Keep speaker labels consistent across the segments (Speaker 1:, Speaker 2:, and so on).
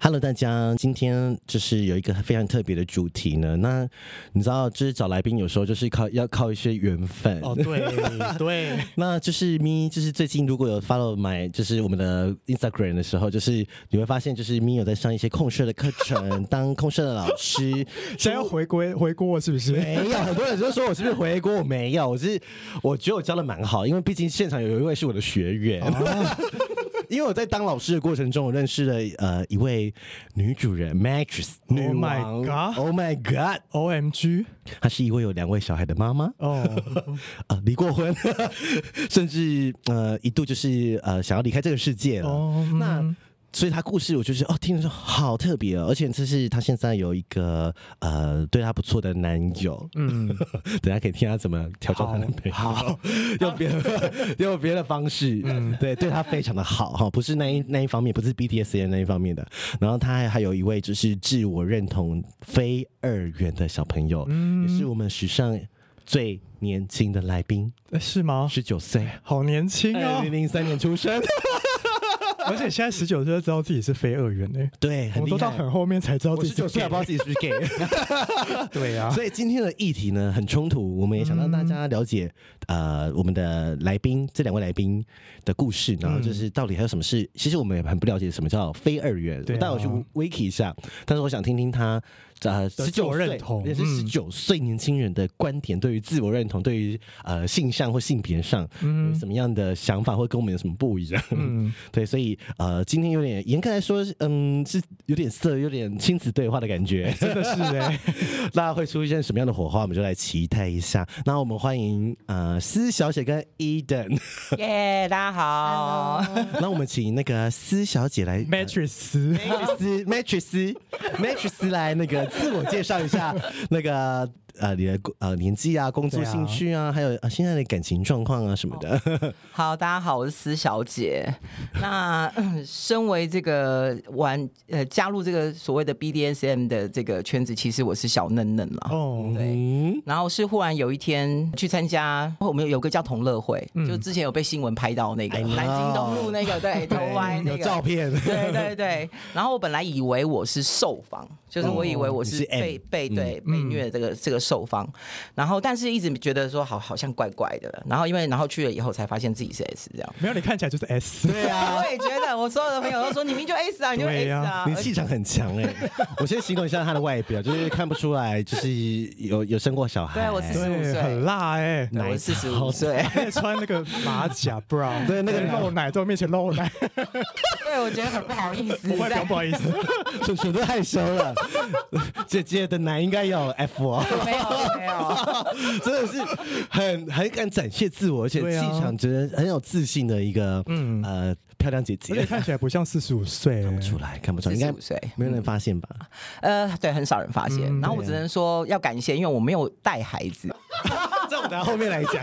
Speaker 1: Hello，大家，今天就是有一个非常特别的主题呢。那你知道，就是找来宾有时候就是靠要靠一些缘分。
Speaker 2: 哦，对对，
Speaker 1: 那就是咪，就是最近如果有 follow my 就是我们的 Instagram 的时候，就是你会发现，就是咪有在上一些控社的课 程，当控社的老师。
Speaker 2: 想要回归回锅是不是？
Speaker 1: 没有， 很多人就说我是不是回国？我没有，我是我觉得我教的蛮好，因为毕竟现场有一位是我的学员。 因为我在当老师的过程中，我认识了呃一位女主人 Matrix 女
Speaker 2: my
Speaker 1: 王
Speaker 2: God
Speaker 1: Oh my God，
Speaker 2: O M G
Speaker 1: 她是一位有两位小孩的妈妈，
Speaker 2: 哦，
Speaker 1: 呃，离过婚， 甚至呃一度就是呃想要离开这个世界了。
Speaker 2: 哦
Speaker 1: 那所以她故事，我就是哦，听着说好特别、哦，而且这是她现在有一个呃对她不错的男友，
Speaker 2: 嗯，
Speaker 1: 等下可以听她怎么调教她男朋友，好， 嗯用别的 用别的方式，对，对她非常的好哈，不是那一那一方面，不是 BTS 的那一方面的。然后她还还有一位就是自我认同非二元的小朋友，也是我们史上最年轻的来宾，
Speaker 2: 诶嗯是吗？
Speaker 1: 十九岁，
Speaker 2: 好年轻
Speaker 1: 二
Speaker 2: 哦
Speaker 1: 零，零三年出生，
Speaker 2: 而且现在十九岁就知道自己是非二元诶，
Speaker 1: 对，
Speaker 2: 我
Speaker 1: 很
Speaker 2: 们
Speaker 1: 厉
Speaker 2: 都到
Speaker 1: 害。
Speaker 2: 很后面才知道
Speaker 1: 我
Speaker 2: 自己
Speaker 1: 十
Speaker 2: 是
Speaker 1: 九岁还
Speaker 2: gay
Speaker 1: 不知道自己是不是 gay，
Speaker 2: 对啊，
Speaker 1: 所以今天的议题呢很冲突，我们也想让大
Speaker 2: 嗯
Speaker 1: 家了解，呃，我们的来宾这两位来宾的故事，然后
Speaker 2: 嗯
Speaker 1: 就是到底还有什么事，其实我们也很不了解什么叫非二元，
Speaker 2: 对啊
Speaker 1: 我待会去 wiki 一下，但是我想听听他。呃，
Speaker 2: 自
Speaker 1: 十九
Speaker 2: 我认同
Speaker 1: 也是
Speaker 2: 嗯
Speaker 1: 十九岁年轻人的观点，对于自我认同，对于呃性向或性别上，有什么样的想法，会跟我们有什么不一样？
Speaker 2: 嗯，
Speaker 1: 对，所以呃，今天有点严格来说，嗯，是有点色，有点亲子对话的感觉。
Speaker 2: 真的是 诶，
Speaker 1: 那会出现什么样的火花，我们就来期待一下。那我们欢迎呃思小姐跟 Eden，
Speaker 3: 耶大家好。
Speaker 1: 那我们请那个思小姐来。呃
Speaker 2: Matrix
Speaker 1: 斯 Matrix Matrix 来那个自我介绍一下，那个呃你的呃年纪啊、工作
Speaker 2: 对啊
Speaker 1: 兴趣啊，还有呃现在的感情状况啊什么
Speaker 3: 哦
Speaker 1: 的。
Speaker 3: 好，大家好，我是思小 姐。那嗯身为这个玩呃加入这个所谓的 BDSM 的这个圈子，其实我是小嫩嫩啦。
Speaker 2: 哦，
Speaker 3: 对，
Speaker 1: 嗯，
Speaker 3: 然后是忽然有一天去参加，我们有个叫同乐会，就之前有被新闻拍到那个
Speaker 1: 嗯 I know
Speaker 3: 南京东路那个 对头歪那
Speaker 1: 有
Speaker 3: 个
Speaker 1: 照片，
Speaker 3: 对对对，然后我本来以为我是受访，就是我以为
Speaker 1: 哦
Speaker 3: 我
Speaker 1: 你
Speaker 3: 是
Speaker 1: 是 M，嗯
Speaker 3: 被、被对、被虐的这个这个受访，然后但是一直觉得说好好像怪怪的，然后因为然后去了以后才发现自己是 S 这样。
Speaker 2: 没有你看起来就是 S，
Speaker 1: 对啊
Speaker 3: 我，也觉得，我所有的朋友都说你明明就 S 啊，你就
Speaker 2: 对
Speaker 3: S
Speaker 2: 呀
Speaker 3: 啊，
Speaker 1: 你气场很强哎、我先形容一下她的外表，就是看不出来，就是有有生过小孩。
Speaker 3: 对我是
Speaker 2: 对，
Speaker 3: 15岁
Speaker 2: 很辣哎诶。
Speaker 3: 对我四十 五岁，
Speaker 2: 还穿那个马 甲 bra，对
Speaker 1: 那个
Speaker 2: 露奶在我面前露 奶，
Speaker 3: 对我觉得很不好意思
Speaker 2: 我，外表
Speaker 3: 在
Speaker 2: 不好意思，
Speaker 1: 蠢蠢都害羞了。 姐姐的奶应该有 F 哦，
Speaker 3: 没有没 有，
Speaker 1: 真的是很很敢展现自我，而且
Speaker 2: 对
Speaker 1: 气
Speaker 2: 啊
Speaker 1: 场觉得很有自信的一个，嗯呃，漂亮姐
Speaker 2: 而且
Speaker 1: 姐。
Speaker 2: 看起来不像四十五岁，
Speaker 1: 看不出来，看不出来，
Speaker 3: 四
Speaker 1: 应
Speaker 3: 十
Speaker 1: 该
Speaker 3: 五岁。
Speaker 1: 没有人发 现吧？
Speaker 3: 呃，对，很少人发现。然后我
Speaker 1: 对啊
Speaker 3: 只能说要感谢，因为我没有带孩子。
Speaker 1: 在我们等下后面来讲，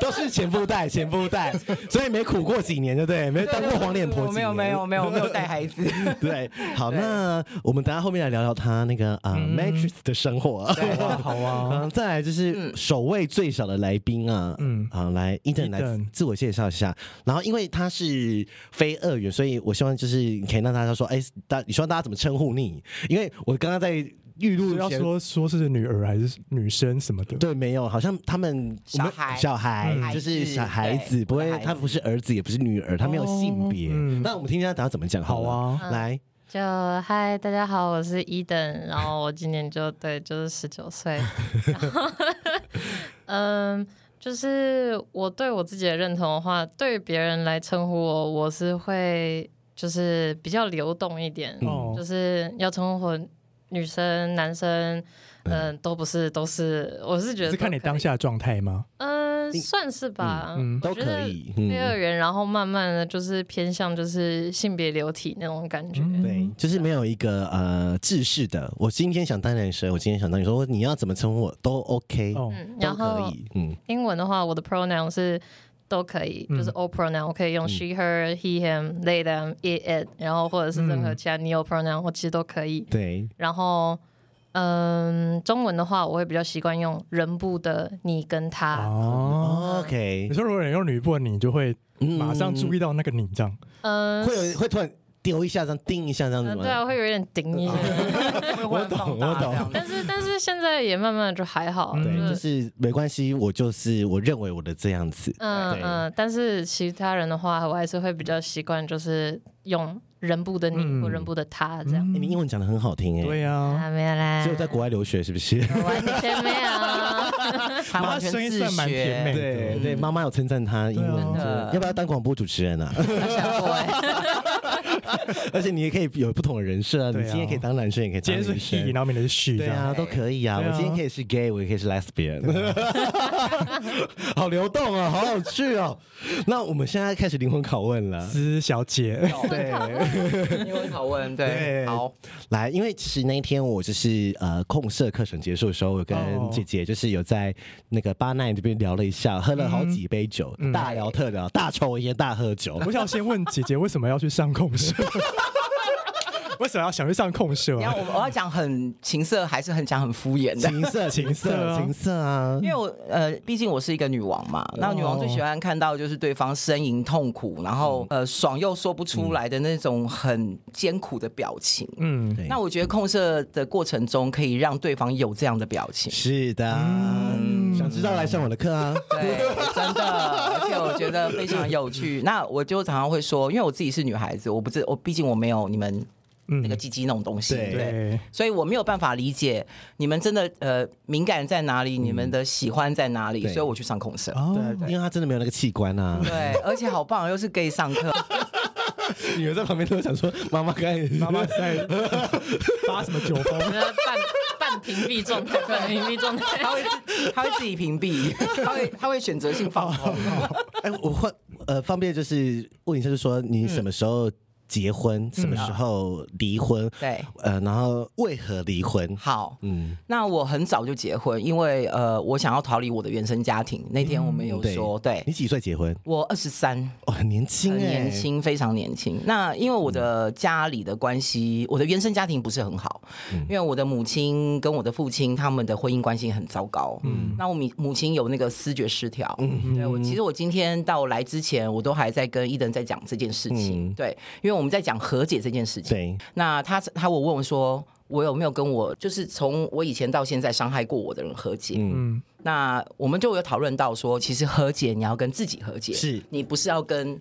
Speaker 1: 都是前夫带前夫带，所以没苦过几年，对不对？没当过黄脸婆
Speaker 3: 我
Speaker 1: 几年，
Speaker 3: 没有没有没有没有带 孩子。
Speaker 1: 对，好，
Speaker 3: 对
Speaker 1: 那我们等下后面来聊聊他那个啊、呃
Speaker 2: 嗯
Speaker 1: Matrix 的生活。
Speaker 2: 哇，好啊，
Speaker 3: 哦
Speaker 1: 嗯，再来就是首位最小的来宾啊，
Speaker 2: 嗯
Speaker 1: 嗯，好，来伊登来
Speaker 2: Eden
Speaker 1: 自我介绍一下。然后因为他是非二元，所以我希望就是你可以让大家说，哎、大你希望大家怎么称呼你？因为我刚刚在预录
Speaker 2: 是要
Speaker 1: 前，
Speaker 2: 说说是女儿还是女生什么的，
Speaker 1: 对，没有，好像他们我
Speaker 3: 小
Speaker 1: 们
Speaker 3: 孩
Speaker 1: 小孩、
Speaker 3: 嗯
Speaker 1: 就是
Speaker 3: 孩子
Speaker 1: 小孩子，
Speaker 3: 对
Speaker 1: 不会
Speaker 3: 小孩，子
Speaker 1: 他不是儿子，也不是女儿，他没有性别。
Speaker 2: 嗯
Speaker 1: 那我们听一下大家怎么讲好了。
Speaker 2: 好啊
Speaker 1: 来，
Speaker 4: 就嗨，大家好，我是伊登，然后我今年就对，就是十九岁。然后 嗯，就是我对我自己的认同的话，对于别人来称呼我，我是会就是比较流动一点，
Speaker 2: 哦
Speaker 4: 就是要称呼我女生、呃男生，嗯、都不是，都是，我是觉得
Speaker 2: 是看你
Speaker 4: 都可以
Speaker 2: 当，下的状态吗？
Speaker 4: 嗯、是算是吧，
Speaker 2: 嗯
Speaker 4: 我
Speaker 1: 都
Speaker 4: 觉
Speaker 1: 可
Speaker 4: 得
Speaker 1: 以嗯
Speaker 4: 非二元，然后慢慢的就是偏向就是性别流体那种感
Speaker 2: 嗯
Speaker 4: 觉。
Speaker 1: 对，就是没有一个呃制式的。我今天想当男生，我今天想当女生，或你要怎么称呼我都 OK，、
Speaker 2: 哦，
Speaker 4: 嗯，
Speaker 1: 都
Speaker 4: 然
Speaker 1: 可
Speaker 4: 后
Speaker 1: 以。嗯，
Speaker 4: 英文的话，我的 pronoun 是都可以，就是 all pronoun，我可以用
Speaker 1: 嗯
Speaker 4: she、her、he、him、they、them、it、it，然后或者是
Speaker 1: 嗯
Speaker 4: 任何其他 neo pronoun，我其实都可以。
Speaker 1: 对，
Speaker 4: 然后，嗯，中文的话，我会比较习惯用人部的你跟他。
Speaker 3: 嗯
Speaker 2: 哦，
Speaker 1: OK，嗯
Speaker 2: 你说如果有人用女不你就会马上注意到那个你这样，
Speaker 4: 嗯，
Speaker 1: 会有会突然丢一下，这样叮一下，这样子
Speaker 4: 嗯
Speaker 1: 吗？
Speaker 4: 对啊，会有点顶一下。
Speaker 1: 哦
Speaker 3: 会忽然放大
Speaker 1: 我懂
Speaker 3: 这样子
Speaker 4: 但是但是现在也慢慢地就还好，
Speaker 2: 嗯
Speaker 4: 就
Speaker 1: 对
Speaker 4: 是
Speaker 1: 就是没关系，我就是我认为我的这样子。
Speaker 4: 嗯
Speaker 1: 对
Speaker 4: 嗯，但是其他人的话，我还是会比较习惯就是用人部的你
Speaker 2: 嗯
Speaker 4: 或人部的他这样。
Speaker 3: 嗯
Speaker 1: 欸你英文讲的很好听哎、
Speaker 2: 对呀，
Speaker 4: 啊，没有啦，
Speaker 1: 所以我在国外留学是不是？
Speaker 4: 完全没啊有。
Speaker 3: 他完全
Speaker 2: 妈声音
Speaker 3: 自
Speaker 2: 算蛮甜美的，
Speaker 3: 学，
Speaker 1: 对对，妈妈有称赞他英
Speaker 2: 哎
Speaker 1: 文，
Speaker 2: 对啊
Speaker 1: 真的要不要当广播主持人啊？
Speaker 3: 没想过哎，
Speaker 1: 而且你也可以有不同的人设啊，你
Speaker 2: 对啊
Speaker 1: 今天可以当男生，也可以
Speaker 2: 今
Speaker 1: 当
Speaker 2: 天
Speaker 1: 女
Speaker 2: 是 he，
Speaker 1: 生
Speaker 2: 然。后明天是 she，这
Speaker 1: 对
Speaker 2: 样，
Speaker 1: 啊，都可以啊。
Speaker 2: 对啊
Speaker 1: 我今天可以是 gay，我也可以是 lesbian，好
Speaker 2: 啊
Speaker 1: 流动啊，好有趣哦。那我们现在开始灵魂拷问了。
Speaker 2: 思小 姐，
Speaker 1: 对，
Speaker 3: 英文拷问对，
Speaker 1: 对
Speaker 3: 好，
Speaker 1: 来，因为其实那一天我就是呃控社课程结束的时候，我跟
Speaker 2: 哦
Speaker 1: 姐姐就是有在那个巴奈这边聊了一下，喝了好几杯酒，
Speaker 2: 嗯
Speaker 1: 大聊特聊，大抽烟，大喝酒。
Speaker 2: 我想先问姐姐为什么要去上控 社？为什么要想去上控社
Speaker 3: 然
Speaker 2: 啊？
Speaker 3: 后我我要讲很情色，还是很讲很敷衍的。
Speaker 1: 情 色，情
Speaker 2: 色
Speaker 1: 色，
Speaker 2: 啊
Speaker 1: 情色啊
Speaker 3: 因！为我呃，毕竟我是一个女王嘛，那女王最喜欢看到就是对方呻吟痛苦，然后呃爽又说不出来的那种很艰苦的表情。
Speaker 2: 嗯，
Speaker 1: 对
Speaker 3: 那我觉得控射的过程中，可以让对方有这样的表 情。
Speaker 1: 是的，
Speaker 2: 嗯
Speaker 1: 想知道来上我的课啊！
Speaker 3: 对，真的，而且我觉得非常有趣。那我就常常会说，因为我自己是女孩子，我不知我毕竟我没有你们
Speaker 2: 嗯
Speaker 3: 那个鸡鸡那种东西，
Speaker 1: 对
Speaker 3: 对，
Speaker 2: 对，
Speaker 3: 所以我没有办法理解你们真的呃敏感在哪里，你们的喜欢在哪里，
Speaker 1: 对
Speaker 3: 所以我去上控射。
Speaker 2: 哦，
Speaker 1: 因为他真的没有那个器官 啊！
Speaker 3: 对，而且好棒，又是 gay 上课，
Speaker 1: 女儿在旁边都想说：“妈妈，刚才
Speaker 2: 妈妈在 发什么酒疯？
Speaker 4: 我觉得半半屏蔽状态，半屏蔽状态。
Speaker 3: 他会自他会自己屏蔽，他会他会选择性放空。
Speaker 1: 哎，我换呃，方便就是问一下，就是说你什么时候结婚，什么时候离婚？
Speaker 3: 嗯对，
Speaker 1: 呃，然后为何离婚？
Speaker 3: 好，
Speaker 1: 嗯，
Speaker 3: 那我很早就结婚，因为呃，我想要逃离我的原生家庭。那天我们有说，对
Speaker 1: 你几岁结婚？
Speaker 3: 我二十三，
Speaker 1: 哦，很年轻、
Speaker 3: 很
Speaker 1: 欸，
Speaker 3: 年。轻，非常年轻。那因为我的家里的关系，我的原生家庭不是很好，因为我的母亲跟我的父亲他们的婚姻关系很糟糕。嗯，那我母母亲有那个思觉失调。嗯，对我其实我今天到来之前，我都还在跟伊登在讲这件事情。
Speaker 1: 嗯
Speaker 3: 对，因为我们在讲和解这件事情。
Speaker 1: 对，
Speaker 3: 那他他我问我说。我有没有跟我就是从我以前到现在伤害过我的人和解？
Speaker 2: 嗯，
Speaker 3: 那我们就有讨论到说，其实和解你要跟自己和解，
Speaker 1: 是
Speaker 3: 你不是要跟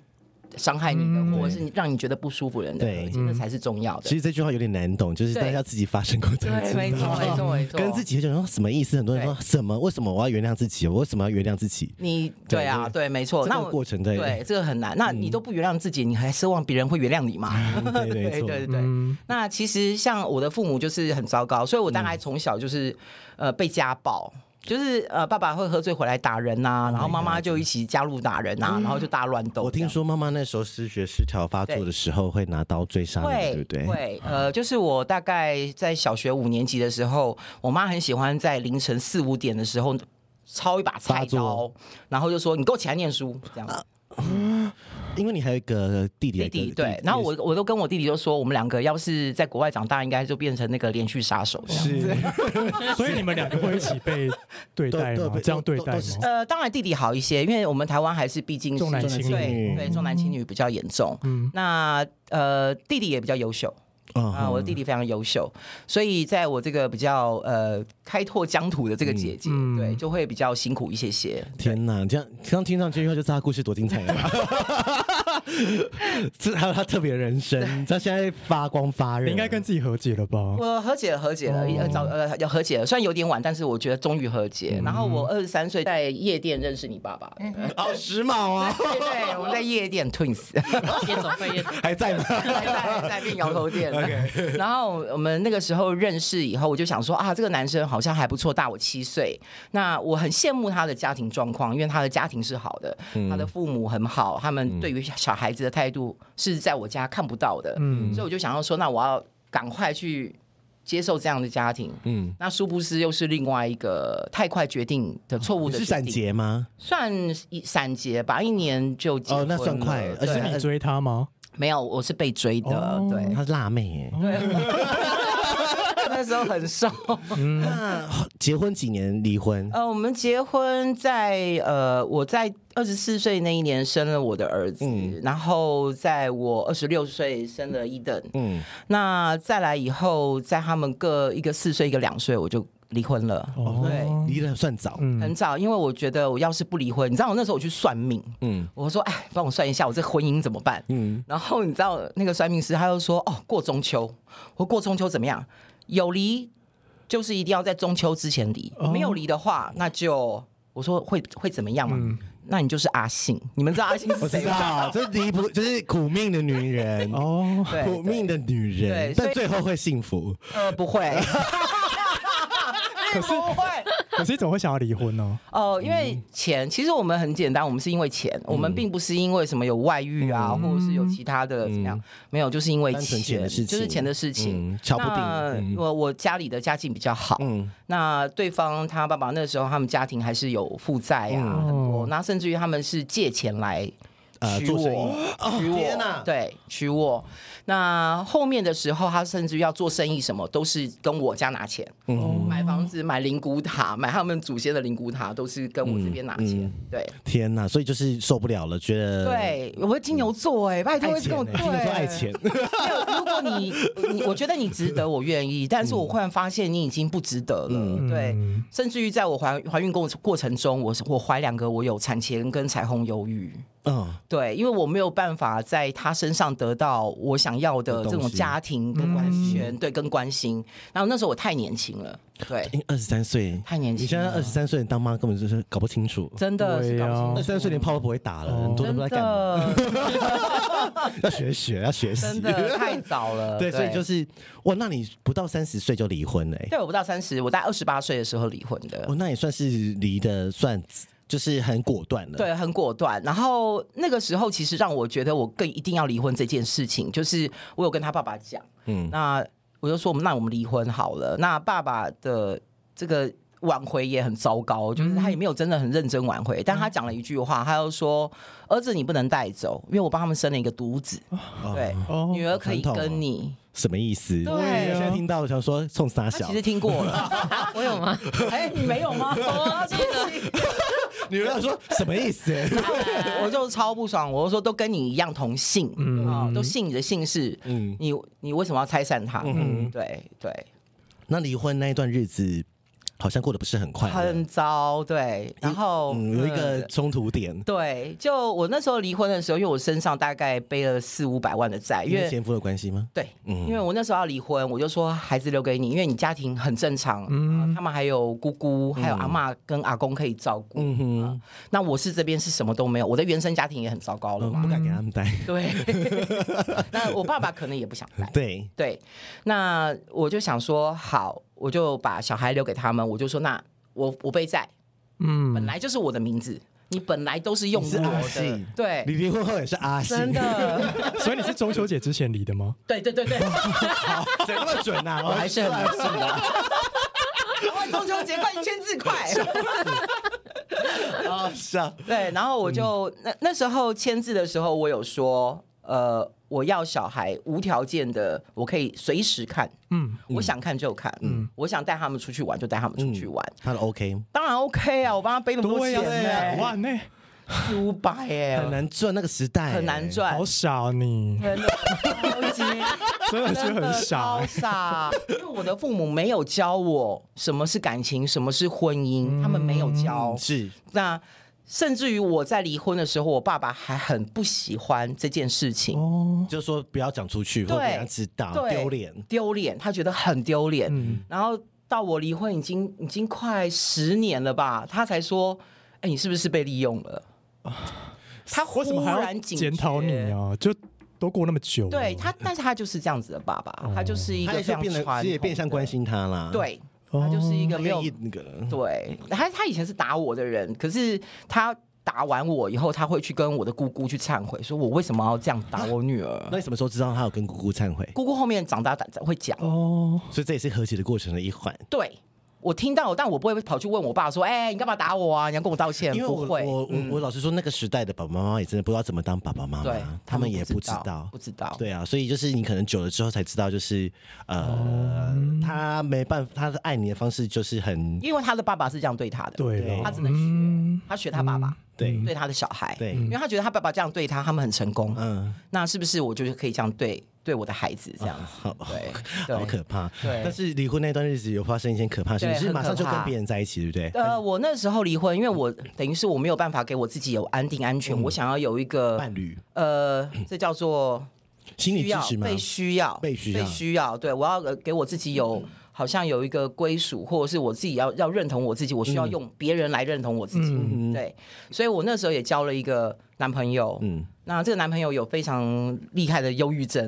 Speaker 3: 伤害你的，或者是让你觉得不舒服的人
Speaker 1: 嗯
Speaker 3: 的
Speaker 1: 对
Speaker 3: 和解，那才是重要的
Speaker 1: 其。实这句话有点难懂，就是
Speaker 3: 对
Speaker 1: 大家自己发生过这样子。
Speaker 3: 没错，没错，没错
Speaker 1: 跟自己就说什么意思？很多人说什么？为什么我要原谅自己？我为什么要原谅自己？
Speaker 3: 你对啊，对，没错。
Speaker 1: 这
Speaker 3: 哦那
Speaker 1: 个
Speaker 3: 我
Speaker 1: 过程对嗯
Speaker 3: 对这个很难。那你都不原谅自己，你还奢望别人会原谅你吗？
Speaker 1: 对，嗯
Speaker 3: 对
Speaker 1: 没
Speaker 3: 对
Speaker 1: 错。
Speaker 3: 对对。
Speaker 2: 嗯
Speaker 3: 那其实像我的父母就是很糟糕，所以我大概从小就是、
Speaker 1: 嗯
Speaker 3: 呃被家暴。就是呃，爸爸会喝醉回来打人呐、
Speaker 1: Oh
Speaker 3: 然后妈妈就一起加入打人呐、然后就大乱斗这
Speaker 1: 嗯
Speaker 3: 样。
Speaker 1: 我听说妈妈那时候失学失调发作的时候，会拿刀追杀你，对不对？
Speaker 3: 会，呃，就是我大概在小学五年级的时候，我妈很喜欢在凌晨四五点的时候抄一把菜
Speaker 1: 发
Speaker 3: 刀
Speaker 1: 作，啊
Speaker 3: 然后就说：“你给我起来念书。”这样子。
Speaker 1: 因为你还有一个弟弟，
Speaker 3: 弟
Speaker 1: 一
Speaker 3: 弟
Speaker 1: 个
Speaker 3: 对，然后我我都跟我弟弟就说，我们两个要是在国外长大，应该就变成那个连续杀手这样。
Speaker 1: 是
Speaker 2: 所以你们两个会一起被对待
Speaker 1: 都都
Speaker 2: 吗
Speaker 1: 被？
Speaker 2: 这样对待
Speaker 1: 都
Speaker 2: 吗
Speaker 1: 都？是
Speaker 3: 呃，当然弟弟好一些，因为我们台湾还是毕竟是
Speaker 2: 重男轻
Speaker 3: 对
Speaker 1: 女
Speaker 3: 对重男轻女比较严重。
Speaker 2: 嗯
Speaker 3: 那呃，弟弟也比较优秀，啊，
Speaker 2: 哦
Speaker 1: 啊
Speaker 3: 我的弟弟非常优秀，所以在我这个比较呃开拓疆土的这个姐姐，
Speaker 2: 嗯
Speaker 3: 对，就会比较辛苦一些些。
Speaker 1: 天哪！这样刚听上这句话，就知道他故事多精彩了 吧。这还有他特别人生，他现在发光发热。
Speaker 2: 你应该跟自己和解了吧？
Speaker 3: 我和解了，和解了，
Speaker 2: 哦
Speaker 3: 呃早呃要和解了，虽然有点晚，但是我觉得终于和解。然后
Speaker 2: 嗯
Speaker 3: 我二十三岁在夜店认识你爸爸，
Speaker 1: 好时髦 啊，
Speaker 3: 对对，我们在夜店 twins，
Speaker 4: 夜总会夜总
Speaker 1: 还在吗？
Speaker 3: 还在还在并摇头店，
Speaker 1: OK，
Speaker 3: 然后我们那个时候认识以后，我就想说啊，这个男生好像还不错，大我七岁。那我很羡慕他的家庭状况，因为他的家庭是好的，他的父母很好，他们对于小孩子的态度是在我家看不到的。
Speaker 2: 嗯
Speaker 3: 所以我就想要说，那我要赶快去接受这样的家庭。
Speaker 1: 嗯，
Speaker 3: 那殊不知又是另外一个太快决定的错误
Speaker 1: 你
Speaker 3: 的
Speaker 1: 是
Speaker 3: 决定，
Speaker 1: 闪结吗？
Speaker 3: 算一闪结吧，一年就结
Speaker 1: 哦那
Speaker 3: 婚
Speaker 1: 算快
Speaker 3: 了
Speaker 1: 而且
Speaker 3: 对
Speaker 2: 是你追他吗？
Speaker 3: 没有，我是被追的，
Speaker 2: 哦
Speaker 3: 对，
Speaker 1: 她是辣妹哎、
Speaker 3: 那时候很瘦。嗯
Speaker 1: 那啊结婚几年离婚？
Speaker 3: 呃，我们结婚在呃，我在二十四岁那一年生了我的儿子，
Speaker 1: 嗯
Speaker 3: 然后在我二十六岁生了一等。
Speaker 1: 嗯，
Speaker 3: 那再来以后，在他们各一个四岁，一个两岁，我就离婚了。
Speaker 2: 哦
Speaker 3: 对，
Speaker 1: 离的算早。
Speaker 3: 很
Speaker 2: 嗯，
Speaker 3: 早，因为我觉得我要是不离婚，你知道我那时候我去算命，
Speaker 1: 嗯
Speaker 3: 我说哎，帮我算一下我这婚姻怎么办。
Speaker 1: 嗯，
Speaker 3: 然后你知道那个算命师他又说哦，过中秋，我过中秋怎么样？有离就是一定要在中秋之前离，没有离的话，那就我说会会怎么样嘛？那你就是阿信，你们知道阿信是
Speaker 1: 我知
Speaker 3: 谁吗？
Speaker 1: 道，这离 不就是苦命的女人
Speaker 2: 哦，
Speaker 3: 对
Speaker 1: 苦命的女人
Speaker 3: 对，所
Speaker 1: 但
Speaker 3: 以
Speaker 1: 最后会幸福。
Speaker 3: 呃，不会， 可是不会。
Speaker 2: 可是你怎么会想要离婚呢？
Speaker 3: 哦，因
Speaker 1: 嗯
Speaker 3: 为钱，其实我们很简单，我们是因为钱，我们并不是因为什么有外遇啊，或者是有其他的怎么样，没有，就是因为
Speaker 1: 嗯单纯钱的事
Speaker 3: 就是
Speaker 1: 情
Speaker 3: 钱的事情
Speaker 1: 嗯。瞧不定
Speaker 3: 那
Speaker 1: 嗯
Speaker 3: 我我家里的家境比较好，
Speaker 1: 嗯
Speaker 3: 那对方他爸爸那时候他们家庭还是有负债啊，
Speaker 2: 嗯
Speaker 3: 很多，那甚至于他们是借钱来。
Speaker 1: 呃
Speaker 3: 娶
Speaker 1: 做
Speaker 3: 我，
Speaker 1: 生意
Speaker 3: 娶
Speaker 1: 天哪
Speaker 3: 我，对，娶我。那后面的时候，他甚至于要做生意，什么都是跟我家拿钱。哦
Speaker 1: 嗯，
Speaker 3: 买房子、买灵骨塔、买他们祖先的灵骨塔，都是跟我这边拿
Speaker 1: 嗯
Speaker 3: 钱。对
Speaker 1: 天哪！所以就是受不了了，觉得
Speaker 3: 对，我是金牛座哎、拜托
Speaker 1: 呃爱
Speaker 3: 跟我
Speaker 1: 钱欸，听说爱钱。
Speaker 3: 没有如果你你，我觉得你值得，我愿意。但是我忽然发现你已经不值得了。
Speaker 1: 嗯
Speaker 3: 对，甚至于在我怀怀孕过过程中，我是我怀两个，我有产前跟产后忧郁。
Speaker 1: 嗯，
Speaker 3: 对，因为我没有办法在他身上得到我想要的这
Speaker 1: 东
Speaker 3: 种
Speaker 1: 西
Speaker 3: 家庭跟安全，对，跟关心。然后那时候我太年轻了，对，
Speaker 1: 因为二十三岁，
Speaker 3: 太年轻了
Speaker 1: 你现在二十三岁，你当妈根本就是搞不清楚。
Speaker 3: 真的是
Speaker 2: 对
Speaker 3: 搞不清
Speaker 2: 啊
Speaker 1: 二十三岁连炮都不会打了，
Speaker 2: 哦
Speaker 1: 很多都
Speaker 3: 真
Speaker 1: 不知道在干嘛。
Speaker 3: 的，
Speaker 1: 要学学，要学习
Speaker 3: 真。的太早了。
Speaker 1: 对，所以就是是哇，那你不到三十岁就离婚了欸、
Speaker 3: 对我不到三十，我在二十八岁的时候离婚的
Speaker 1: 哦，。那也算是离的算就是很果断了。，
Speaker 3: 对，很果断。然后那个时候，其实让我觉得我更一定要离婚这件事情，就是我有跟他爸爸讲，
Speaker 1: 嗯，
Speaker 3: 那我就说，那我们离婚好了。那爸爸的这个挽回也很糟糕，就是
Speaker 2: 嗯
Speaker 3: 他也没有真的很认真挽回，但他讲了一句话，他又说：“儿子你不能带走，因为我帮他们生了一个独子，对，
Speaker 2: 哦
Speaker 3: 女儿可以
Speaker 1: 传统哦
Speaker 3: 跟你。”
Speaker 1: 什么意思？
Speaker 3: 对
Speaker 1: 我现在听到我想说冲傻
Speaker 3: 他
Speaker 1: 小
Speaker 3: 其，实听过 了，
Speaker 4: 我有 吗？
Speaker 3: 哎、你没有吗？我记得。
Speaker 1: 女儿说什么意 思？
Speaker 3: 我就超不爽，我就说都跟你一样同姓，
Speaker 2: 嗯
Speaker 3: 啊，都姓你的姓氏，
Speaker 1: 嗯
Speaker 3: 你你为什么要拆散他？
Speaker 1: 嗯
Speaker 3: 对对，
Speaker 1: 那离婚那一段日子好像过得不是很快乐，
Speaker 3: 很糟，对，然后
Speaker 1: 哎嗯，有一个
Speaker 3: 嗯
Speaker 1: 冲突点，
Speaker 3: 对，就我那时候离婚的时候，因为我身上大概背了四五百万的债，因
Speaker 1: 因为
Speaker 3: 为
Speaker 1: 前夫的关系吗？
Speaker 3: 对，因为我那时候要离婚，我就说孩子留给你，因为你家庭很正常，
Speaker 2: 嗯
Speaker 3: 嗯、他们还有姑姑，还有阿嬷跟阿公可以照顾。
Speaker 1: 嗯哼，
Speaker 3: 那我是这边是什么都没有，我的原生家庭也很糟糕了
Speaker 1: 我
Speaker 3: 嘛。
Speaker 1: 哦不敢给他 们带。
Speaker 3: 对，那我爸爸可能也不想带。
Speaker 1: 对，
Speaker 3: 对，那我就想说，好，我就把小孩留给他们，我就说，那我我背债，
Speaker 2: 嗯
Speaker 3: 本来就是我的名字，你本来都是用
Speaker 1: 你
Speaker 3: 我
Speaker 1: 是阿信
Speaker 3: 的，对，
Speaker 1: 你离婚后也是阿信，
Speaker 3: 真的，
Speaker 2: 所以你是中秋节之前离的吗？
Speaker 3: 对对对对，
Speaker 1: 怎么那么准啊？
Speaker 3: 我还是很迷信 的。快中秋节快一千字快，
Speaker 1: 啊，是啊，
Speaker 3: 对，然后我
Speaker 1: 嗯
Speaker 3: 就那那时候签字的时候，我有说，呃，我要小孩无条件的，我可以随时看，
Speaker 2: 嗯，
Speaker 3: 我想看就看，嗯，我想带他们出去玩就带他们出去玩，
Speaker 1: 他的 OK
Speaker 3: 当然 OK 啊，我帮他背那么多
Speaker 2: 对啊
Speaker 3: 钱
Speaker 2: 呀，
Speaker 1: 啊
Speaker 2: 两
Speaker 3: 呢、
Speaker 2: 万呢，
Speaker 3: 四五百耶，
Speaker 1: 很难赚，那个时代
Speaker 3: 哎很难，
Speaker 1: 哎
Speaker 3: 赚
Speaker 2: 好，傻哦你，
Speaker 3: 真的超级
Speaker 2: 真的是
Speaker 3: 真
Speaker 2: 很
Speaker 3: 的
Speaker 2: 傻
Speaker 3: 超
Speaker 2: 欸。
Speaker 3: 傻， 因为我的父母没有教我什么是感情，什么是婚姻，他们没有教。
Speaker 2: 嗯
Speaker 1: 是
Speaker 3: 那甚至于我在离婚的时候，我爸爸还很不喜欢这件事情。
Speaker 2: 哦，
Speaker 1: 就说不要讲出去，或
Speaker 3: 对
Speaker 1: 者给他知道，
Speaker 3: 对
Speaker 1: 丢脸。
Speaker 3: 丢脸，他觉得很丢脸。
Speaker 2: 嗯
Speaker 3: 然后到我离婚已经已经快十年了吧，他才说：“哎、你是不是被利用了？”他
Speaker 2: 为什么
Speaker 3: 忽
Speaker 2: 还要
Speaker 3: 然警
Speaker 2: 检讨
Speaker 3: 觉
Speaker 2: 你啊？就都过那么久了，
Speaker 3: 对他，但是他就是这样子的爸爸，他就是
Speaker 1: 哦
Speaker 3: 一
Speaker 1: 他
Speaker 3: 个
Speaker 1: 也
Speaker 3: 非
Speaker 1: 是
Speaker 3: 常
Speaker 1: 变得，
Speaker 3: 传
Speaker 1: 其实也变相
Speaker 3: 统
Speaker 1: 关
Speaker 3: 的
Speaker 1: 哦心他啦。，
Speaker 3: 对。他就是一个没有
Speaker 1: 愿意那个了。
Speaker 3: 对，他他以前是打我的人，可是他打完我以后，他会去跟我的姑姑去忏悔，说我为什么要这样打我女儿
Speaker 1: 啊那。你什么时候知道他有跟姑姑忏悔？
Speaker 3: 姑姑后面长大打会讲，
Speaker 2: 哦，
Speaker 1: 所以这也是和解的过程的一环。
Speaker 3: 对我听到，但我不会跑去问我爸说，哎、你干嘛打我啊？你要跟我道歉？
Speaker 1: 因为我
Speaker 3: 不会，嗯
Speaker 1: 我我我老实说，那个时代的爸爸妈妈也真的不知道怎么当爸爸妈啊
Speaker 3: 对
Speaker 1: 妈，他们也
Speaker 3: 不
Speaker 1: 不知道
Speaker 3: 不。知道，
Speaker 1: 对啊，所以就是你可能久了之后才知道，就是呃，他没办法，他的爱你的方式就是很
Speaker 3: 因为他的爸爸是这样对他的，
Speaker 2: 对了，
Speaker 3: 他只能学，
Speaker 2: 嗯
Speaker 3: 他学他爸爸。
Speaker 1: 对
Speaker 3: 对他的小孩，
Speaker 1: 对
Speaker 3: 因为他觉得他爸爸这样对他，他们很成功。
Speaker 1: 嗯，
Speaker 3: 那是不是我就是可以这样对对我的孩子这样子？
Speaker 1: 好
Speaker 3: 对，
Speaker 1: 啊好
Speaker 3: 对
Speaker 1: 可怕。
Speaker 3: 对
Speaker 1: 但是离婚那段日子有发生一些可怕的事情，
Speaker 3: 对
Speaker 1: 是马上就
Speaker 3: 很可
Speaker 1: 跟
Speaker 3: 怕
Speaker 1: 别人在一起，对不对？
Speaker 3: 呃，我那时候离婚，因为我等于是我没有办法给我自己有安定安
Speaker 1: 嗯
Speaker 3: 全，我想要有一个
Speaker 1: 伴侣
Speaker 3: 呃，这叫做
Speaker 1: 心理
Speaker 3: 需
Speaker 1: 支
Speaker 3: 要
Speaker 1: 持吗？
Speaker 3: 被需要
Speaker 1: 被需要嗯
Speaker 3: 被需要，对我要呃给我自己有好像有一个归属，或者是我自己要要认同我自己，我需要用别人来认同我自己，
Speaker 2: 嗯
Speaker 3: 对，所以我那时候也交了一个男朋友，
Speaker 1: 嗯
Speaker 3: 嗯，那这个男朋友有非常厉害的忧郁症，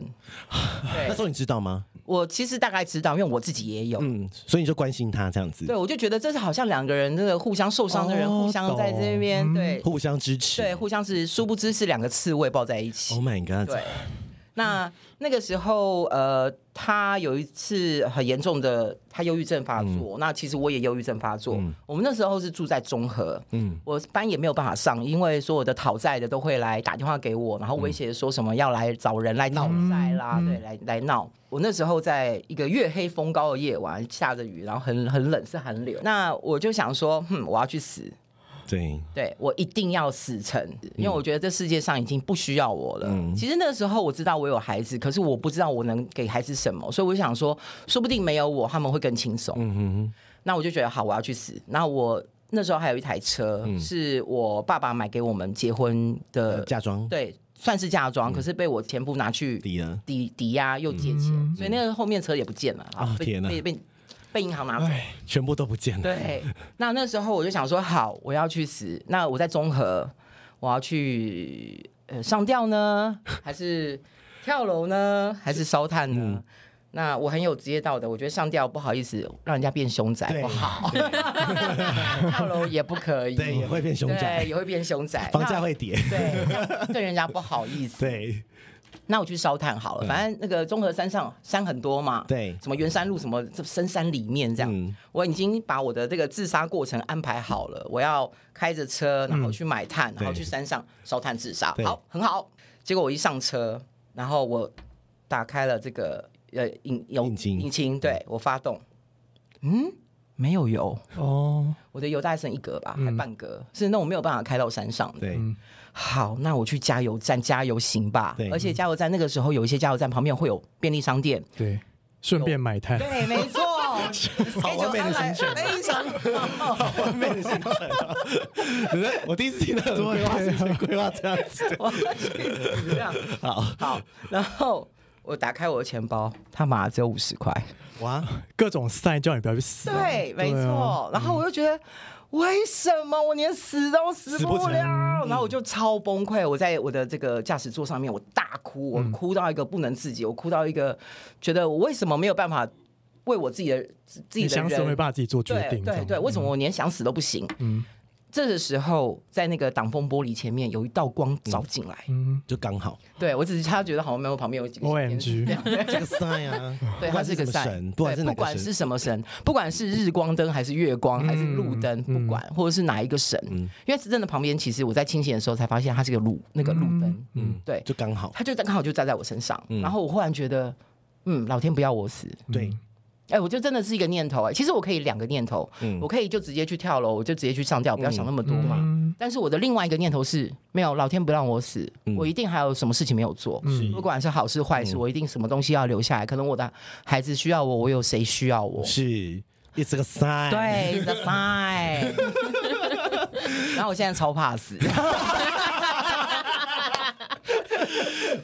Speaker 1: 那
Speaker 3: 对
Speaker 1: 时候你知道吗？
Speaker 3: 我其实大概知道，因为我自己也有，
Speaker 1: 嗯，所以你就关心他这样子
Speaker 3: 对，，我就觉得这是好像两个人真的互相受伤的人，
Speaker 2: 哦
Speaker 3: 互相在这边、对
Speaker 1: 互相支持。
Speaker 3: 对，互相是殊不知是两个刺猬抱在一起。
Speaker 1: ，Oh my god！
Speaker 3: 对，那那个时候呃，他有一次很严重的他忧郁症发作，那其实我也忧郁症发作。我们那时候是住在中和，
Speaker 1: 嗯
Speaker 3: 嗯，我班也没有办法上，因为所有的讨债的都会来打电话给我，然后威胁说什么要来找人来讨债啦，对，来来闹。我那时候在一个月黑风高的夜晚，下着雨，然后很很冷，是寒流。那我就想说，哼，我要去死。
Speaker 1: 对，
Speaker 3: 对我一定要死撑，因为我觉得这世界上已经不需要我了。
Speaker 1: 嗯
Speaker 3: 其实那时候我知道我有孩子，可是我不知道我能给孩子什么，所以我想说，说不定没有我他们会更轻松。
Speaker 1: 嗯哼
Speaker 3: 那我就觉得好，我要去死。那我那时候还有一台车，
Speaker 1: 嗯
Speaker 3: 是我爸爸买给我们结婚
Speaker 1: 哼，
Speaker 3: 的，
Speaker 1: 呃嫁妆
Speaker 3: 对，算是嫁
Speaker 1: 嗯
Speaker 3: 妆，可是被我前夫拿去
Speaker 1: 低了。
Speaker 3: 抵抵押又借钱，所以那个后面车也不见了
Speaker 1: 嗯啊
Speaker 3: 被
Speaker 1: 天哪
Speaker 3: 被被被银行拿走。
Speaker 2: 哎，
Speaker 1: 全部都不见了。，
Speaker 3: 对，那那时候我就想说，好，我要去死。那我在中和，我要去呃上吊呢，还是跳楼呢，还是烧炭呢？
Speaker 1: 嗯
Speaker 3: 那我很有职业道德，我觉得上吊不好意思，让人家变凶宅
Speaker 1: 对
Speaker 3: 不 好，跳楼也不可以，
Speaker 1: 对，也会变凶宅
Speaker 3: 对，，也会变凶宅，
Speaker 1: 房价
Speaker 3: 那
Speaker 1: 会跌。
Speaker 3: 对，那对人家不好意思。
Speaker 1: 对
Speaker 3: 那我去烧炭好
Speaker 1: 嗯
Speaker 3: 了，反正那个中和山上山很多嘛，
Speaker 1: 对
Speaker 3: 什么圆山路什么这深山里面这样，
Speaker 1: 嗯
Speaker 3: 我已经把我的这个自杀过程安排好了，我要开着车，然后去买炭，然后去山上烧炭自杀
Speaker 1: 对，
Speaker 3: 好，很好。结果我一上车，然后我打开了这个呃引油
Speaker 1: 引擎
Speaker 3: 引擎对我发动，嗯，没有油，
Speaker 2: 哦，
Speaker 3: 我的油大概剩一格吧，还半格，是那种没有办法开到山上的。
Speaker 1: 嗯对，
Speaker 3: 好，那我去加油站加油行吧
Speaker 1: 对。
Speaker 3: 而且加油站那个时候有一些加油站旁边会有便利商店。
Speaker 2: 对，顺便买炭，
Speaker 3: 对，没错，好
Speaker 1: 完美的行程
Speaker 3: 非常好。
Speaker 1: 完美的行程啊。对不对我第一次听到有规划行程规划这样子。
Speaker 3: 我要去 死这样
Speaker 1: 好
Speaker 3: 好，然后我打开我的钱包，他妈只有五十块。
Speaker 1: 哇，
Speaker 2: 各种赛叫你不要去死啊，
Speaker 3: 对，没
Speaker 2: 对啊
Speaker 3: 错。然后我就觉得，为什么我连死都死
Speaker 1: 死不
Speaker 3: 不
Speaker 1: 成
Speaker 3: 了？
Speaker 2: 嗯
Speaker 3: 然后我就超崩溃，我在我的这个驾驶座上面，我大哭，我
Speaker 2: 嗯
Speaker 3: 哭到一个不能自己，我哭到一个觉得我为什么没有办法为我自己的自自己
Speaker 2: 你
Speaker 3: 的
Speaker 2: 想死都没
Speaker 3: 人，
Speaker 2: 办法自己做决
Speaker 3: 对
Speaker 2: 定，这
Speaker 3: 对
Speaker 2: 样嗯
Speaker 3: 对，为什么我连想死都不行？嗯。这个时候，在那个挡风玻璃前面有一道光照进来，
Speaker 2: 嗯
Speaker 1: 就刚 好
Speaker 3: 对我只是他觉得好像没有旁边有几个
Speaker 2: ，O
Speaker 3: 小
Speaker 2: M
Speaker 3: 天使
Speaker 2: G，
Speaker 1: 这个赛啊，
Speaker 3: 对，
Speaker 1: 不
Speaker 3: 它
Speaker 1: 管
Speaker 3: 是个
Speaker 1: 什么
Speaker 3: 赛
Speaker 1: 神，，不管
Speaker 3: 对，
Speaker 1: 是
Speaker 3: 不
Speaker 1: 哪个
Speaker 3: 管是嗯
Speaker 1: 神，
Speaker 3: 什么神，不管是日光灯还是月光还是路灯，不管或者是哪一个神，因为是真的旁边，其实我在清醒的时候才发现它是个路那个路灯，嗯，对，
Speaker 1: 就刚好。
Speaker 3: 它就在刚好就站在我身上，然后我忽然觉得，嗯，老天不要我死，
Speaker 1: 对，
Speaker 3: 哎、我就真的是一个念头哎、其实我可以两个念头，我可以就直接去跳楼，我就直接去上吊，不要
Speaker 2: 嗯
Speaker 3: 想那么多嘛。但是我的另外一个念头是，没有老天不让我死，
Speaker 1: 嗯
Speaker 3: 我一定还有什么事情没有做，不管是好事坏事，我一定什么东西要留下来。可能我的孩子需要我，我有谁需要我？
Speaker 1: 是也是个赛。，
Speaker 3: 对，the sign。然后我现在超怕死，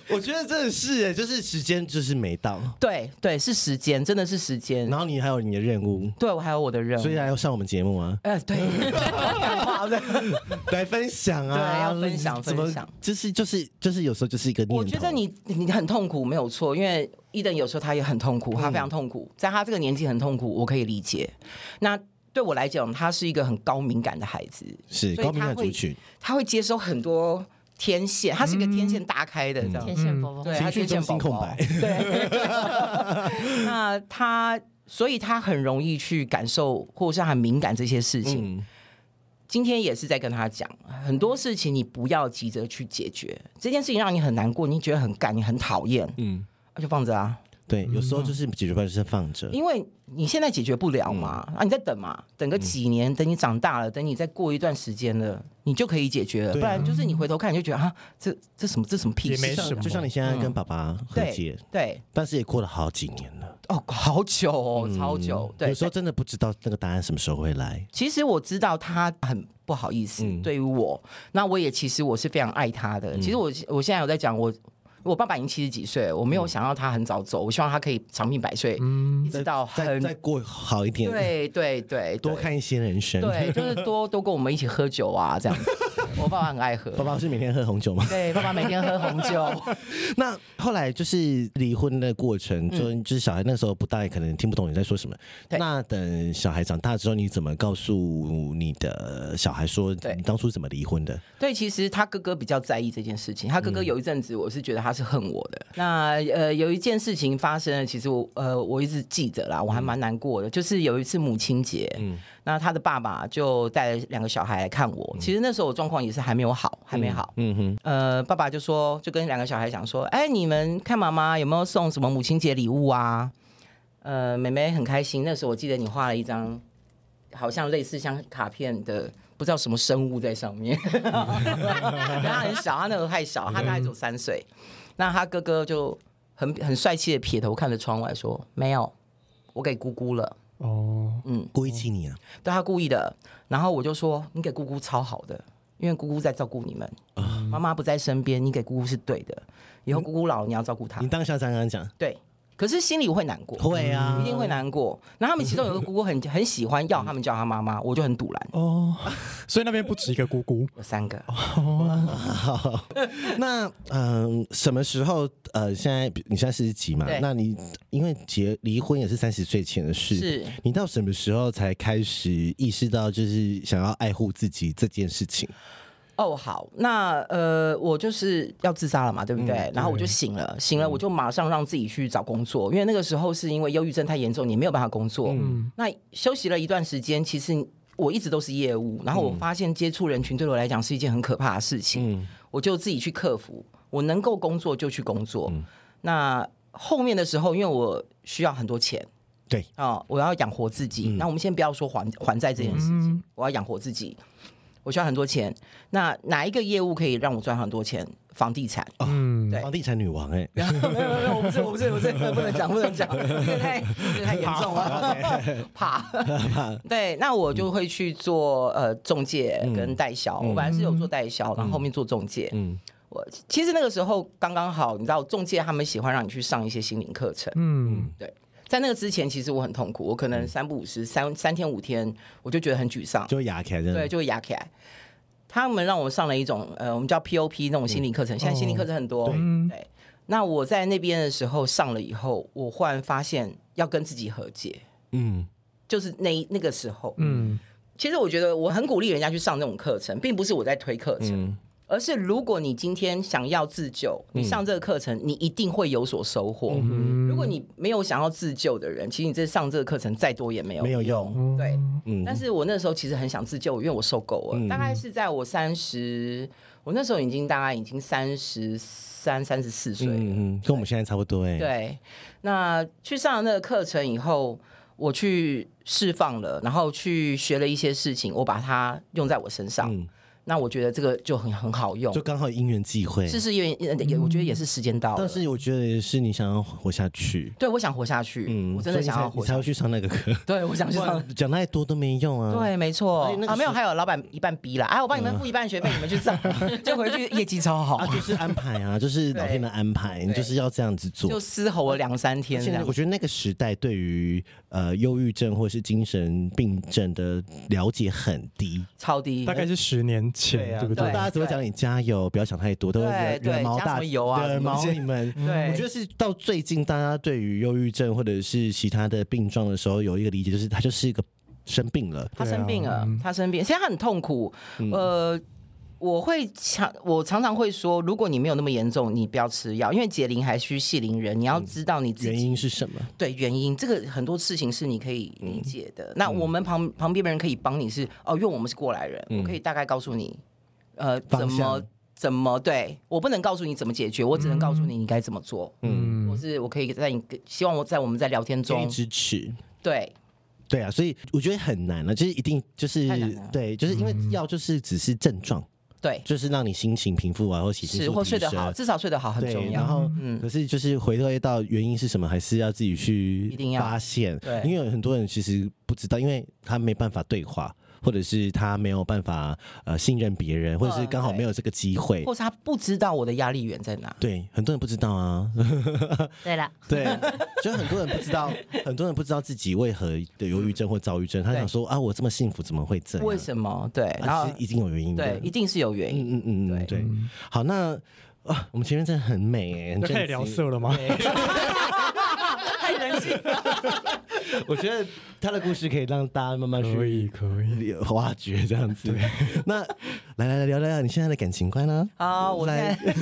Speaker 1: 我觉得真的是哎，就是时间就是没到，
Speaker 3: 对对，是时间，真的是时间。
Speaker 1: 然后你还有你的任务，
Speaker 3: 对我还有我的任务
Speaker 1: 所以，还要上我们节目 啊，
Speaker 3: 呃，对， 讲话对
Speaker 1: 来分享啊，
Speaker 3: 对要分享
Speaker 1: 怎么
Speaker 3: 分享
Speaker 1: 就是就是就是有时候就是一个念头。
Speaker 3: 我觉得你你很痛苦没有错，因为伊登有时候他也很痛苦，他非
Speaker 1: 嗯
Speaker 3: 常痛苦，在他这个年纪很痛苦，我可以理解。那对我来讲，他是一个很高敏感的孩子，
Speaker 1: 是
Speaker 3: 所以
Speaker 1: 高敏
Speaker 3: 他
Speaker 1: 感
Speaker 3: 会
Speaker 1: 族群，
Speaker 3: 他会接收很多天线，他是一个天
Speaker 1: 嗯
Speaker 3: 线大开的这样。
Speaker 4: 天线宝宝，
Speaker 3: 对，
Speaker 1: 情
Speaker 3: 他
Speaker 1: 绪
Speaker 3: 天
Speaker 1: 中
Speaker 3: 线
Speaker 1: 心
Speaker 3: 宝
Speaker 1: 空
Speaker 3: 宝
Speaker 1: 白
Speaker 3: 对，那他所以他很容易去感受，或是很敏感这些事情。
Speaker 1: 嗯，
Speaker 3: 今天也是在跟他讲，很多事情你不要急着去解决，这件事情让你很难过，你觉得很干，你很讨厌，嗯
Speaker 1: 嗯，
Speaker 3: 就放着啊，
Speaker 1: 对，有时候就是解决办法就是放着，
Speaker 3: 嗯因为你现在解决不了嘛，
Speaker 1: 嗯
Speaker 3: 啊，你在等嘛，等个几年，等你长大了，等你再过一段时间了，你就可以解决了，不
Speaker 1: 对啊
Speaker 3: 然就是你回头看你就觉得啊，这这什么这什么屁
Speaker 2: 也没
Speaker 3: 事
Speaker 2: 什
Speaker 3: 啊，
Speaker 2: 么
Speaker 1: 就像你现在跟爸爸和
Speaker 3: 对
Speaker 1: 解，
Speaker 3: 对，
Speaker 1: 但是也过了好几年了，
Speaker 3: 哦，好久哦，超久，对，
Speaker 1: 嗯有时候真的不知道那个答案什么时候会来，
Speaker 3: 其实我知道他很不好意思，
Speaker 1: 嗯
Speaker 3: 对于我，那我也其实我是非常爱他的。其实我我现在有在讲我。我爸爸已经七十几岁了，我
Speaker 1: 嗯
Speaker 3: 没有想要他很早走，我希望他可以长命百岁，
Speaker 2: 嗯
Speaker 3: 一直到
Speaker 1: 再
Speaker 3: 很
Speaker 1: 再过好一点，
Speaker 3: 对对对，
Speaker 1: 多
Speaker 3: 对
Speaker 1: 看一些人生。
Speaker 3: 对，就是多多跟我们一起喝酒啊，这样子。我爸爸很爱喝，
Speaker 1: 爸爸是每天喝红酒 吗？
Speaker 3: 对爸爸每天喝红酒，
Speaker 1: 那后来就是离婚的过程，就就是小孩那时候不大，也可能听不懂你在说什么。
Speaker 3: 嗯对
Speaker 1: 那等小孩长大之后，你怎么告诉你的小孩说
Speaker 3: 对
Speaker 1: 你当初怎么离婚的？
Speaker 3: 对，其实他哥哥比较在意这件事情。他哥
Speaker 1: 嗯
Speaker 3: 哥有一阵子，我是觉得他是恨我的。那呃，有一件事情发生了，其实我呃我一直记得啦，我
Speaker 1: 嗯
Speaker 3: 还蛮难过的。就是有一次母亲节，嗯，那他的爸爸就带了两个小孩来看我。其实那时候我状况也是还没有好，还没好。
Speaker 1: 嗯哼，
Speaker 3: 呃，爸爸就说，就跟两个小孩讲说，哎，你们看妈妈有没有送什么母亲节礼物啊？呃，妹妹很开心，那时候我记得你画了一张，好像类似像卡片的，不知道什么生物在上面。他很小，他那时候太小，他大概只有三岁。那他哥哥就很很帅气的撇头看着窗外说：“没有，我给姑姑了。
Speaker 2: 哦，
Speaker 1: 故意气你啊？”
Speaker 3: 对他故意的。然后我就说：“你给姑姑超好的，因为姑姑在照顾你们，
Speaker 1: 嗯
Speaker 3: 妈妈不在身边，你给姑姑是对的。以后姑姑老了，你要照顾她
Speaker 1: 你。当下刚刚讲
Speaker 3: 对，可是心里会难过。”
Speaker 1: 会啊
Speaker 3: 一，定会难过。然后他们其中有个姑姑很很喜欢要他们叫她妈妈，我就很堵拦。
Speaker 2: 哦，所以那边不止一个姑姑，
Speaker 3: 有三个，
Speaker 1: 哦那嗯、什么时候？呃，现在你现在四十几嘛
Speaker 3: 对？
Speaker 1: 那你因为结离婚也是三十岁前的事，
Speaker 3: 是
Speaker 1: 你到什么时候才开始意识到就是想要爱护自己这件事情？
Speaker 3: 哦，好，那呃，我就是要自杀了嘛，对嗯不对？嗯然后我就醒了，醒了我就马上让自己去找工作，因为那个时候是因为忧郁症太严重，你没有办法工作。嗯，那休息了一段时间，其实我一直都是业务，然后我发现接触人群对我来讲是一件很可怕的事情，我就自己去克服，我能够工作就去工作。那后面的时候，因为我需要很多钱。
Speaker 1: 对
Speaker 3: 哦，我要养活自己。那我们先不要说还还债这件事情，我要养活自己，我需要很多钱。那哪一个业务可以让我赚很多钱？房地产？
Speaker 2: 嗯，
Speaker 3: 对
Speaker 1: 房地产女王哎、
Speaker 3: 没有没有没有，我不是我不是我不是不能讲不能讲，这个太这个太严重了， 怕。对，那我就会去做呃中介跟代销，我本来是有做代销，然后后面做中介。嗯
Speaker 1: 嗯，
Speaker 3: 我其实那个时候刚刚好，你知道中介他们喜欢让你去上一些心灵课程。
Speaker 2: 嗯，
Speaker 3: 对，在那个之前，其实我很痛苦，我可能三不五时，三三天五天，我就觉得很沮丧，
Speaker 1: 就牙开真
Speaker 3: 对，
Speaker 1: 的。
Speaker 3: 就会压起来。他们让我上了一种呃，我们叫 POP 那种心理课程，现在心理课程很
Speaker 2: 哦
Speaker 3: 多，
Speaker 2: 嗯
Speaker 3: 对。那我在那边的时候上了以后，我忽然发现要跟自己和解，
Speaker 1: 嗯，
Speaker 3: 就是那一那个时候，
Speaker 2: 嗯，
Speaker 3: 其实我觉得我很鼓励人家去上这种课程，并不是我在推课程，
Speaker 1: 嗯
Speaker 3: 而是如果你今天想要自救，你上这个课程，你一定会有所收获。
Speaker 1: 嗯
Speaker 3: 如果你没有想要自救的人，其实你这上这个课程再多也没有
Speaker 1: 没有
Speaker 2: 哦
Speaker 1: 用。
Speaker 3: 对。
Speaker 1: 嗯，
Speaker 3: 但是我那时候其实很想自救，因为我受够了。大概是在我三十，我那时候已经大概已经三十三、三十四岁了。
Speaker 1: 嗯嗯，跟我们现在差不多哎、，
Speaker 3: 对，那去上了那个课程以后，我去释放了，然后去学了一些事情，我把它用在我身上。
Speaker 1: 嗯
Speaker 3: 那我觉得这个就很很好用
Speaker 1: 就，刚好因缘际会。
Speaker 3: 这是因为呃也我觉得也是时间到
Speaker 1: 但
Speaker 3: 了。
Speaker 1: 是我觉得也是你想要活下去，
Speaker 3: 对，我想活下去，
Speaker 1: 嗯
Speaker 3: 我真的想要
Speaker 1: 所以你才
Speaker 3: 活
Speaker 1: 你才
Speaker 3: 下
Speaker 1: 会
Speaker 3: 去。
Speaker 1: 去上那个课。
Speaker 3: 对，我想去上。
Speaker 1: 讲太多都没用啊。
Speaker 3: 对，没错
Speaker 1: 而且那个
Speaker 3: 啊，没有，
Speaker 1: 时
Speaker 3: 还有老板一半逼了，哎，我帮你们付一半学费，你们 去上，就回去业绩超好
Speaker 1: 啊，，就是安排 啊，就是老天的安排，你就是要这样子做
Speaker 3: 就。嘶吼了两三天这
Speaker 1: 现在
Speaker 3: 样
Speaker 1: 我。觉得那个时代对于呃忧郁症或是精神病症的了解很低，
Speaker 3: 超低，
Speaker 2: 大概是十年前，对不
Speaker 1: 就
Speaker 2: 对
Speaker 3: 对？
Speaker 1: 大家只会讲你加油，不要想太多，都会
Speaker 3: 对
Speaker 1: 惹惹
Speaker 3: 对
Speaker 1: 毛
Speaker 3: 加
Speaker 1: 大
Speaker 3: 什么油啊
Speaker 1: 惹
Speaker 3: 什么
Speaker 1: 毛
Speaker 3: 东
Speaker 1: 你们。
Speaker 3: 对
Speaker 1: 我觉得是到最近大家对于忧郁症或者是其他的病状的时候，有一个理解，就是它就是一个生病了。
Speaker 3: 他
Speaker 2: 对啊
Speaker 3: 生病了
Speaker 2: 嗯，
Speaker 3: 他生病，现在他很痛苦。
Speaker 1: 嗯
Speaker 3: 呃，我会常我常常会说，如果你没有那么严重，你不要吃药，因为解铃还需系铃人，你要知道你自
Speaker 1: 嗯原
Speaker 3: 己
Speaker 1: 因是什么？
Speaker 3: 对原因，这个很多事情是你可以
Speaker 1: 嗯
Speaker 3: 理解的。那我们旁旁边的人可以帮你是哦，因为我们是过来人，我可以大概告诉你，呃，
Speaker 1: 嗯方
Speaker 3: 怎么
Speaker 1: 向
Speaker 3: 怎么对我不能告诉你怎么解决，我只能告诉你你该怎么做。嗯，我是我可以在你希望我在我们在聊天
Speaker 1: 给予
Speaker 3: 中，
Speaker 1: 支持。
Speaker 3: 对
Speaker 1: 对啊，所以我觉得很难了、就是一定就是
Speaker 3: 太难了
Speaker 1: 对，就是因为药就是只是症状，
Speaker 3: 对
Speaker 1: 就是让你心情平复啊，或血清
Speaker 3: 是
Speaker 1: 素
Speaker 3: 或
Speaker 1: 提
Speaker 3: 睡得
Speaker 1: 升
Speaker 3: 好，至少睡得好很重
Speaker 1: 对，
Speaker 3: 要
Speaker 1: 然。后，
Speaker 3: 嗯
Speaker 1: 可是就是回归到原因是什么，还是要自己去
Speaker 3: 一定要
Speaker 1: 发现。
Speaker 3: 对
Speaker 1: 因为有很多人其实不知道，因为他没办法对话，或者是他没有办法呃信任别人，或者是刚好
Speaker 3: 嗯对
Speaker 1: 没有这个机会。
Speaker 3: 或是他不知道我的压力源在哪。
Speaker 1: 对，很多人不知道啊，
Speaker 4: 对了，
Speaker 1: 对，就很多人不知道，很多人不知道自己为何的忧郁症或躁郁症。他
Speaker 3: 对
Speaker 1: 想说啊，我这么幸福，怎么会这样？
Speaker 3: 为什么？对，然
Speaker 1: 啊其
Speaker 3: 后
Speaker 1: 实一定有原因的。
Speaker 3: 对，一定是有原因。
Speaker 1: 嗯嗯嗯嗯，对。好，那啊，我们前面真的很美哎、 很
Speaker 2: 就开始
Speaker 1: 震
Speaker 2: 聊
Speaker 1: 惊
Speaker 2: 色了吗？
Speaker 3: 太人性了，
Speaker 1: 我觉得他的故事可以让大家慢慢
Speaker 2: 可以啊
Speaker 1: 去
Speaker 2: 可以，
Speaker 1: 挖掘这样子。那来来来聊聊你现在的感情观呢、
Speaker 3: 好啊我
Speaker 1: 来
Speaker 3: 现在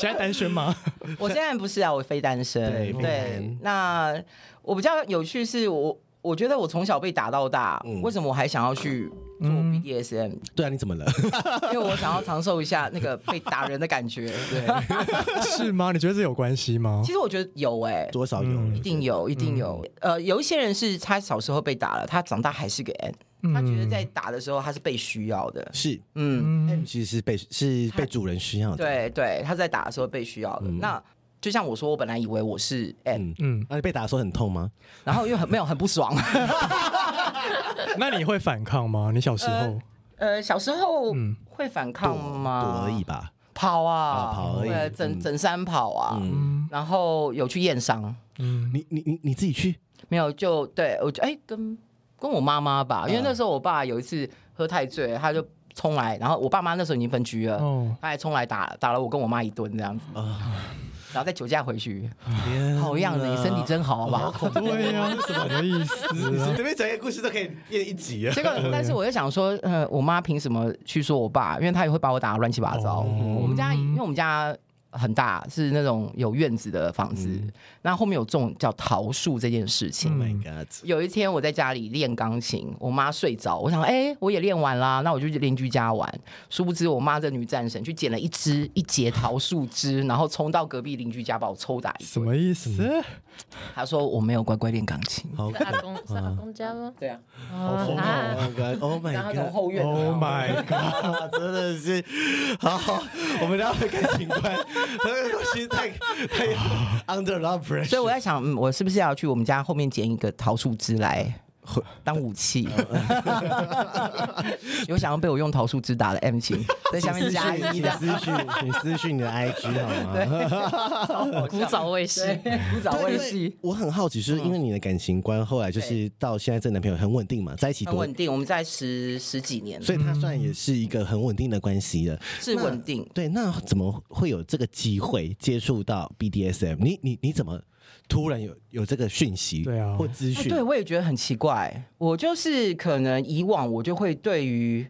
Speaker 2: 现在单身吗？
Speaker 3: 我现在不是啊，我非单身。
Speaker 1: 对非单
Speaker 3: 那我比较有趣是我。我觉得我从小被打到大，
Speaker 1: 嗯
Speaker 3: 为什么我还想要去 做 BDSM？、
Speaker 1: 对啊，你怎么了？
Speaker 3: 因为我想要尝受一下那个被打人的 感觉。对，
Speaker 2: 是吗？你觉得这有关系吗
Speaker 3: 其？实我觉得有哎、
Speaker 1: 多少有、
Speaker 2: 嗯
Speaker 3: 一定有，一定有。呃，有一些人是他小时候被打了，他长大还是个 N，、
Speaker 2: 嗯
Speaker 3: 他觉得在打的时候他是被需要的。
Speaker 1: 是
Speaker 3: 嗯，
Speaker 1: M 其实是被是被主人需要的。，
Speaker 3: 对对，他在打的时候被需要的。那就像我说，我本来以为我是 M，、
Speaker 1: 嗯
Speaker 2: 嗯，
Speaker 1: 那、你被打的时候很痛吗？
Speaker 3: 然后又很没有很不爽。
Speaker 2: 那你会反抗吗？你小时候
Speaker 3: 呃，小时候会反抗
Speaker 1: 嗯
Speaker 3: 吗？
Speaker 1: 躲而已吧。
Speaker 3: 跑啊，
Speaker 1: 啊跑而已嗯
Speaker 3: 对整整山跑啊，
Speaker 2: 嗯
Speaker 3: 然后有去验伤，
Speaker 1: 你你你你自己去，
Speaker 3: 没有就对我就哎跟跟我妈妈
Speaker 1: 嗯
Speaker 3: 吧，因为那时候我爸有一次喝太醉，他就冲来，然后我爸妈那时候已经分居了，
Speaker 2: 哦
Speaker 3: 他还冲来打打了我跟我妈一顿这样子，
Speaker 1: 啊
Speaker 3: 然后再酒驾回去，
Speaker 1: 天
Speaker 3: 啊好样子，你身体真好，好不好？
Speaker 2: 对呀，这什么意思啊？
Speaker 1: 随便讲一个故事都可以变一集 啊。
Speaker 3: 结果，但是我就想说，呃，我妈凭什么去说我爸？因为她也会把我打得乱七八糟。我们家，因为我们家很大，是那种有院子的房子，那后面有种叫桃树这件事情。
Speaker 1: Oh my god！
Speaker 3: 有一天我在家里练钢琴，我妈睡着，我想，哎、我也练完啦，那我就去邻居家玩。殊不知我妈这女战神去捡了一枝一节桃树枝，然后冲到隔壁邻居家把我抽打一
Speaker 2: 什
Speaker 3: 顿。
Speaker 2: 么意思？
Speaker 3: 她说我没有乖乖练钢琴。
Speaker 1: 好
Speaker 4: 是阿公是阿公家吗？
Speaker 3: 对啊，
Speaker 1: 好疯
Speaker 4: 啊
Speaker 1: 哦！Oh
Speaker 3: 然后
Speaker 1: my
Speaker 3: 她从
Speaker 1: god！Oh my
Speaker 3: 后院
Speaker 2: Oh my god！
Speaker 1: god！真的是好，我们聊回感情观， 这个东西太太 under a lot of pressure。
Speaker 3: 所以我在想，嗯，我是不是要去我们家后面捡一个桃树枝来当武 器？有想要被我用桃树枝打的 M 型，在下面加一
Speaker 1: 你
Speaker 3: 的
Speaker 1: 私 讯，你私讯你的 IG 好 吗？
Speaker 4: 古早味是
Speaker 3: 古早味系。嗯
Speaker 1: 我很好奇，就是因为你的感情观后来就是到现在这男朋友很稳定嘛，在一起
Speaker 3: 很
Speaker 1: 多
Speaker 3: 稳，定，我们在十十几年，
Speaker 1: 所以他算也是一个很稳定的关系了。
Speaker 3: 是稳定。
Speaker 1: 对，那怎么会有这个机会接触到 BDSM？你你你怎么突然有有这个讯息？
Speaker 2: 对啊
Speaker 1: 或资
Speaker 3: 哎
Speaker 1: 讯？
Speaker 3: 对，我也觉得很奇怪。我就是可能以往我就会对于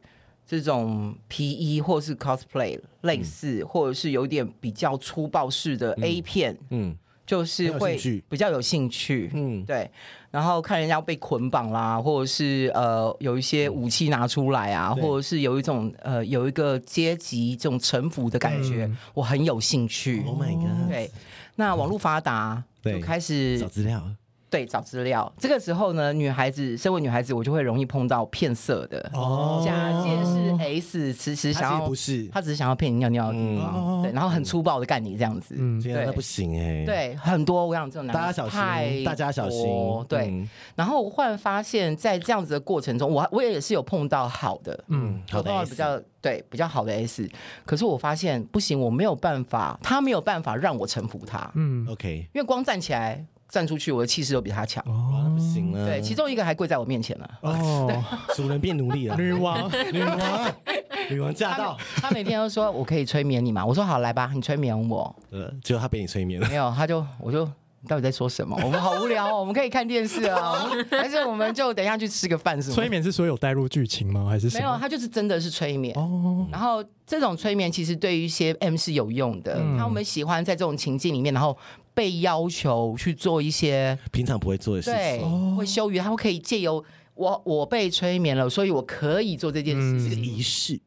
Speaker 3: 这种 P E 或是 cosplay 类似，或者是有点比较粗暴式的 A 片，
Speaker 1: 嗯，
Speaker 3: 就是
Speaker 1: 很有
Speaker 3: 会
Speaker 1: 兴趣
Speaker 3: 比较有兴趣，
Speaker 1: 嗯
Speaker 3: 嗯，对。然后看人家被捆绑啦，或者是呃有一些武器拿出来啊，
Speaker 1: 对
Speaker 3: 或者是有一种呃有一个阶级这种臣服的感觉，
Speaker 1: 嗯
Speaker 3: 我很有兴趣。
Speaker 1: Oh my god！
Speaker 3: 对，那网络发
Speaker 1: 哦
Speaker 3: 达
Speaker 1: 对
Speaker 3: 就开始
Speaker 1: 找资料，
Speaker 3: 对，找资料。这个时候呢，女孩子身为女孩子，我就会容易碰到骗色的。
Speaker 2: 哦
Speaker 3: 假借是 S，其实
Speaker 1: 他
Speaker 3: 想
Speaker 1: 其实
Speaker 3: 要
Speaker 1: 不是嗯哦
Speaker 3: 他只是想要骗你尿尿的地方，对，然后很粗暴的干你这样子，
Speaker 2: 嗯
Speaker 1: 天啊，
Speaker 3: 对
Speaker 1: 那不行哎、，
Speaker 3: 对，很多我想这种男
Speaker 1: 大家
Speaker 3: 的
Speaker 1: 小
Speaker 3: 太
Speaker 1: 心，大家小心
Speaker 3: 多，对，
Speaker 1: 嗯
Speaker 3: 然后我忽然发现，在这样子的过程中，我还我也是有碰到好的，
Speaker 2: 嗯，
Speaker 1: 好的
Speaker 3: 我碰到
Speaker 1: S
Speaker 3: 比较对比较好的 S，可是我发现不行，我没有办法，他没有办法让我臣服他，
Speaker 2: 嗯，
Speaker 1: ，OK，
Speaker 3: 因为光站起来站出去，我的气势又比他强。
Speaker 1: 哇，哦那不行了，
Speaker 3: 哦对，其中一个还跪在我面前了。
Speaker 2: 哦，
Speaker 1: 主人变奴隶了，
Speaker 2: 女 王，
Speaker 1: 女王，女王驾
Speaker 3: 他每
Speaker 1: 到，
Speaker 3: 他每天都说我可以催眠你嘛，我说好来吧，你催眠我。
Speaker 1: 呃，结果他被你催眠了，
Speaker 3: 没有，他就我就你到底在说什么？我们好无聊哦，我们可以看电视啊，我们还是我们就等一下去吃个饭什么的？
Speaker 2: 催眠是说有带入剧情吗？还是什
Speaker 3: 没
Speaker 2: 么
Speaker 3: 有，他就是真的是催眠。
Speaker 2: 哦，
Speaker 3: 然后这种催眠其实对于一些 M 是有用的，
Speaker 2: 嗯
Speaker 3: 他们喜欢在这种情境里面，然后被要求去做一些
Speaker 1: 平常不会做的事
Speaker 3: 对
Speaker 1: 情，
Speaker 3: 会羞于，他们可以借由我我被催眠了，所以我可以做这件事
Speaker 1: 一个
Speaker 3: 情。
Speaker 1: 仪式，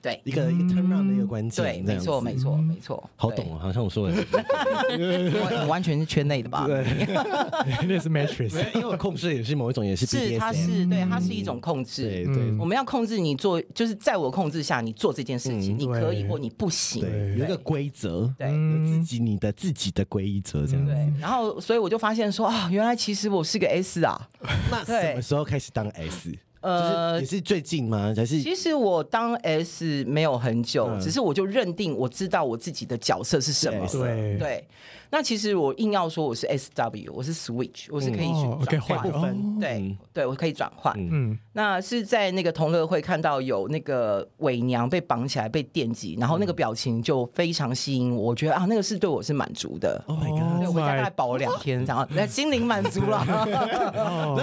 Speaker 3: 对
Speaker 1: 一个一个 turn on 的一个关键，
Speaker 3: 对，
Speaker 1: 嗯这
Speaker 3: 没
Speaker 1: 样子嗯
Speaker 3: 错，没错，没错，
Speaker 1: 好懂哦，好像我说的，
Speaker 3: 对，我完全是圈内的 吧？
Speaker 2: 那是 Matrix，
Speaker 1: 没有因为我控制也是某一种，也是
Speaker 3: 是，它
Speaker 1: BDSM，
Speaker 3: 是对，它是一种控制。
Speaker 1: 嗯对对
Speaker 2: 嗯
Speaker 3: 我们要控制你做，就是在我控制下，你做这件事情，
Speaker 1: 嗯
Speaker 3: 你可以
Speaker 2: 对
Speaker 3: 或你不行。
Speaker 1: 对，嗯有一个规则，
Speaker 3: 对嗯
Speaker 1: 有自己你的自己的规则这样子。
Speaker 3: 对，然后所以我就发现说啊，原来其实我是个 S 啊。
Speaker 1: 那
Speaker 3: 对
Speaker 1: 什么时候开始当 S？就是
Speaker 3: 呃
Speaker 1: 也，是最近吗？还是
Speaker 3: 其实我当 S 没有很久，
Speaker 1: 嗯
Speaker 3: 只是我就认定我知道我自己的角色是什么。
Speaker 1: 是 S
Speaker 2: 对，
Speaker 3: 对，那其实我硬要说我是 S W，我是 Switch，我是可以
Speaker 2: 哦
Speaker 3: 去
Speaker 2: ，OK，
Speaker 3: 转
Speaker 2: 换
Speaker 3: 换。
Speaker 2: 部分，
Speaker 3: 对
Speaker 1: 嗯
Speaker 3: 对，我可以转换。
Speaker 2: 嗯，
Speaker 3: 那是在那个同乐会看到有那个伪娘被绑起来被电击，然后那个表情就非常吸引我，我觉得啊，那个是对我是满足的。
Speaker 1: ？Oh my god！
Speaker 3: 对，我回家大概保了两天，这样，那心灵满足 了。
Speaker 2: 嗯
Speaker 1: 那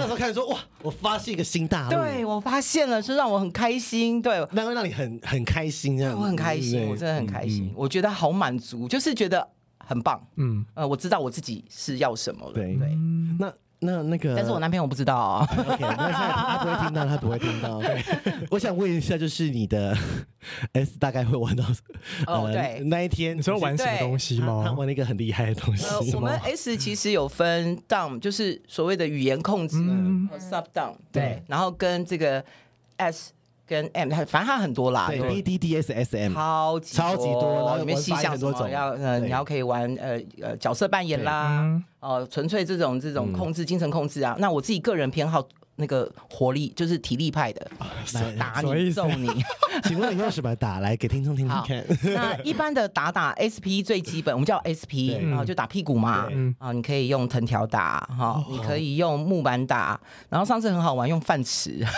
Speaker 2: 哦
Speaker 1: 时候开始说哇，我发现一个新大陆，
Speaker 3: 对，，我发现了，是让我很开心。对，
Speaker 1: 那会让你很很开心这样子。
Speaker 3: 我很开
Speaker 1: 嗯
Speaker 3: 心，
Speaker 1: 对
Speaker 3: 我真的很开心，我觉得好满足，就是觉得很棒。
Speaker 2: 嗯，
Speaker 3: 呃，我知道我自己是要什么了。
Speaker 1: 对
Speaker 3: 对，
Speaker 1: 嗯那那那个，
Speaker 3: 但是我男朋友不知道 啊。
Speaker 1: OK，那他他不会 听到，他不会听到。对，我想问一下，就是你的 S 大概会玩到
Speaker 3: 哦
Speaker 1: 呃
Speaker 3: 对
Speaker 1: 那一天
Speaker 2: 你知道玩什么东西
Speaker 1: 他他
Speaker 2: 吗？
Speaker 1: 玩了一个很厉害的东
Speaker 3: 呃，
Speaker 1: 西
Speaker 3: 我们 S 其实有分 down，就是所谓的语言控制、
Speaker 1: 嗯
Speaker 3: 呃 sub down，对，然后跟这个 S 跟 M，它反正它很多啦，
Speaker 1: 对
Speaker 3: 有
Speaker 1: B D D S S M，
Speaker 3: 超级
Speaker 1: 超级多然后
Speaker 3: 里面细
Speaker 1: 玩法也
Speaker 3: 项
Speaker 1: 很
Speaker 3: 什
Speaker 1: 多
Speaker 3: 么
Speaker 1: 种
Speaker 3: 要呃，
Speaker 1: 对
Speaker 3: 你要可以玩呃呃角色扮演
Speaker 2: 啊
Speaker 3: 啦，
Speaker 2: 嗯
Speaker 3: 呃纯粹这种这
Speaker 1: 嗯
Speaker 3: 种控制、精神控制啊。那我自己个人偏好那个活力，就是体力派的，
Speaker 1: 啊
Speaker 3: 打
Speaker 2: 什么意
Speaker 3: 你
Speaker 2: 思
Speaker 3: 揍 你。
Speaker 1: 请问你用什么打来给听众听听看？
Speaker 3: 那一般的打打 SP 最基本，我们叫 SP，
Speaker 1: 对嗯
Speaker 3: 然后就打屁股嘛
Speaker 1: 对，哦
Speaker 3: 啊，你可以用藤条打哈，你可以用木板打，然后上次很好玩，用饭匙。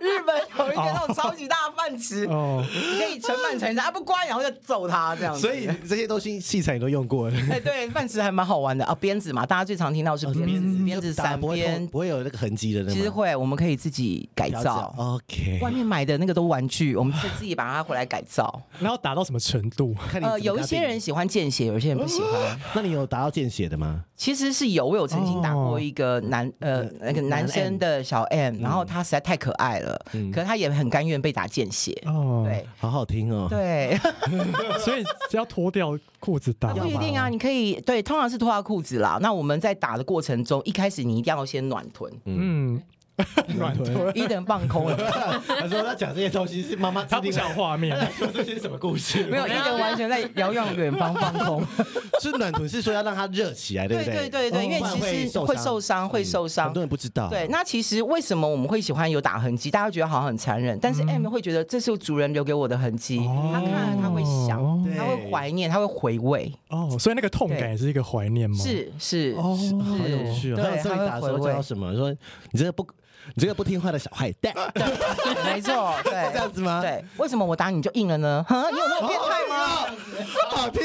Speaker 3: 日本有一个
Speaker 1: 哦
Speaker 3: 那种超级大的饭匙，
Speaker 2: 哦，
Speaker 3: 你可以盛饭盛一盛，啊不关，然后就揍他这样子。
Speaker 1: 所以这些东西器材你都用过了，
Speaker 3: 哎，对，饭匙还蛮好玩的啊，鞭子嘛，大家最常听到是鞭子，鞭子、
Speaker 1: 哦嗯就打
Speaker 3: 散
Speaker 1: 不会痛
Speaker 3: 鞭，
Speaker 1: 不会有那个痕迹的，
Speaker 3: 其实会，我们可以自己改
Speaker 1: 调
Speaker 3: 造
Speaker 1: 整。。OK，
Speaker 3: 外面买的那个都玩具，我们是自己把它回来改造。
Speaker 2: 那要打到什么程度？
Speaker 1: 看你怎
Speaker 3: 呃，
Speaker 1: 么
Speaker 3: 有一
Speaker 1: 搭
Speaker 3: 些
Speaker 1: 配
Speaker 3: 人，喜欢见血，有一些人不喜欢。
Speaker 1: 那你有打到见血的吗？
Speaker 3: 其实是有，我有曾经打
Speaker 1: 哦
Speaker 3: 过一个男呃
Speaker 1: 嗯
Speaker 3: 那个男生的小 M，然后他实在太可爱了，
Speaker 1: 嗯
Speaker 3: 可是他也很甘愿被打见血。
Speaker 2: 哦，
Speaker 3: 对
Speaker 1: 好好听哦，
Speaker 3: 对，
Speaker 2: 所以只要脱掉裤子打，
Speaker 3: 不一定啊，你可以对，通常是脱下裤子啦。那我们在打的过程中，一开始你一定要先暖臀，
Speaker 2: 嗯， 软臀，
Speaker 3: 一等 放空了。
Speaker 1: 他说他讲这些东西是妈妈制
Speaker 2: 他不
Speaker 1: 定的
Speaker 2: 想画面，
Speaker 1: 说这是什么故 事？
Speaker 3: 没有，一人完全在遥遥远方放空。
Speaker 1: 是暖臀是说要让它热起来，对
Speaker 3: 对
Speaker 1: 不
Speaker 3: 对
Speaker 1: 对？
Speaker 3: 对对，因为
Speaker 1: 不然
Speaker 3: 其实会受伤，会
Speaker 1: 嗯
Speaker 3: 受
Speaker 1: 很
Speaker 3: 伤
Speaker 1: 多。人不知道。
Speaker 3: 对，那其实为什么我们会喜欢有打痕迹？大家觉得好像很残忍，但是
Speaker 1: 嗯
Speaker 3: M 会觉得这是主人留给我的痕迹，
Speaker 1: 哦
Speaker 3: 他看了他会想，
Speaker 2: 哦
Speaker 3: 他会怀念，他会回味。
Speaker 2: 哦，所以那个痛感也是一个怀念吗？，
Speaker 3: 是是，
Speaker 2: 哦，
Speaker 1: 好有趣哦。
Speaker 3: 对
Speaker 1: 他有时候你打的时候
Speaker 3: 他会回味
Speaker 1: 叫到什么？说你这个不，你这个不听话的小 坏蛋，
Speaker 3: 没 错，对，
Speaker 1: 这样子吗哦
Speaker 3: 对，为什么我打你就硬了呢？哼，你有那么变态吗？
Speaker 1: 好听。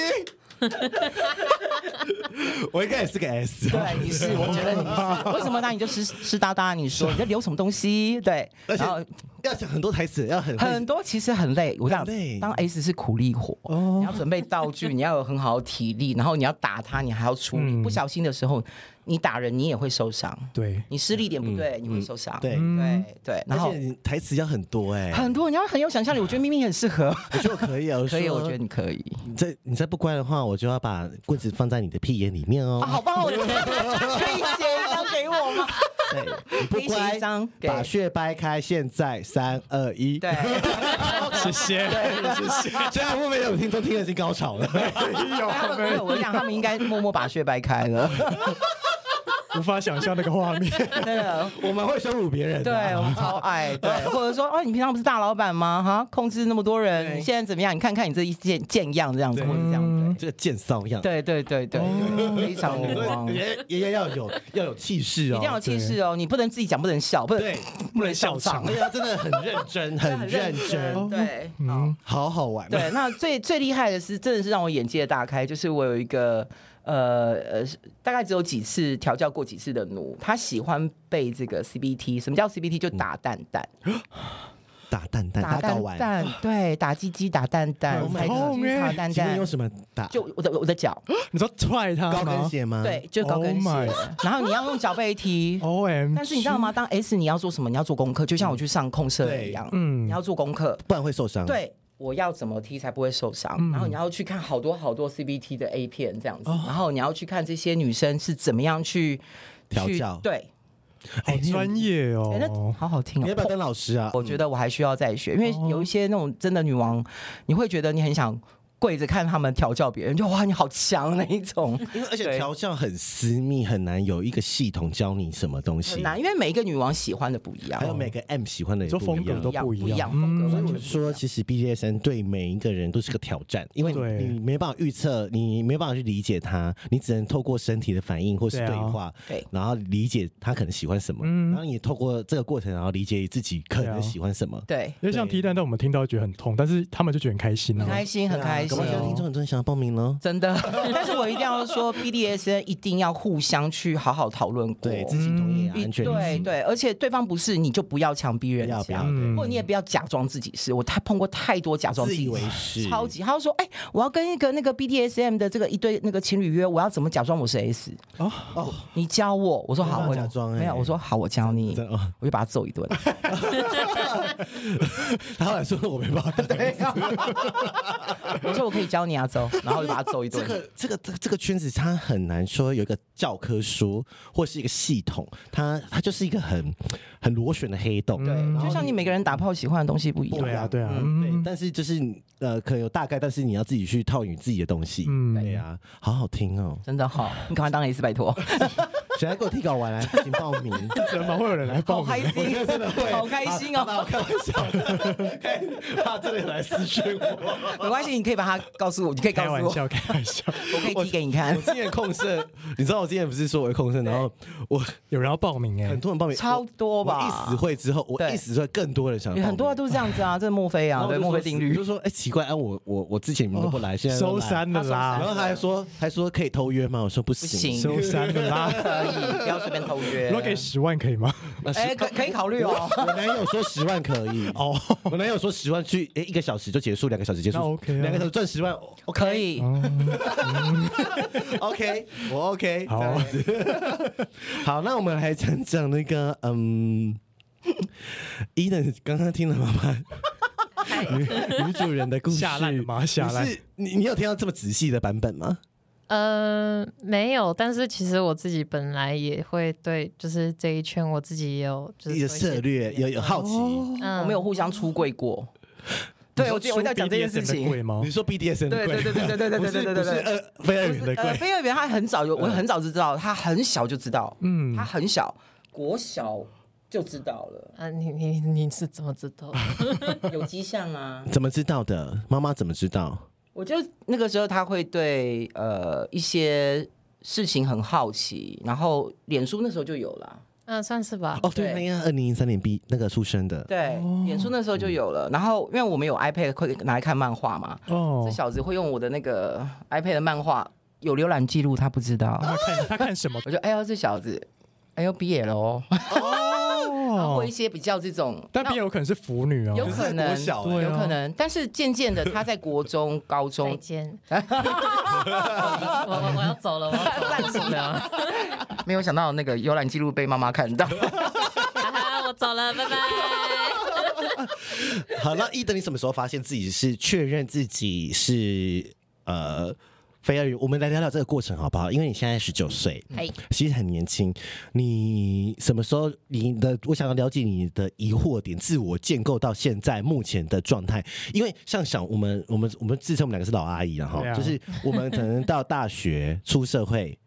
Speaker 1: 我应该也是个 S，
Speaker 3: 对，你是，我觉得你是。为什么打你就湿湿哒哒？你说你在流什么东西？对，
Speaker 1: 而且
Speaker 3: 然后
Speaker 1: 要讲很多台词，要很会
Speaker 3: 很多其实很累，我想
Speaker 1: 很累哦
Speaker 3: 当 S 是苦力活，你要准备道具，你要有很好的体力，然后你要打他，你还要处理。
Speaker 2: 嗯
Speaker 3: 不小心的时候，你打人你也会受伤，
Speaker 2: 对，
Speaker 3: 你施力点不对，你会受伤。
Speaker 1: 嗯对
Speaker 2: 嗯
Speaker 3: 对对，然
Speaker 1: 而
Speaker 3: 后
Speaker 1: 且你台词要很多哎、
Speaker 3: 很多人要很有想象力，我觉得咪咪很适合，
Speaker 1: 我觉得我可以啊，
Speaker 3: 可以，我觉得
Speaker 1: 你
Speaker 3: 你可以。
Speaker 1: 再你再不乖的话，我就要把棍子放在你的屁眼里面哦。
Speaker 3: 啊，好棒哦！我的 可以写一张给我吗？
Speaker 1: 对，你不
Speaker 3: 可以写
Speaker 1: 乖
Speaker 3: 一张，给
Speaker 1: 把血掰开，现在三二一。
Speaker 3: 对，
Speaker 2: 谢谢，谢谢，
Speaker 1: 这样会不会有听众听得已经高潮了？
Speaker 3: 他们没有，我想他们应该默默把血掰开了。
Speaker 2: 无法想象那个画面，
Speaker 3: 真的，
Speaker 1: 我们会羞辱别人、啊
Speaker 3: 对
Speaker 2: 啊
Speaker 3: 我们超爱，对，或者说，哦，你平常不是大老板吗？哈，控制那么多人，
Speaker 1: 对
Speaker 3: 你现在怎么样？你看看你这一贱贱样，这样子，
Speaker 1: 对
Speaker 3: 或者这
Speaker 2: 嗯
Speaker 3: 样，
Speaker 1: 这个贱骚样。
Speaker 3: 对，对对对对，非常棒，一
Speaker 1: 也也也要有要有气势哦，
Speaker 3: 定要有气势哦，你不能自己讲，不能笑，不能
Speaker 1: 对，
Speaker 2: 不能笑场
Speaker 1: 而。且他哎真的很认真，很认真，
Speaker 3: 对，好。
Speaker 2: 嗯，
Speaker 1: 好好玩。
Speaker 3: 对，那最最厉害的是，真的是让我眼界大开，就是我有一个呃呃，大概只有几次调教过几次的奴，他喜欢被这个 CBT，什么叫 CBT？就打蛋蛋，
Speaker 1: 打蛋
Speaker 3: 嗯
Speaker 1: 蛋，打睾
Speaker 3: 蛋
Speaker 1: 丸，
Speaker 3: 蛋，对，打鸡鸡，打蛋蛋，
Speaker 2: 很
Speaker 3: 踩鸡
Speaker 2: 痛
Speaker 3: 鸡，
Speaker 2: 欸
Speaker 3: 打蛋
Speaker 1: 请问
Speaker 3: 蛋
Speaker 1: 用，什么打？
Speaker 3: 就我的我的脚，
Speaker 2: 你说踹他
Speaker 1: 高
Speaker 2: 吗
Speaker 1: 跟鞋吗？
Speaker 3: 对，就高跟
Speaker 2: Oh
Speaker 3: 鞋
Speaker 2: my 哦
Speaker 3: 然后你要用脚背踢。
Speaker 2: ？O M，
Speaker 3: 但是你知道？吗？当 S 你要做什么？你要做功课，就像我去上控社
Speaker 1: 对嗯
Speaker 3: 一样，
Speaker 2: 嗯
Speaker 3: 你要做功课，
Speaker 1: 不然会受伤。，
Speaker 3: 对，我要怎么踢才不会受伤？然后你要去看好多好多 CBT 的 A 片这样子，然后你要去看这些女生是怎么样去
Speaker 1: 调
Speaker 3: 去
Speaker 1: 教
Speaker 3: 对，
Speaker 2: 好专业
Speaker 3: 哎、那
Speaker 2: 哦，
Speaker 3: 好好听
Speaker 1: 你要不要
Speaker 3: 哦。
Speaker 1: 当老师啊？
Speaker 3: 我觉得我还需要再学，因为有一些那种真的女王，你会觉得你很想跪着看他们调教别人，就哇你好强那一种，
Speaker 1: 因为而且
Speaker 3: 对
Speaker 1: 调教很私密，很难有一个系统教你什么东西
Speaker 3: 很，难，因为每一个女王喜欢的不一样
Speaker 1: 还，有每个 M 喜欢的也
Speaker 2: 就
Speaker 1: 哎不
Speaker 2: 风
Speaker 1: 一
Speaker 2: 格
Speaker 1: 样
Speaker 2: 都。
Speaker 3: 不
Speaker 2: 不
Speaker 3: 一
Speaker 2: 一
Speaker 3: 样，
Speaker 2: 样
Speaker 3: 风格
Speaker 2: 嗯
Speaker 1: 我
Speaker 3: 完全不一
Speaker 1: 说，
Speaker 3: 样。
Speaker 1: 其实 BDSN 对每一个人都是个挑战，因为
Speaker 2: 对
Speaker 1: 你你没办法预测，你没办法去理解他，你只能透过身体的反应或是
Speaker 2: 对啊
Speaker 1: 对话，
Speaker 3: 对
Speaker 1: 然后理解他可能喜欢什么，然后你透过这个过程，然后理解自己可
Speaker 2: 对
Speaker 1: 能
Speaker 2: 啊
Speaker 1: 喜欢什么。
Speaker 3: 对，
Speaker 2: 因为像踢蛋蛋，我们听到觉得很痛，但是他们就觉得很开心
Speaker 3: 很
Speaker 2: 啊。
Speaker 3: 开心，很开
Speaker 1: 搞
Speaker 3: 心
Speaker 1: 不好。现在听众很多人想要报名呢。
Speaker 3: 真的， 但是我一定要说，BDSN 一定要互相去好好讨论过，
Speaker 1: 对自己同意啊
Speaker 3: 一
Speaker 1: 安全
Speaker 3: 对对，而且对方不是你就不要强逼人
Speaker 1: 不要不要
Speaker 3: 家，
Speaker 2: 嗯
Speaker 3: 或者你也不要假装自己是。我太碰过太多假装
Speaker 1: 自
Speaker 3: 己
Speaker 1: 以为
Speaker 3: 是
Speaker 1: 是，
Speaker 3: 超级，他就说：“哎、我要跟一个那个 BDSM 的这个一对那个情侣约，我要怎么假装我是 S？
Speaker 1: 哦，
Speaker 3: 你教我。”我说：“好，
Speaker 1: 没办法
Speaker 3: 我
Speaker 1: 假装欸
Speaker 3: 没有。”我说：“好，我教你
Speaker 1: 真的哦。”
Speaker 3: 我就把他揍一顿。
Speaker 1: 他后来说我没办法。
Speaker 3: 我说：“我可以教你啊，揍。”然后我就把他揍一
Speaker 1: 这
Speaker 3: 顿。
Speaker 1: 个这个这个这个圈子，它很难说有一个教科书或是一个系统，它它就是一个很很螺旋的黑洞。
Speaker 2: 嗯
Speaker 3: 对，就像你每个人打炮喜欢的东西不一样。
Speaker 2: 对。啊，对啊，
Speaker 1: 对，
Speaker 2: 嗯
Speaker 1: 但是就是呃，可能有大概，但是你要自己去套你自己的东西。
Speaker 2: 嗯
Speaker 1: 对啊，好好听哦
Speaker 3: 真的好，你赶快当 S 拜托。
Speaker 1: 谁来给我替稿完来，请报名。
Speaker 2: 怎么会有人来报
Speaker 3: 好
Speaker 2: 名？
Speaker 3: 开心，
Speaker 1: 真的会，
Speaker 3: 好开心
Speaker 1: 啊！我
Speaker 3: 哦！
Speaker 1: 开玩笑的，
Speaker 3: 哎
Speaker 1: 看他真的有来私讯我。
Speaker 3: 没关系，你可以把它告诉我，你可以告
Speaker 2: 开
Speaker 3: 诉我，
Speaker 2: 玩笑，开玩笑，
Speaker 3: 我可以踢给你 看
Speaker 1: 我。之前控社，你知道我之前不是说我会控社，然后我
Speaker 2: 有人要报名哎
Speaker 1: 很，多人报名，
Speaker 3: 超多吧
Speaker 1: 我我一死会之后，我
Speaker 3: 对
Speaker 1: 一死会更多人想报名，
Speaker 3: 很多都是这样子啊，这是墨菲
Speaker 1: 然
Speaker 3: 啊，
Speaker 1: 后我
Speaker 3: 对
Speaker 1: 就说
Speaker 3: 墨菲定
Speaker 1: 我
Speaker 3: 律
Speaker 1: 就。说哎奇怪，啊我我我之前你们都不来，现在
Speaker 2: 收
Speaker 1: 都来。
Speaker 2: 山了
Speaker 1: 然后
Speaker 2: 啦，
Speaker 1: 他还说还说可以偷约吗？我说不行，
Speaker 3: 不行
Speaker 2: 收山了 啦。
Speaker 3: 可以，不要随便偷约
Speaker 2: 如果给十万可以吗？
Speaker 3: 哎，可可以考虑哦。
Speaker 1: 我男友说十万可以哦，我男友说十万去，哎，一个小时就结束，两个小时结束
Speaker 2: 那 OK 啊
Speaker 1: 两个小时赚十万
Speaker 3: 我 可以，
Speaker 1: ，OK，我 OK，
Speaker 2: 好啊
Speaker 1: 这样子 好，那我们来讲讲那个，嗯，伊人刚刚听了妈妈女女主人的故事，
Speaker 2: 下烂了吗下烂
Speaker 1: 你是你你有听到这么仔细的版本吗？
Speaker 4: 呃，没有，但是其实我自己本来也会对，就是这一圈我自己也有就是
Speaker 1: 你的
Speaker 4: 做一些
Speaker 1: 策略有有好奇，
Speaker 2: 哦
Speaker 4: 嗯，
Speaker 3: 我们有互相出柜 过。对，我记得我在讲这件事
Speaker 2: 出 BDSM 的
Speaker 3: 情。
Speaker 2: 贵吗
Speaker 1: 你？说 BDSN 的
Speaker 3: 对
Speaker 1: 贵
Speaker 3: 对对对对对对
Speaker 1: 不
Speaker 3: 对对对对
Speaker 1: 是不是
Speaker 3: 对对。
Speaker 1: 呃非二元的
Speaker 3: 呃，
Speaker 1: 贵，
Speaker 3: 飞儿园他很早就，我很早就知道，他很小就知道，
Speaker 2: 嗯
Speaker 3: 他很小，国小就知道了，
Speaker 4: 啊，你你你是怎么知 道？
Speaker 3: 有迹象啊。
Speaker 1: 怎么知道的？妈妈怎么知道？
Speaker 3: 我就那个时候他会对呃一些事情很好奇，然后脸书那时候就有了，
Speaker 4: 嗯、算是吧。
Speaker 1: 哦，对，
Speaker 3: 啊对
Speaker 1: 那应该二零零三年 B 那个出生的，
Speaker 3: 对，
Speaker 2: 哦
Speaker 3: 脸书那时候就有了。然后因为我们有 iPad 会拿来看漫画嘛，
Speaker 2: 嗯
Speaker 3: 这
Speaker 2: 哦，
Speaker 3: 小子会用我的那个 iPad 的漫画有浏览记录，他不知道。
Speaker 2: 他看他看什么？
Speaker 3: 我就哎呦这小子，哎呦毕业了哦，然后
Speaker 2: 哦
Speaker 3: 会一，些比较这种，
Speaker 2: 但
Speaker 3: 那
Speaker 2: 别有可能是腐女哦，
Speaker 3: 有可
Speaker 1: 可是
Speaker 3: 能
Speaker 1: 国小啊
Speaker 2: 欸
Speaker 3: 有可能，但是渐渐的，他在国中、高
Speaker 4: 再
Speaker 3: 中
Speaker 4: 见。我我我要走了，我要 走了，受不了了，
Speaker 3: 没有想到那个浏览记录被妈妈看到，
Speaker 4: 哈哈我走了，拜拜。
Speaker 1: 好，那一等你什么时候发现自己是确认自己是呃非二元？我们来聊聊这个过程好不好？因为你现在十九岁，
Speaker 2: 嗯
Speaker 4: 哎，
Speaker 1: 其实很年轻。你什么时候你的？我想要了解你的疑惑点，自我建构到现在目前的状态。因为像想我们我们我们自称我们两个是老阿姨了哈，
Speaker 2: 对啊
Speaker 1: 就是我们可能到大学出社会。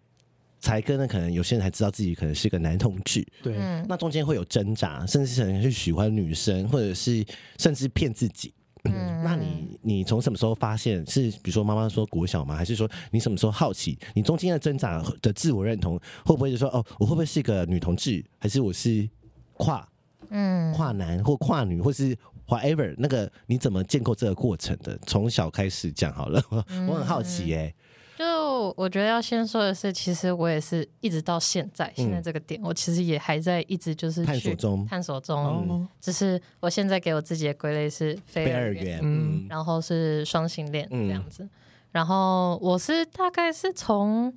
Speaker 1: 才跟可能有些人才知道自己可能是个男同志，
Speaker 2: 对，
Speaker 4: 嗯，
Speaker 1: 那中间会有挣扎，甚至可能是喜欢女生，或者是甚至骗自己。嗯， 那你你从什么时候发现是，比如说妈妈说国小吗？还是说你什么时候好奇？你中间的挣扎的自我认同，会不会就说哦，我会不会是个女同志，还是我是跨
Speaker 4: 嗯
Speaker 1: 跨男或跨女，或是 whatever？那个你怎么建构这个过程的？从小开始讲好了， 我很好奇耶、
Speaker 4: 就我觉得要先说的是，其实我也是一直到现在，现在这个点，我其实也还在一直就是
Speaker 1: 探索
Speaker 4: 去
Speaker 1: 中
Speaker 4: 探索
Speaker 2: 哦
Speaker 4: 中。嗯只是我现在给我自己的归类是非
Speaker 1: 贝
Speaker 4: 二
Speaker 1: 尔
Speaker 4: 元，
Speaker 1: 元，
Speaker 2: 嗯
Speaker 1: 嗯，
Speaker 4: 然后是双性恋
Speaker 1: 嗯
Speaker 4: 这样子。然后我是大概是从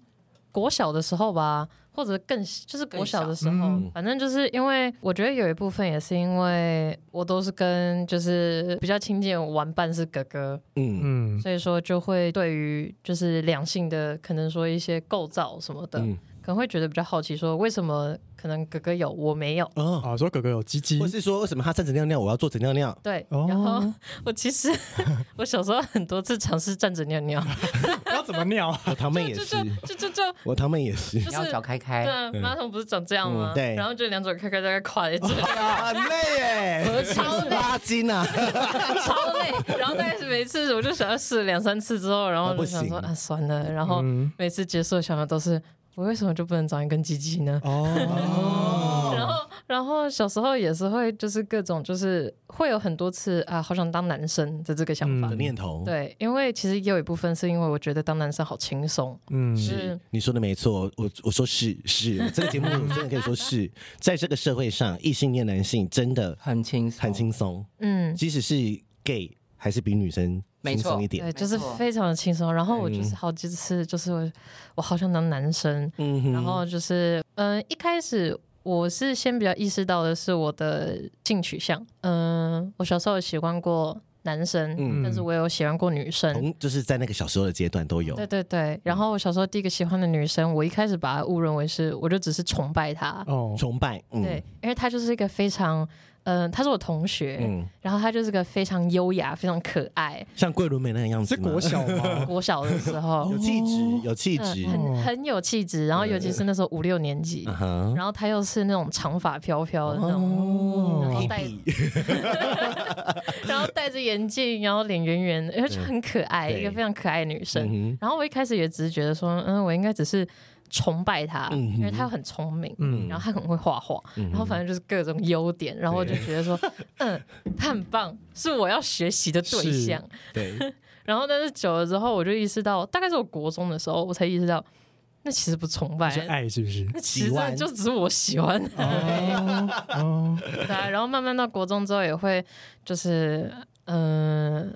Speaker 4: 国小的时候吧，或者更就是国小的时候，
Speaker 2: 嗯
Speaker 4: 反正就是因为我觉得有一部分也是因为我都是跟就是比较亲近的玩伴是哥哥，
Speaker 1: 嗯
Speaker 2: 嗯，
Speaker 4: 所以说就会对于就是两性的可能说一些构造什么的，
Speaker 1: 嗯
Speaker 4: 可能会觉得比较好奇，说为什么可能哥哥有我没有。
Speaker 1: 哦，
Speaker 2: 啊，说哥哥有鸡鸡
Speaker 1: 或，是说为什么他站着尿尿，我要坐着尿尿？
Speaker 4: 对，
Speaker 2: 哦
Speaker 4: 然后我 其实我小时候很多次尝试站着尿尿，
Speaker 2: 要怎么尿啊？
Speaker 1: 我堂妹也，
Speaker 4: 就是就就就
Speaker 1: 我堂妹也是。
Speaker 4: 就
Speaker 3: 然后
Speaker 4: 是
Speaker 3: 脚开开，
Speaker 4: 对，啊马桶不是长这样吗？
Speaker 1: 嗯对哦
Speaker 4: 然后就两脚开开，大概跨一次，
Speaker 1: 啊很累耶，
Speaker 4: 超累，
Speaker 1: 拉筋啊！
Speaker 4: 超累。然后大概是每次我就想要试两三次之后，然后
Speaker 1: 啊不
Speaker 4: 就想说
Speaker 1: 行
Speaker 4: 啊算了，然后
Speaker 2: 嗯
Speaker 4: 每次结束想的都是我为什么就不能长一根鸡鸡呢？
Speaker 2: 哦，
Speaker 4: 然后，然后小时候也是会就是各种就是会有很多次啊，好想当男生的这个想法
Speaker 1: 的。念头，
Speaker 4: 对，因为其实也有一部分是因为我觉得当男生好轻松，
Speaker 2: 嗯，
Speaker 4: 是
Speaker 1: 你说的没错，我我说是是，这个节目我真的可以说是在这个社会上，异性恋男性真的
Speaker 3: 很轻松，
Speaker 1: 很轻松，
Speaker 4: 嗯，
Speaker 1: 即使是 gay 还是比女生
Speaker 3: 没
Speaker 1: 轻
Speaker 3: 错
Speaker 1: 松一点
Speaker 4: 对，。就是
Speaker 3: 没错
Speaker 4: 非常的轻松。然后我就是好几次，就是我我好想当男生，
Speaker 1: 嗯哼
Speaker 4: 然后就是嗯、呃一开始我是先比较意识到的是我的性取向，嗯、我小时候有喜欢过男生，
Speaker 1: 嗯
Speaker 4: 但是我有喜欢过女生。
Speaker 1: 同就是在那个小时候的阶段都有
Speaker 4: 嗯对对对，
Speaker 1: 嗯
Speaker 4: 然后我小时候第一个喜欢的女生，我一开始把她误认为是，我就只是崇拜她，
Speaker 2: 哦，
Speaker 1: 崇拜，嗯
Speaker 4: 对，因为她就是一个非常，嗯、她是我同学，
Speaker 1: 嗯，
Speaker 4: 然后她就是个非常优雅、非常可 爱，
Speaker 1: 像桂纶镁那个样子
Speaker 2: 是
Speaker 1: 吗，
Speaker 2: 国小吗？
Speaker 4: 我小的时候，
Speaker 1: 有气质，有气质，
Speaker 4: 嗯很很有气质，然后尤其是那时候五六年级，
Speaker 1: 啊哈，
Speaker 4: 然后她又是那种长发飘飘的那种，然后戴
Speaker 1: 哦 hippie
Speaker 4: 然后戴着眼镜，然后脸圆圆的，然后就很可爱，
Speaker 1: 对
Speaker 4: 一个非常可爱的女生。
Speaker 1: 嗯哼
Speaker 4: 然后我一开始也只是觉得说，嗯，我应该只是崇拜她，
Speaker 1: 嗯哼嗯
Speaker 4: 因为她很聪明，
Speaker 2: 嗯
Speaker 4: 然后她很会画画，然后反正就是各种优点，然后我就觉得说， 嗯，她很棒，是我要学习的对
Speaker 2: 是
Speaker 4: 象。
Speaker 1: 对，
Speaker 4: 然后但是久了之后，我就意识到，大概是我国中的时候，我才意识到，那其实不崇拜
Speaker 2: 是，爱是不是？
Speaker 4: 那其实
Speaker 1: 喜
Speaker 4: 真
Speaker 1: 欢
Speaker 4: 的就只是我喜欢。
Speaker 2: 哦哦，
Speaker 4: 对啊、然后慢慢到国中之后，也会就是。嗯、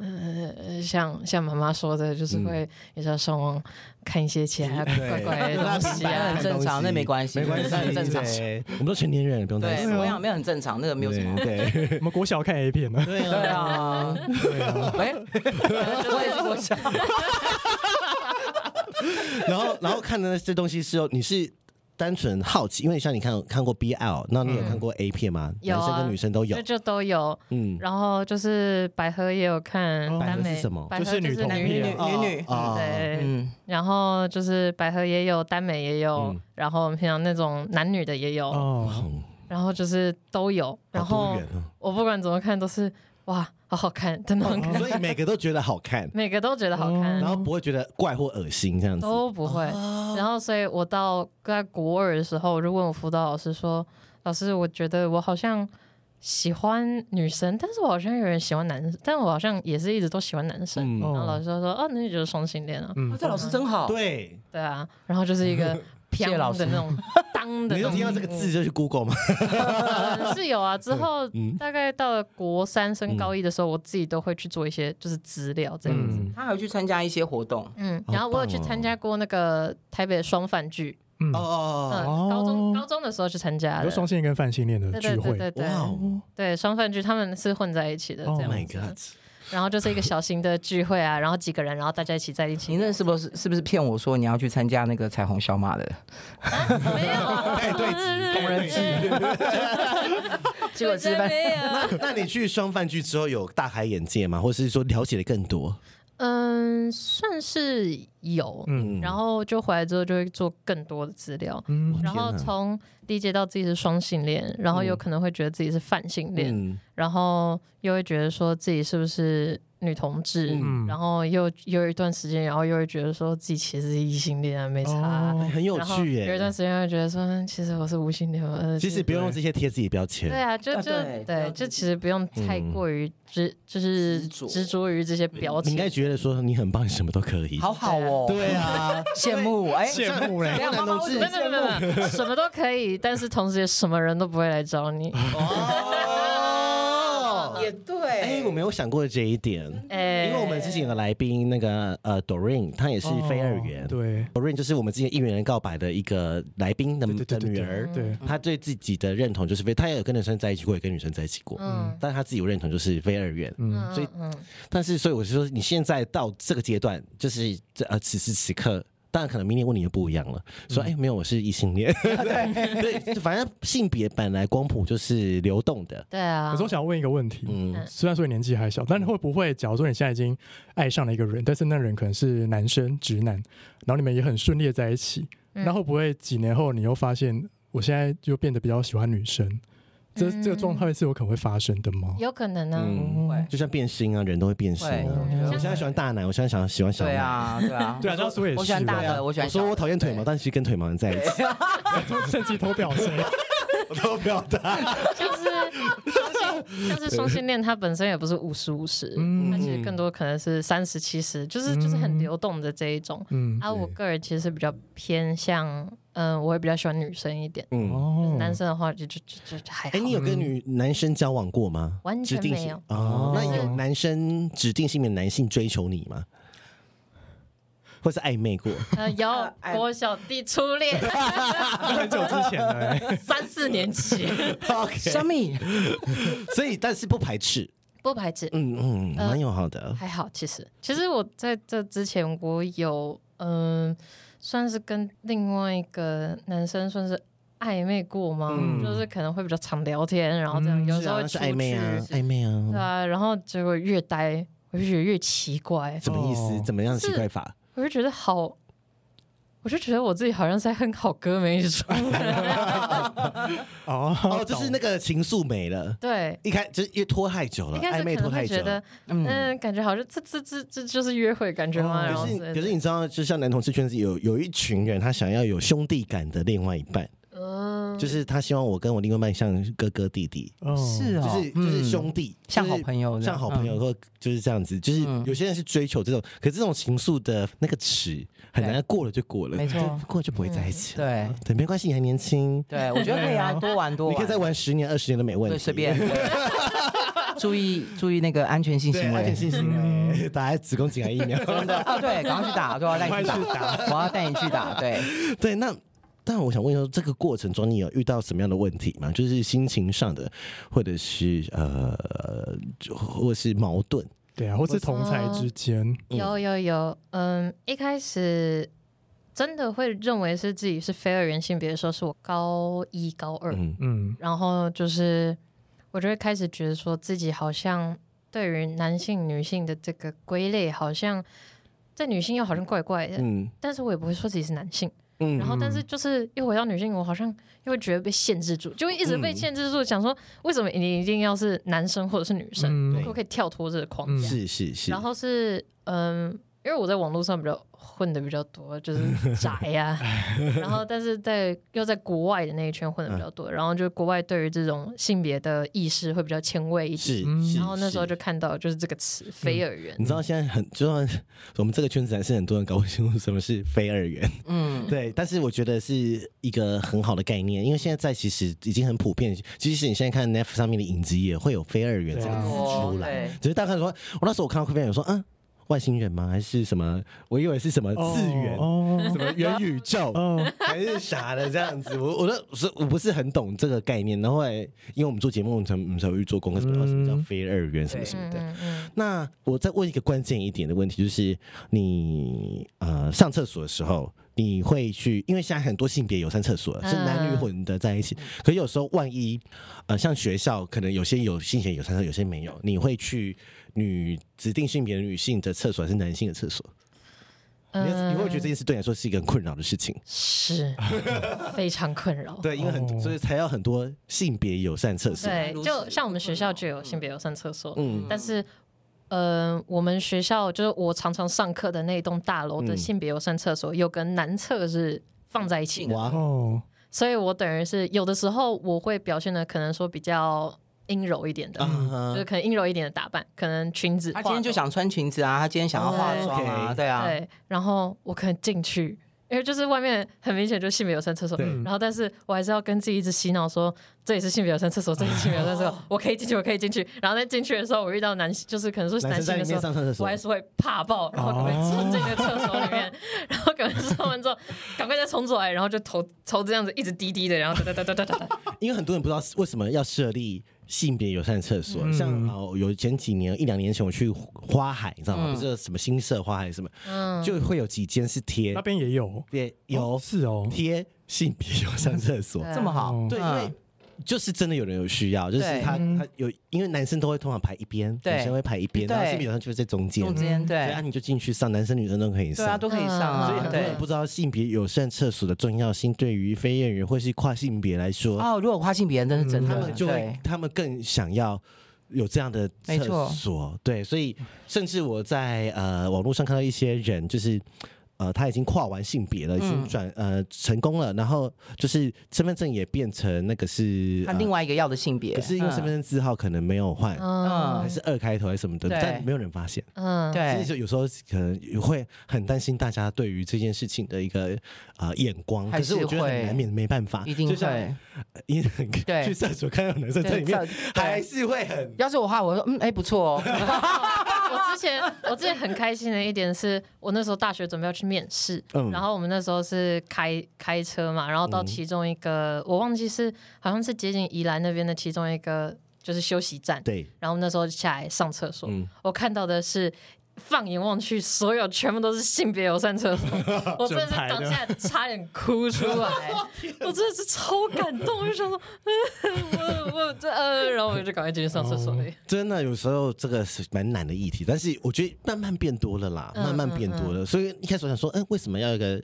Speaker 4: 呃像像妈妈说的，就是
Speaker 1: 嗯
Speaker 4: 会也是要上网看一些其他怪怪的东西
Speaker 3: 那
Speaker 4: 啊
Speaker 3: 很。正常那没关系
Speaker 1: 没关系，
Speaker 3: 那很正常
Speaker 1: 对我们都成年人，不用担
Speaker 3: 对，
Speaker 1: 心。
Speaker 3: 我想没有很正常，那个没有什么。
Speaker 1: 对
Speaker 2: 我们国小看 A 片呢，
Speaker 1: 对
Speaker 3: 对
Speaker 1: 啊，
Speaker 3: 啊，
Speaker 2: 对啊，
Speaker 3: 喂，我也是国小，
Speaker 1: 然后然后看的这东西是哦，你是单纯好奇，因为像你看看过 BL，那你有看过 A 片吗？
Speaker 4: 有啊
Speaker 1: 男生跟女生都有
Speaker 4: 就。就都有，
Speaker 1: 嗯，
Speaker 4: 然后就是百合也有看，
Speaker 2: 哦
Speaker 4: 耽
Speaker 1: 百合
Speaker 4: 美
Speaker 1: 是什么
Speaker 4: 百合
Speaker 2: 就是女
Speaker 4: 是
Speaker 2: 同
Speaker 4: 男
Speaker 2: 片
Speaker 4: 女，
Speaker 3: 女女，
Speaker 1: 啊
Speaker 4: 对，
Speaker 3: 嗯，
Speaker 4: 然后就是百合也有，耽美也有，
Speaker 1: 嗯
Speaker 4: 然后我们平常那种男女的也有，
Speaker 2: 哦，
Speaker 1: 嗯
Speaker 4: 然后就是都有。然
Speaker 1: 好
Speaker 4: 后
Speaker 1: 多元哦
Speaker 4: 我不管怎么看都是哇，好好看，真的很看，
Speaker 1: 所以每个都觉得好看，
Speaker 4: 每个都觉得好看，
Speaker 1: 然后不会觉得怪或恶心这样子。
Speaker 4: 都不会。然后所以我到在国二的时候，我就问我辅导老师说：“老师，我觉得我好像。”喜欢女生，但是我好像有点喜欢男生，但我好像也是一直都喜欢男生。
Speaker 1: 嗯
Speaker 4: 哦 然后老师就说：“哦，那你就是双性恋啊？”
Speaker 3: 哦这老师真好，
Speaker 1: 对，
Speaker 4: 对啊，然后就是一个啪
Speaker 3: 谢老师
Speaker 4: 的那种当的
Speaker 1: 你有
Speaker 4: 那种。
Speaker 1: 听到这个字就去 Google 吗？
Speaker 4: 嗯是有啊，之后
Speaker 1: 嗯
Speaker 4: 大概到了国三升高一的时候，我自己都会去做一些就是资料这样子。
Speaker 2: 嗯
Speaker 3: 他还去参加一些活动，
Speaker 4: 嗯，然后我有去参加过那个台北双饭剧，
Speaker 2: 嗯
Speaker 1: 哦，哦
Speaker 4: 嗯，高中高中的时候去参加
Speaker 2: 比
Speaker 4: 的
Speaker 2: 如，双性恋跟泛性恋的
Speaker 4: 对对
Speaker 2: 聚
Speaker 4: 对
Speaker 2: 会，
Speaker 4: 对
Speaker 1: 哦，哇
Speaker 4: 对，
Speaker 1: 哦
Speaker 4: 对双饭剧他们是混在一起的
Speaker 2: Oh
Speaker 4: 这
Speaker 1: ，Oh
Speaker 4: 样
Speaker 1: my
Speaker 4: 子，
Speaker 1: God！
Speaker 4: 然后就是一个小型的聚会啊，然后几个人，然后大家一起在 一
Speaker 3: 你
Speaker 4: 起，
Speaker 3: 那是不是是不是骗我说你要去参加那个彩虹小马的？
Speaker 4: 没有啊
Speaker 1: 哎，对 峙，同人剧。
Speaker 3: 结果吃饭
Speaker 4: 没有，啊
Speaker 1: 那你去双饭剧之后有大开眼界吗？或是说了解的更多？
Speaker 4: 嗯，算是有，
Speaker 2: 嗯
Speaker 4: 然后就回来之后就会做更多的资料，
Speaker 2: 嗯
Speaker 4: 然后
Speaker 1: 天哪
Speaker 4: 从理解到自己是双性恋，然后有可能会觉得自己是泛性恋，
Speaker 1: 嗯，
Speaker 4: 然后又会觉得说自己是不是女同志，
Speaker 2: 嗯
Speaker 4: 然后又又有一段时间，然后又会觉得说自己其实是异性恋啊，没差啊。
Speaker 2: 哦
Speaker 1: 哎很有
Speaker 4: 然后
Speaker 1: 趣
Speaker 4: 有一段
Speaker 1: 耶。
Speaker 4: 时间会觉得说，嗯其实我是无性恋，呃，
Speaker 1: 其实不用用这些贴自己标
Speaker 4: 对
Speaker 1: 签。
Speaker 4: 啊，就
Speaker 3: 啊
Speaker 4: 就
Speaker 3: 对不要自
Speaker 4: 对，就
Speaker 3: 己
Speaker 4: 其实不用
Speaker 1: 嗯
Speaker 4: 太过于执，就是
Speaker 3: 执着
Speaker 4: 执着于这些标
Speaker 1: 你应该
Speaker 4: 签。
Speaker 1: 觉得说你很棒，你什么都可以。
Speaker 3: 好，好哦，
Speaker 1: 对啊，
Speaker 3: 羡慕哎，
Speaker 2: 羡慕
Speaker 3: 这
Speaker 2: 嘞，
Speaker 3: 样
Speaker 1: 男同志
Speaker 4: 没有没有没有没有，什么都可以，但是同时也什么人都不会来找你。
Speaker 1: 哦，
Speaker 3: 也对，
Speaker 1: 哎，我没有想过这 一点。
Speaker 4: 哎，
Speaker 1: 因为我们之前有个来宾，那个呃，Doreen，她也是非二元
Speaker 2: 哦。对
Speaker 1: Doreen 就是我们之前《一元人告白》的一个来宾的
Speaker 2: 对对对
Speaker 1: 的
Speaker 2: 对
Speaker 1: 女
Speaker 2: 对
Speaker 1: 儿，
Speaker 2: 对，
Speaker 1: 她对自己的认同就是非，她也有跟男生在一起过，也跟女生在一起过，
Speaker 4: 嗯
Speaker 1: 但她自己有认同就是非二元。
Speaker 2: 嗯
Speaker 4: 嗯
Speaker 1: 所以
Speaker 4: 嗯
Speaker 1: 但是，所以我是说，你现在到这个阶段，就是这呃此时此刻，当然可能明天问你就不一样了，说哎、没有，我是异性 恋，对对，反正性别本来光谱就是流动的，
Speaker 4: 对啊。
Speaker 2: 可是我想问一个问题，
Speaker 1: 嗯
Speaker 4: 嗯，
Speaker 2: 虽然说你年纪还小，但会不会，假如说你现在已经爱上了一个人，但是那人可能是男生直男，然后你们也很顺利的在一起，
Speaker 4: 嗯
Speaker 2: 那会不会几年后你又发现，我现在就变得比较喜欢女生？这、
Speaker 3: 嗯
Speaker 2: 这个状态是有可能会发生的吗？
Speaker 4: 有可能呢、啊
Speaker 1: 嗯，
Speaker 3: 会
Speaker 1: 就像变心啊，人都会变心
Speaker 3: 会，
Speaker 1: 啊。
Speaker 4: 嗯
Speaker 1: 我现在喜欢大奶，我现在想喜欢小奶。
Speaker 3: 对啊对啊
Speaker 2: 对啊那时候也是
Speaker 3: 我喜欢大
Speaker 2: 对
Speaker 3: 的，我喜欢
Speaker 1: 我说我讨厌腿毛，
Speaker 3: 嘛，
Speaker 1: 但其实跟腿毛人在一起，
Speaker 2: 趁机偷表谁？
Speaker 1: 我都表达。
Speaker 4: 就是双性，像是双性恋，它本身也不是五十五十，
Speaker 1: 嗯
Speaker 4: 它其实更多可能是三十七十，就是就是很流动的这一种。
Speaker 2: 嗯，
Speaker 4: 啊，我个人其实比较偏向，嗯、我会比较喜欢女生一点，
Speaker 1: 嗯，
Speaker 2: 哦，
Speaker 4: 男生的话就就就就就还好。
Speaker 1: 哎，你有跟女男生交往过吗？
Speaker 4: 完
Speaker 1: 指
Speaker 4: 全
Speaker 1: 定性
Speaker 4: 没有
Speaker 1: 哦，那
Speaker 2: 就是
Speaker 1: 有男生指定性别男性追求你吗？或是暧昧过？
Speaker 4: 呃，有
Speaker 3: 哎
Speaker 4: 我小弟初恋
Speaker 2: 很久之前了、 欸，
Speaker 4: 三四年级，
Speaker 3: 小米
Speaker 1: 所以但是不排斥，
Speaker 4: 不排斥，
Speaker 1: 嗯嗯，
Speaker 4: 呃
Speaker 1: 蛮友好的。
Speaker 4: 还好，其实其实我在这之前，我有嗯、算是跟另外一个男生算是暧昧过吗？就是可能会比较常聊天，然后这样、有
Speaker 1: 嗯是
Speaker 4: 时候
Speaker 1: 啊，
Speaker 4: 会
Speaker 1: 是
Speaker 4: 出
Speaker 1: 暧昧啊，
Speaker 4: 去，
Speaker 1: 暧昧
Speaker 4: 对
Speaker 1: 啊，
Speaker 4: 啊，然后结果越待，我就觉得越奇怪，
Speaker 1: 什么意思
Speaker 2: 哦？
Speaker 1: 怎么样
Speaker 4: 是
Speaker 1: 奇怪法？
Speaker 4: 我就觉得好。我就觉得我自己好像在跟好哥们一起 出来，
Speaker 2: 哦，
Speaker 1: 哦，就是那个情愫没了，
Speaker 4: 对，
Speaker 1: 一开就是因为拖太久了，
Speaker 4: 一开
Speaker 1: 暧
Speaker 4: 始
Speaker 1: 昧
Speaker 4: 可
Speaker 1: 拖
Speaker 4: 能
Speaker 1: 太
Speaker 4: 会
Speaker 1: 久
Speaker 4: 觉
Speaker 1: 了
Speaker 4: 得，。嗯，感觉好像这这这这就是约会感觉吗？然后
Speaker 1: 哦可是
Speaker 4: 之类的
Speaker 1: 可是你知道，就像男同志圈子有有一群人，他想要有兄弟感的另外一半，
Speaker 4: 嗯，
Speaker 1: 就是他希望我跟我另外一半像哥哥弟弟，
Speaker 2: 哦
Speaker 3: 是
Speaker 1: 就
Speaker 3: 哦，
Speaker 1: 是就是
Speaker 3: 嗯
Speaker 1: 兄弟，
Speaker 3: 像
Speaker 1: 就是
Speaker 3: 好朋友这样
Speaker 1: 像好朋友或就是这样子，就是
Speaker 3: 嗯
Speaker 1: 有些人是追求这种，可是这种情愫的那个尺很难过了就过了，
Speaker 3: 没错嗯
Speaker 1: 就过了就不会在一起了。
Speaker 3: 对
Speaker 1: 对，没关系，你还年轻，
Speaker 3: 对，我觉得可以啊，多玩多
Speaker 1: 你
Speaker 3: 玩，
Speaker 1: 可以再玩十年、二十年都没问题，
Speaker 3: 对，随便。 对注意注意那个安全性
Speaker 1: 对，
Speaker 3: 行
Speaker 1: 安全
Speaker 3: 为，嗯
Speaker 1: 性行为， 打子宫颈癌疫苗。
Speaker 3: 真的啊，对，赶快去打，对，我要带你去打，
Speaker 1: 啊
Speaker 3: 我要带你去打，对，
Speaker 1: 对，那但我想问一下，这个过程中你有遇到什么样的问题吗？就是心情上的，或者是呃，就或是矛盾？
Speaker 2: 对啊，或是同才之间，
Speaker 4: 有有有，嗯，一开始真的会认为是自己是非二元性别的时候，是我高一高二，
Speaker 1: 嗯
Speaker 2: 嗯
Speaker 4: 然后就是我就会开始觉得说自己好像对于男性、女性的这个归类，好像在女性又好像怪怪的，
Speaker 1: 嗯
Speaker 4: 但是我也不会说自己是男性，
Speaker 1: 嗯
Speaker 4: 然后但是就是又回到女性，我好像又会觉得被限制住，就会一直被
Speaker 1: 嗯
Speaker 4: 限制住，想说为什么你一定要是男生或者是女生，
Speaker 2: 嗯
Speaker 4: 我可不可以跳脱这个框
Speaker 2: 嗯
Speaker 4: 架？
Speaker 1: 是是是
Speaker 4: 然，后是嗯，因为我在网络上比较混的比较多，就是 宅呀、然后但是在又在国外的那一圈混的比较多，
Speaker 1: 嗯
Speaker 4: 然后就国外对于这种性别的意识会比较前卫一点。
Speaker 1: 是嗯
Speaker 2: 嗯，
Speaker 1: 是
Speaker 4: 然后那时候
Speaker 1: 是
Speaker 4: 就看到就是这个词“非二元
Speaker 1: 你”，知道现在很，就算我们这个圈子还是很多人搞不清楚什么是非二 元，
Speaker 3: 嗯，
Speaker 1: 对，但是我觉得是一个很好的概念，因为现在在其实已经很普遍，其实你现在看 Netflix 上面的影集也会有非二元这个
Speaker 2: 对啊
Speaker 1: 词
Speaker 3: 哦
Speaker 1: 出来，
Speaker 3: 对
Speaker 1: 只是大概说，我那时候我看到会变有说，嗯，外星人吗？还是什么？我以为是什么
Speaker 2: 哦
Speaker 1: 次元。
Speaker 2: 哦
Speaker 1: 什么元宇 宙、
Speaker 2: 哦，
Speaker 1: 还是啥的这样子，我我都是我不是很懂这个概念。然后后来，因为我们做节目，我们才我们才会去做功课，什
Speaker 2: 嗯
Speaker 1: 么什么叫非二元什么什么
Speaker 4: 嗯
Speaker 1: 的。
Speaker 4: 嗯嗯，
Speaker 1: 那我再问一个关键一点的问题，就是你呃上厕所的时候，你会去，因为现在很多性别友善厕所
Speaker 4: 嗯
Speaker 1: 是男女混的在一起，可有时候万一呃像学校可能有些有性别友善厕所，有些没有，你会去女指定性别女性的厕所还是男性的厕所？你你会觉得这件事对你来说是一个很困扰的事情，
Speaker 4: 嗯是非常困扰。
Speaker 1: 对，因为很
Speaker 2: 哦
Speaker 1: 所以才要很多性别友善厕所，
Speaker 4: 对，
Speaker 3: 如
Speaker 4: 就
Speaker 3: 此
Speaker 4: 像我们学校就有性别友善厕所，
Speaker 1: 嗯
Speaker 4: 但是。呃，我们学校就是我常常上课的那一栋大楼的
Speaker 1: 嗯
Speaker 4: 性别友善厕所，又跟男厕是放在一起的，
Speaker 1: 嗯哇，
Speaker 2: 哦，
Speaker 4: 所以我等于是有的时候我会表现的可能说比较阴柔一点的，
Speaker 1: 啊
Speaker 4: 就是可能阴柔一点的打扮，可能裙子。
Speaker 3: 他今天就想穿裙子啊，他今天想要化妆啊，
Speaker 1: 哦 OK
Speaker 3: 对
Speaker 4: 化
Speaker 3: 啊
Speaker 4: 妆，对，然后我可能进去，因为就是外面很明显就是性别友善厕所，
Speaker 1: 对
Speaker 4: 然后但是我还是要跟自己一直洗脑说这里是性别友善厕所，这里是性别友善厕所，我可以进去，我可以进去。然后在进去的时候，我遇到男，就是可能说是
Speaker 1: 男
Speaker 4: 男
Speaker 1: 生在
Speaker 4: 性
Speaker 1: 里
Speaker 4: 的时
Speaker 1: 面
Speaker 4: 候，
Speaker 1: 上厕所
Speaker 4: 我还，是会怕爆，然后赶
Speaker 1: 哦
Speaker 4: 快冲进那个厕所里面，然后赶快上完之后，赶快再冲出来，然后就头头这样子一直滴滴的，然后哒哒哒哒哒哒，
Speaker 1: 因为很多人不知道为什么要设立性别友善厕所，
Speaker 2: 嗯
Speaker 1: 像哦，有前几年一两年前我去花海，你知道吗？
Speaker 3: 嗯
Speaker 1: 不是有什么新社花海什么，
Speaker 4: 嗯，
Speaker 1: 就会有几间是贴
Speaker 2: 那
Speaker 3: 啊
Speaker 2: 边也有
Speaker 1: 贴有
Speaker 2: 哦是哦，
Speaker 1: 贴性别友善厕所，
Speaker 4: 对
Speaker 3: 这么好，
Speaker 2: 哦
Speaker 1: 对，因为
Speaker 3: 嗯
Speaker 1: 就是真的有人有需要，就是
Speaker 3: 对
Speaker 1: 他
Speaker 2: 嗯
Speaker 1: 他有，因为男生都会通常排一边，
Speaker 3: 对
Speaker 1: 女生会排一边，
Speaker 3: 对
Speaker 1: 然后性别友善就会在中间，
Speaker 3: 中间
Speaker 1: 对啊，
Speaker 3: 对
Speaker 1: 你就进去上，男生女生都可以
Speaker 3: 对啊，
Speaker 1: 上。
Speaker 3: 都可以上
Speaker 1: 所以很，
Speaker 3: 啊
Speaker 1: 多
Speaker 3: 对
Speaker 1: 人不知道性别友善厕所的重要性，对于非业余或是跨性别来说，
Speaker 3: 哦，如果跨性别人，真是真
Speaker 1: 嗯他
Speaker 3: 的，
Speaker 1: 们就会
Speaker 3: 对，
Speaker 1: 他们更想要有这样的
Speaker 3: 没
Speaker 1: 厕
Speaker 3: 错
Speaker 1: 所，对，所以甚至我在呃网络上看到一些人，就是呃他已经跨完性别了，已经
Speaker 3: 嗯
Speaker 1: 转呃成功了，然后就是身份证也变成那个是
Speaker 3: 他
Speaker 1: 呃
Speaker 3: 另外一个要嗯的性别，
Speaker 1: 可是因为身份证字号可能没有换，还
Speaker 4: 嗯
Speaker 1: 是二开头还是什么的，
Speaker 3: 对
Speaker 1: 但没有人发现。
Speaker 4: 嗯，
Speaker 3: 嗯
Speaker 1: 其实
Speaker 3: 对，
Speaker 1: 就有时候可能会很担心大家对于这件事情的一个呃眼光，可
Speaker 3: 还
Speaker 1: 是
Speaker 3: 是
Speaker 1: 我觉得很
Speaker 3: 会
Speaker 1: 难免没办法，
Speaker 3: 一定
Speaker 1: 啊就像
Speaker 3: 会。
Speaker 1: 因为
Speaker 3: 对
Speaker 1: 去厕所看到男生在里面
Speaker 3: 对，
Speaker 1: 还是会很
Speaker 3: 要是我画，我会说嗯，哎，不错哦，
Speaker 4: 我之前我之前很开心的一点是，我那时候大学准备要去面试，
Speaker 1: 嗯
Speaker 4: 然后我们那时候是开开车嘛，然后到其中一个、我忘记是好像是接近宜兰那边的其中一个就是休息站，
Speaker 1: 对，
Speaker 4: 然后我们那时候下来上厕所，
Speaker 1: 嗯
Speaker 4: 我看到的是。放眼望去，所有全部都是性别友善厕所，我真的是
Speaker 2: 整排的
Speaker 4: 当下差点哭出来，我真的是超感动，我就想说， 嗯、我我这呃，然后我就赶快进去上厕所里。
Speaker 1: 真的有时候这个是蛮难的议题，但是我觉得慢慢变多了啦，
Speaker 4: 嗯
Speaker 1: 慢慢变多了，所以一开始我想说，嗯，为什么要有一个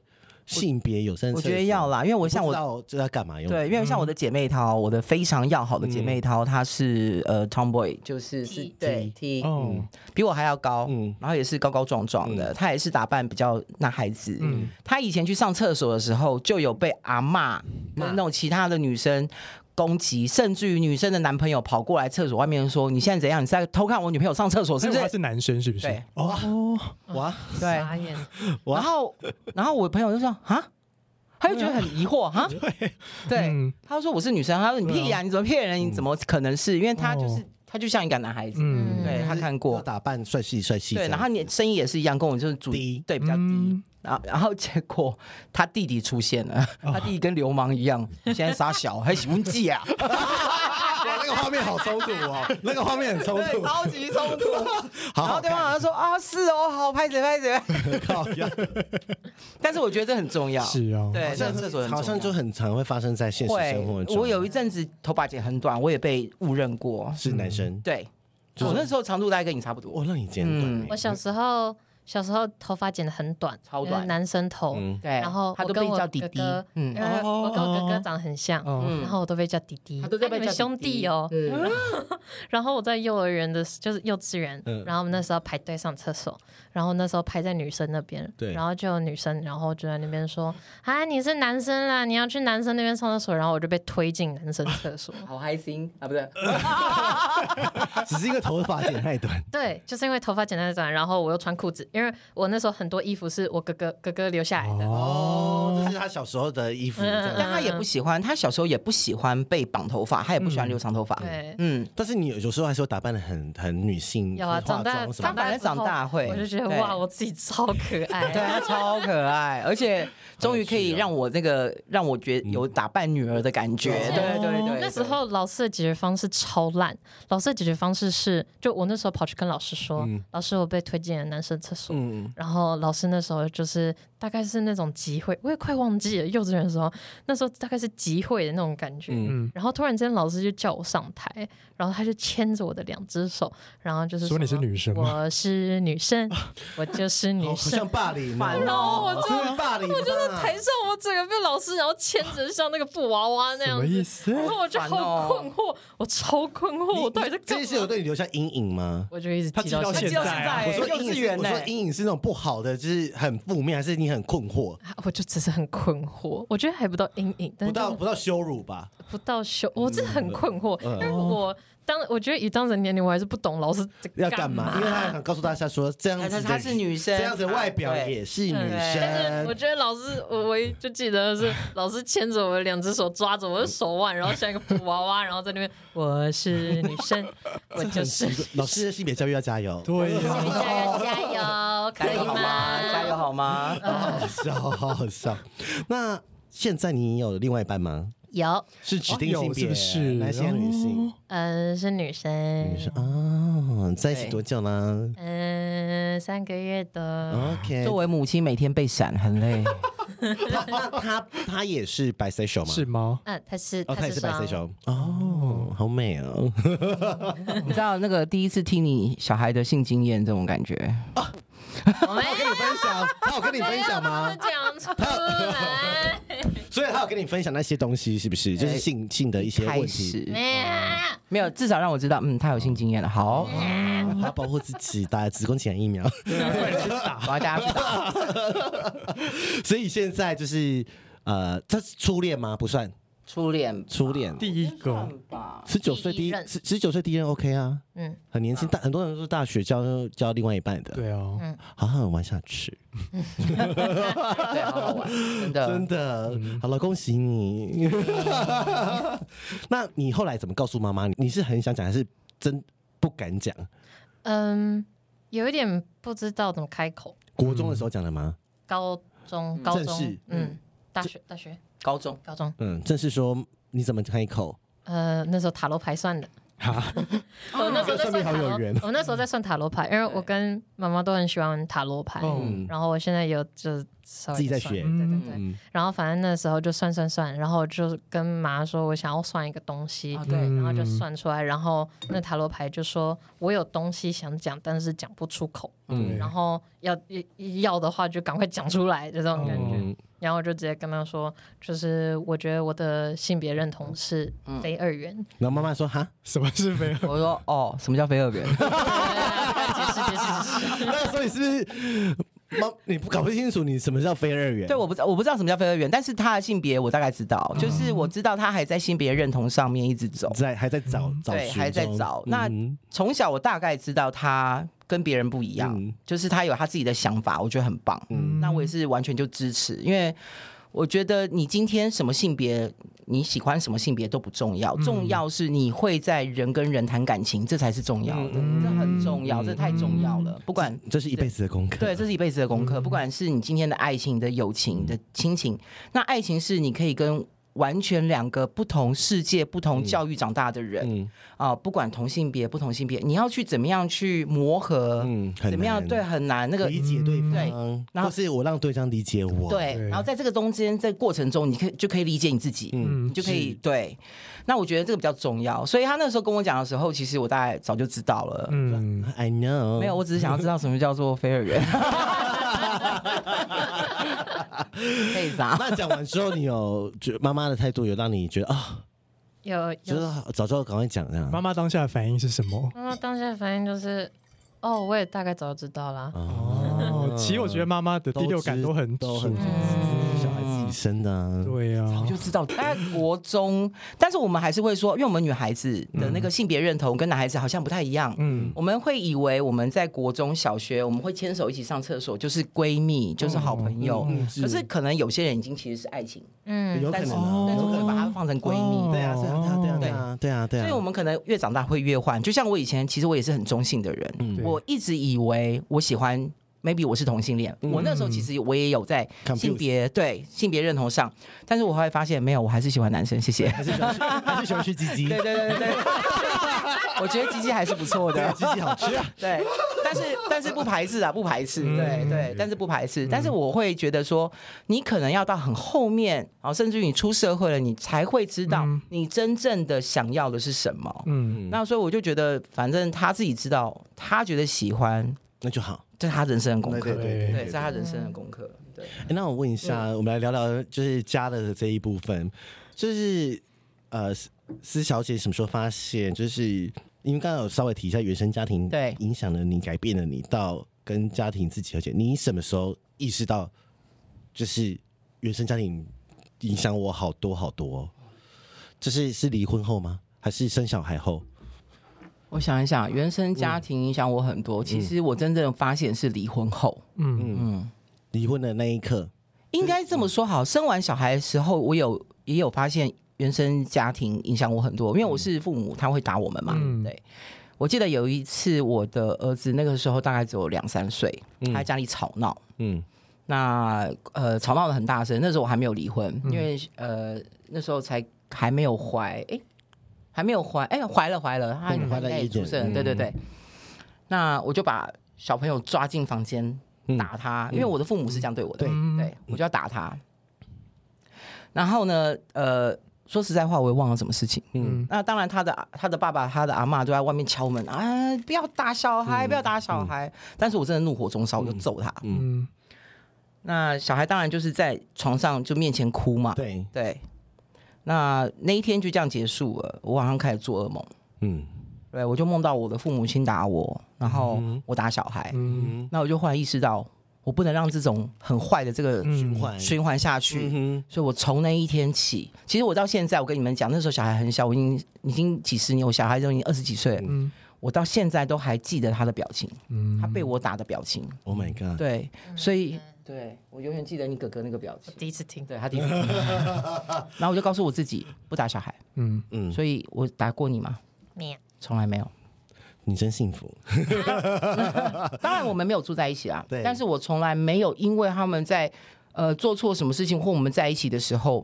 Speaker 1: 性别友善厕
Speaker 3: 我
Speaker 1: 所？
Speaker 3: 觉得要啦，因为我
Speaker 1: 不知
Speaker 3: 像我
Speaker 1: 道这要干嘛用？
Speaker 3: 对，因为像我
Speaker 1: 嗯
Speaker 3: 的姐妹淘，我的非常要好的姐妹淘，她是呃 tomboy，就是是
Speaker 4: T
Speaker 3: 对 T，
Speaker 2: 哦
Speaker 3: 比我还要高，
Speaker 1: 嗯
Speaker 3: 然后也是高高壮壮的，她也是打扮比较男孩子，
Speaker 2: 嗯
Speaker 3: 她以前去上厕所的时候，就有被阿嬷跟那种其他的女生。攻击，甚至于女生的男朋友跑过来厕所外面说：“你现在怎样？你是在偷看我女朋友上厕所是
Speaker 2: 所以
Speaker 3: 不
Speaker 2: 我还
Speaker 3: 是
Speaker 2: 是男生是不是？
Speaker 3: 对
Speaker 2: 哦，
Speaker 3: 嗯
Speaker 1: 哇，？”
Speaker 3: 对，
Speaker 4: 傻眼，
Speaker 1: 哇
Speaker 3: 然后，然后我朋友就说啊，他就觉得很疑惑啊，对，
Speaker 2: 嗯
Speaker 3: 他就说我是女生，他说你屁呀、你怎么骗人？你怎么可能是？因为他就是、
Speaker 2: 哦
Speaker 3: 他就像一个男孩子，
Speaker 2: 嗯
Speaker 3: 对他看过
Speaker 1: 要打扮帅气帅气这
Speaker 3: 对，
Speaker 1: 样子，
Speaker 3: 然后你声音也是一样，跟我就是主
Speaker 1: 低
Speaker 3: 对比较低。
Speaker 2: 嗯
Speaker 3: 然后，然后结果他弟弟出现了，他弟弟跟流氓一样，现在傻小，还喜欢记啊，
Speaker 1: 哇啊那个画面好冲突 哦，那个画面很冲
Speaker 3: 对，
Speaker 1: 突，
Speaker 3: 超级冲突。
Speaker 1: 好
Speaker 3: 然后
Speaker 1: 好
Speaker 3: 对方好像说啊，是哦，好，拍谁拍谁。
Speaker 1: 靠呀，但
Speaker 3: 但是我觉得这很重要，
Speaker 2: 是哦，
Speaker 3: 对，
Speaker 1: 好像
Speaker 3: 这个厕所很重要
Speaker 1: 好像就很常会发生在现实生活
Speaker 3: 会，
Speaker 1: 中。
Speaker 3: 我有一阵子头发剪很短，我也被误认过。哦
Speaker 1: 是男生，
Speaker 3: 对，我那时候长度大概跟你差不多。
Speaker 1: 我让你剪短
Speaker 3: 嗯
Speaker 1: 欸，
Speaker 4: 我小时候小时候头发剪得很短，
Speaker 3: 超短
Speaker 4: 就是男生头，
Speaker 1: 嗯
Speaker 3: 对，
Speaker 4: 然后
Speaker 3: 哎他
Speaker 4: 我
Speaker 3: 都
Speaker 4: 跟
Speaker 3: 被
Speaker 4: 我
Speaker 3: 叫弟
Speaker 4: 哥
Speaker 3: 弟
Speaker 4: 哥，，
Speaker 3: 嗯，
Speaker 4: 因为我跟我哥哥长得很像，
Speaker 2: 哦，
Speaker 3: 嗯
Speaker 4: 然后我都被叫弟弟，
Speaker 3: 他都在
Speaker 4: 哎
Speaker 3: 被
Speaker 4: 你
Speaker 3: 叫
Speaker 4: 们兄弟哦。
Speaker 3: 嗯，
Speaker 4: 然后我在幼儿园的时，就是幼稚园，
Speaker 1: 嗯
Speaker 4: 然后我们那时候排队上厕所，然后那时候排在女生那边，
Speaker 1: 对
Speaker 4: 然后就有女生，然后就在那边说啊，你是男生啦，你要去男生那边上厕所，然后我就被推进男生厕所。
Speaker 3: 好开心啊，不是，
Speaker 4: 嗯
Speaker 1: 嗯只是因为头发剪太短，
Speaker 4: 对，就是因为头发剪太短，然后我又穿裤子，因为我那时候很多衣服是我哥哥哥哥留下来的，
Speaker 1: 哦，这是他小时候的
Speaker 3: 嗯
Speaker 1: 衣服，这样子
Speaker 3: 但他也不喜欢，他小时候也不喜欢被绑头发，他也不喜欢留长头发，
Speaker 4: 对。
Speaker 3: 嗯，
Speaker 1: 但是你有时候还是会打扮的很很女性，
Speaker 4: 有啊，
Speaker 1: 就是化
Speaker 4: 长大
Speaker 1: 妆什么
Speaker 4: 长
Speaker 1: 的。
Speaker 4: 大
Speaker 3: 反正
Speaker 4: 之后
Speaker 3: 长大会
Speaker 4: 我就觉得
Speaker 3: 对
Speaker 4: 哇，我自己超可 爱。
Speaker 3: 对，啊她超可爱，而且终于可以让我那个让我觉有打扮女儿的感觉。
Speaker 1: 嗯
Speaker 3: 对对对，
Speaker 4: 那时候老师的解决方式超烂，老师的解决方式是，就我那时候跑去跟老师说，老师我被推进了男生厕所。
Speaker 1: 嗯，
Speaker 4: 然后老师那时候就是大概是那种集会，我也快忘记了幼稚园的时候，那时候大概是集会的那种感觉。
Speaker 2: 嗯
Speaker 4: 然后突然间老师就叫我上台，然后他就牵着我的两只手，然后就是
Speaker 2: 说你是女生吗
Speaker 4: 我是女生，我就是 女
Speaker 1: 好
Speaker 4: 生
Speaker 1: 像。霸凌
Speaker 3: 烦
Speaker 1: 哦，
Speaker 4: 哦 我
Speaker 1: 好
Speaker 4: 真的
Speaker 1: 像霸凌 吧，
Speaker 4: 我就在台上，我整个被老师然后牵着像那个布娃娃那
Speaker 2: 什
Speaker 4: 样
Speaker 2: 么
Speaker 4: 子，
Speaker 2: 意思？
Speaker 4: 然后我
Speaker 1: 哎
Speaker 4: 就
Speaker 1: 哦
Speaker 4: 好困惑，我超困惑，
Speaker 1: 你
Speaker 4: 我到底在
Speaker 1: 这
Speaker 4: 干
Speaker 1: 件事有
Speaker 4: 嘛？
Speaker 1: 对你留下阴影吗？
Speaker 4: 我就一直
Speaker 2: 他
Speaker 4: 记
Speaker 2: 记到
Speaker 4: 现
Speaker 2: 现在啊
Speaker 1: 我
Speaker 3: 我
Speaker 1: 说
Speaker 3: 说幼
Speaker 1: 阴影
Speaker 3: 稚
Speaker 1: 是，
Speaker 3: 园
Speaker 1: 我
Speaker 3: 呢
Speaker 1: 说，
Speaker 4: 欸
Speaker 1: 阴影是那种不好的，就是很负面，还是你很困惑？
Speaker 4: 在我就只是很困惑，我觉得还不到阴影，但
Speaker 1: 不
Speaker 4: 是
Speaker 1: 到
Speaker 4: 就是
Speaker 1: 不到羞辱吧？
Speaker 4: 不到羞，我真的很困惑，
Speaker 1: 嗯
Speaker 4: 因为我当我觉得以当时的年龄，我还是不懂老师 在
Speaker 1: 要干
Speaker 4: 干
Speaker 1: 嘛？因为他想告诉大家说，这样
Speaker 3: 她
Speaker 1: 子
Speaker 3: 是
Speaker 1: 的
Speaker 3: 她是女生，
Speaker 1: 这样子的外表也是女
Speaker 4: 但是我
Speaker 1: 生。
Speaker 4: 觉得老师，我唯一就记得是老师牵着我的两只手，抓着我的手腕，然后像一个布娃娃，然后在那边我是女生， 我
Speaker 1: 这
Speaker 4: 就
Speaker 1: 很
Speaker 4: 是
Speaker 1: 奇怪老师的性别教育要加 油，
Speaker 2: 对呀，
Speaker 4: 加油加油，可
Speaker 3: 加
Speaker 4: 以
Speaker 3: 油好吗？加油
Speaker 4: 吗？
Speaker 3: 好吗？
Speaker 4: 嗯
Speaker 1: 好好笑，好好笑。那现在你有另外一半吗？
Speaker 4: 有，
Speaker 1: 是指定性别，
Speaker 2: 哦有是不是哦
Speaker 1: 男性还是女性？
Speaker 4: 嗯，是女生，
Speaker 1: 女生啊，在一起多久呢
Speaker 4: 嗯，三个月的，
Speaker 1: ？OK，
Speaker 3: 作为母亲，每天被闪很累。
Speaker 1: 他那他他也是 bisexual 吗？
Speaker 2: 是吗？
Speaker 4: 嗯，她是，
Speaker 1: 哦，他也是
Speaker 4: 双
Speaker 1: bisexual 哦，好美哦。
Speaker 3: 你知道那个第一次听你小孩的性经验这种感觉，
Speaker 4: 我们
Speaker 1: 他有跟你分享，他有跟你分享吗？
Speaker 4: 讲出来，
Speaker 1: 所以他有跟你分享那些东西，是不是？就是性性哎的一些问
Speaker 3: 开
Speaker 1: 题，
Speaker 3: 始
Speaker 4: 没有啊
Speaker 3: 没有，至少让我知道，嗯，他有性经验了。好，
Speaker 1: 哦他保护自己打子宫颈癌疫苗，
Speaker 2: 啊
Speaker 3: 我要大家去打。
Speaker 1: 所以现在就是呃，这是初恋吗？不算
Speaker 3: 初恋
Speaker 1: 初恋，
Speaker 2: 第一个
Speaker 3: 吧，
Speaker 1: 十九岁
Speaker 4: 第
Speaker 1: 第
Speaker 4: 一
Speaker 1: 一
Speaker 4: 任
Speaker 1: 十十九岁第一任 OK 啊，
Speaker 4: 嗯，
Speaker 1: 很年轻，大很多人都是大学交交另外一半的，，
Speaker 2: 对啊，
Speaker 1: 好好玩下去，
Speaker 3: 对，好好玩，真的。
Speaker 1: 真的，好了，恭喜你。 那你后来怎么告诉妈妈？你是很想讲，还是真不敢讲？
Speaker 4: 嗯，有一点不知道怎么开口，
Speaker 1: 国中的时候讲的吗？
Speaker 4: 高中，高
Speaker 1: 正
Speaker 4: 中
Speaker 1: 式，
Speaker 4: 嗯，大学，大学，
Speaker 3: 高中
Speaker 4: 高中，
Speaker 1: 嗯，正是说你怎么开口？
Speaker 4: 呃，那时候塔罗牌算的。
Speaker 2: 哈，
Speaker 4: 我那时候在算
Speaker 1: 上面好
Speaker 4: 塔罗
Speaker 1: 有缘，哦
Speaker 4: 我那时候在算塔罗牌，因为我跟妈妈都很喜欢玩塔罗牌，
Speaker 2: 嗯
Speaker 4: 然后我现在有就稍微
Speaker 1: 自己在
Speaker 4: 算
Speaker 1: 学
Speaker 4: 对对对。
Speaker 1: 嗯，
Speaker 4: 然后反正那时候就算算算，然后我就跟妈说我想要算一个东西，
Speaker 3: 啊，对，
Speaker 4: 然后就算出来，然后那塔罗牌就说我有东西想讲，但是讲不出口，
Speaker 1: 嗯
Speaker 2: 对
Speaker 4: 然后要要的话就赶快讲出来就这种感觉。
Speaker 1: 嗯
Speaker 4: 然后我就直接跟他说，就是我觉得我的性别认同是非二元，
Speaker 1: 然后妈妈说哈，
Speaker 2: 什么是非？
Speaker 3: 我说哦，什么叫非二 元？
Speaker 4: 解 释解释解释。
Speaker 1: 那所以是不是妈，你不搞不清楚你什么叫非二元？啊
Speaker 3: 对，我不知道，我不知道什么叫非二元，但是他的性别我大概知道，就是我知道他还在性别认同上面一直走，
Speaker 1: 在还在找找
Speaker 3: 嗯对
Speaker 1: 寻
Speaker 3: 还在
Speaker 1: 中
Speaker 3: 找那
Speaker 1: 嗯
Speaker 3: 从小我大概知道他跟别人不一样，
Speaker 1: 嗯
Speaker 3: 就是他有他自己的想法，我觉得很棒。
Speaker 2: 嗯
Speaker 3: 那我也是完全就支持，因为我觉得你今天什么性别，你喜欢什么性别都不重要，
Speaker 1: 嗯
Speaker 3: 重要是你会在人跟人谈感情，这才是重要的，
Speaker 2: 嗯
Speaker 3: 这很重要，
Speaker 1: 嗯
Speaker 3: 这太重要了。不管
Speaker 1: 这是一辈子的嗯功课。
Speaker 3: 对，这是一辈子的功课。不管是你今天的爱情、你的友情、你的亲情，那爱情是你可以跟完全两个不同世界、不同教育长大的人啊、
Speaker 1: 嗯
Speaker 3: 不管同性别、不同性别，你要去怎么样去磨合，
Speaker 1: 嗯，很
Speaker 3: 怎么样
Speaker 1: 难
Speaker 3: 对很难那个
Speaker 1: 理解对
Speaker 3: 对
Speaker 1: 方，
Speaker 3: 然后
Speaker 1: 或是我让对方理解我，，
Speaker 3: 对，
Speaker 2: 对
Speaker 3: 然后在这个中间这个过程中，你可以就可以理解你自己，
Speaker 2: 嗯
Speaker 3: 你就可以对。那我觉得这个比较重要，所以他那时候跟我讲的时候，其实我大概早就知道了。
Speaker 2: 嗯，
Speaker 1: I know，
Speaker 3: 没有，我只是想要知道什么叫做飞儿 园。配啥？
Speaker 1: 那讲完之后，你有觉妈妈的态度有让你觉得啊，
Speaker 4: 有
Speaker 1: 就
Speaker 4: 有
Speaker 1: 是早知道赶快讲这样
Speaker 2: 妈。妈当下的反应是什么？
Speaker 4: 妈妈当下的反应就是，哦，我也大概早就知道啦。
Speaker 2: 哦，其实我觉得妈妈的第六感都很
Speaker 1: 啊都很
Speaker 2: 准
Speaker 3: 嗯
Speaker 1: 小孩自己生的啊，
Speaker 2: 对啊
Speaker 3: 我，就知道，大概国中，但是我们还是会说，因为我们女孩子的那个性别认同跟男孩子好像不太一样，
Speaker 2: 嗯
Speaker 3: 我们会以为我们在国中小学我们会牵手一起上厕所，就是闺蜜，就是好朋友。可是可能有些人已经其实是爱情，
Speaker 4: 嗯，
Speaker 1: 有可
Speaker 3: 但是
Speaker 1: 能
Speaker 2: 哦
Speaker 1: 啊，
Speaker 3: 但是
Speaker 1: 有
Speaker 3: 我
Speaker 1: 可
Speaker 3: 们把
Speaker 1: 能。
Speaker 3: 它放成闺蜜。
Speaker 1: 对啊，对啊，对啊，对啊，对啊，对啊。
Speaker 3: 所以，我们可能越长大会越换。就像我以前，其实我也是很中性的人，
Speaker 1: 嗯
Speaker 2: 对
Speaker 3: 我一直以为我喜欢，maybe 我是同性恋。我那时候其实我也有在
Speaker 1: 嗯 Confused
Speaker 3: 性别对性别认同上，但是我后来发现没有，我还是喜欢男生。谢谢。
Speaker 1: 还是喜欢吃，还是喜欢吃鸡鸡，对对对对，
Speaker 3: 我觉得鸡鸡还是不错的，
Speaker 1: 鸡鸡好吃啊。
Speaker 3: 对，但 是但是不排斥啊，不排斥，
Speaker 2: 嗯
Speaker 3: 对对，但是不排斥，但是我会觉得说，你可能要到很后面，然后甚至于你出社会了，你才会知道
Speaker 2: 嗯
Speaker 3: 你真正的想要的是什么。
Speaker 2: 嗯，
Speaker 3: 那所以我就觉得，反正他自己知道，他觉得喜欢，
Speaker 1: 那就好。
Speaker 3: 这是他人生的功课，
Speaker 2: 对对嗯
Speaker 3: 对，这是他人生的功课，对。
Speaker 1: 诶那我问一下，
Speaker 3: 嗯
Speaker 1: 我们来聊聊就是家的这一部分，就是呃，思思小姐什么时候发现，就是因为刚刚有稍微提一下原生家庭，
Speaker 3: 对
Speaker 1: 影响了你，改变了你，到跟家庭自己和解，你什么时候意识到，就是原生家庭影响我好多好多、哦？就是是离婚后吗？还是生小孩后？
Speaker 3: 我想一想，原生家庭影响我很
Speaker 2: 嗯
Speaker 3: 多。其实我真正发现是离婚后，嗯
Speaker 1: 离婚的那一刻，
Speaker 3: 应该这么
Speaker 1: 嗯
Speaker 3: 说好，生完小孩的时候，我有也有发现原生家庭影响我很多，因为
Speaker 1: 嗯
Speaker 3: 我是父母，他会打我们嘛。
Speaker 2: 嗯
Speaker 3: 对，我记得有一次我的儿子那个时候大概只有两三岁，他在家里吵闹，
Speaker 1: 嗯
Speaker 3: 那呃吵闹的很大声。那时候我还没有离婚，
Speaker 1: 嗯
Speaker 3: 因为呃那时候才还没有怀，哎、还没有怀，哎、怀了怀了，他
Speaker 1: 嗯怀了
Speaker 3: 应该也
Speaker 1: 一点嗯
Speaker 3: 出生了，对对对。那我就把小朋友抓进房间
Speaker 1: 嗯
Speaker 3: 打他，因为我的父母是这样对我的，
Speaker 2: 嗯
Speaker 3: 对我就要打他。然后呢，呃，说实在话，我也忘了什么事情。
Speaker 2: 嗯
Speaker 3: 嗯，那当然，他的他的爸爸、他的阿嬷都在外面敲门啊，不要打小孩，不要打小孩。但是我真的怒火中烧，我就揍他。
Speaker 2: 嗯
Speaker 3: 那小孩当然就是在床上就面前哭嘛。
Speaker 1: 对，
Speaker 3: 对，那那一天就这样结束了。我晚上开始做噩梦，
Speaker 1: 嗯
Speaker 3: 对我就梦到我的父母亲打我，然后我打小孩。
Speaker 2: 嗯，
Speaker 1: 嗯，
Speaker 3: 那我就忽然意识到，我不能让这种很坏的这个
Speaker 1: 循环，
Speaker 3: 循环下去。
Speaker 1: 嗯
Speaker 3: 所以我从那一天起，其实我到现在，我跟你们讲，那时候小孩很小，我已经已经几十年，我小孩都已经二十几岁了，
Speaker 2: 嗯
Speaker 3: 我到现在都还记得他的表情，
Speaker 2: 嗯
Speaker 3: 他被我打的表情。
Speaker 1: 哼，Oh my god，
Speaker 3: 对，所以对我永远记得你哥哥那个表 情。
Speaker 4: 第一次听，
Speaker 3: 对他第一次， 然后我就告诉我自己不打小孩，
Speaker 2: 嗯，
Speaker 1: 嗯，
Speaker 3: 所以我打过你吗？
Speaker 4: 没有
Speaker 3: 从来没有。
Speaker 1: 你真幸福，
Speaker 3: 当然我们没有住在一起啊，
Speaker 1: 对
Speaker 3: 但是我从来没有因为他们在呃做错什么事情或我们在一起的时候，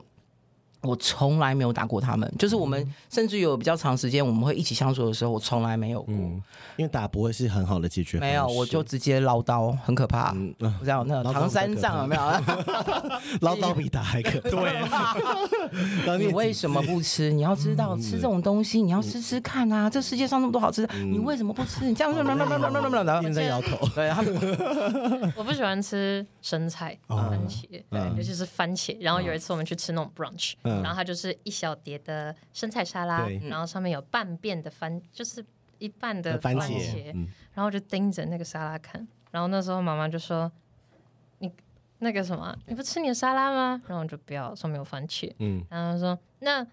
Speaker 3: 我从来没有打过他们。就是我
Speaker 1: 嗯
Speaker 3: 们甚至有比较长时间我们会一起相处的时候，我从来没有过，
Speaker 1: 嗯，因为打不会是很好的解决方式，
Speaker 3: 没有，我就直接唠叨，很可怕。
Speaker 1: 嗯啊
Speaker 3: 不知道那
Speaker 1: 唠叨
Speaker 3: 唐三藏有没啊 有？
Speaker 1: 唠叨比打还 可啊怕，对
Speaker 3: 你为什么不吃？你要知
Speaker 1: 嗯
Speaker 3: 道，吃这种东西你要吃吃看啊！这世界上那么多好吃的，
Speaker 1: 嗯
Speaker 3: 你为什么不吃？你这样子，
Speaker 1: 哦现在摇头？
Speaker 3: 对他们
Speaker 4: 我不喜欢吃生菜、番茄，
Speaker 1: 嗯
Speaker 4: 尤其是番茄。然后有一次我们去吃那种 brunch，
Speaker 1: 嗯
Speaker 4: 然后它就是一小碟的生菜沙拉
Speaker 1: 对，
Speaker 4: 然后上面有半遍的番，就是一半的
Speaker 1: 番
Speaker 4: 番
Speaker 1: 茄嗯
Speaker 4: 茄，然后我就盯着那个沙拉看。然后那时候妈妈就说：“你那个什么，你不吃你的沙拉吗？”然后我就不要，上面有番茄。
Speaker 1: 嗯
Speaker 4: 然后他说：“那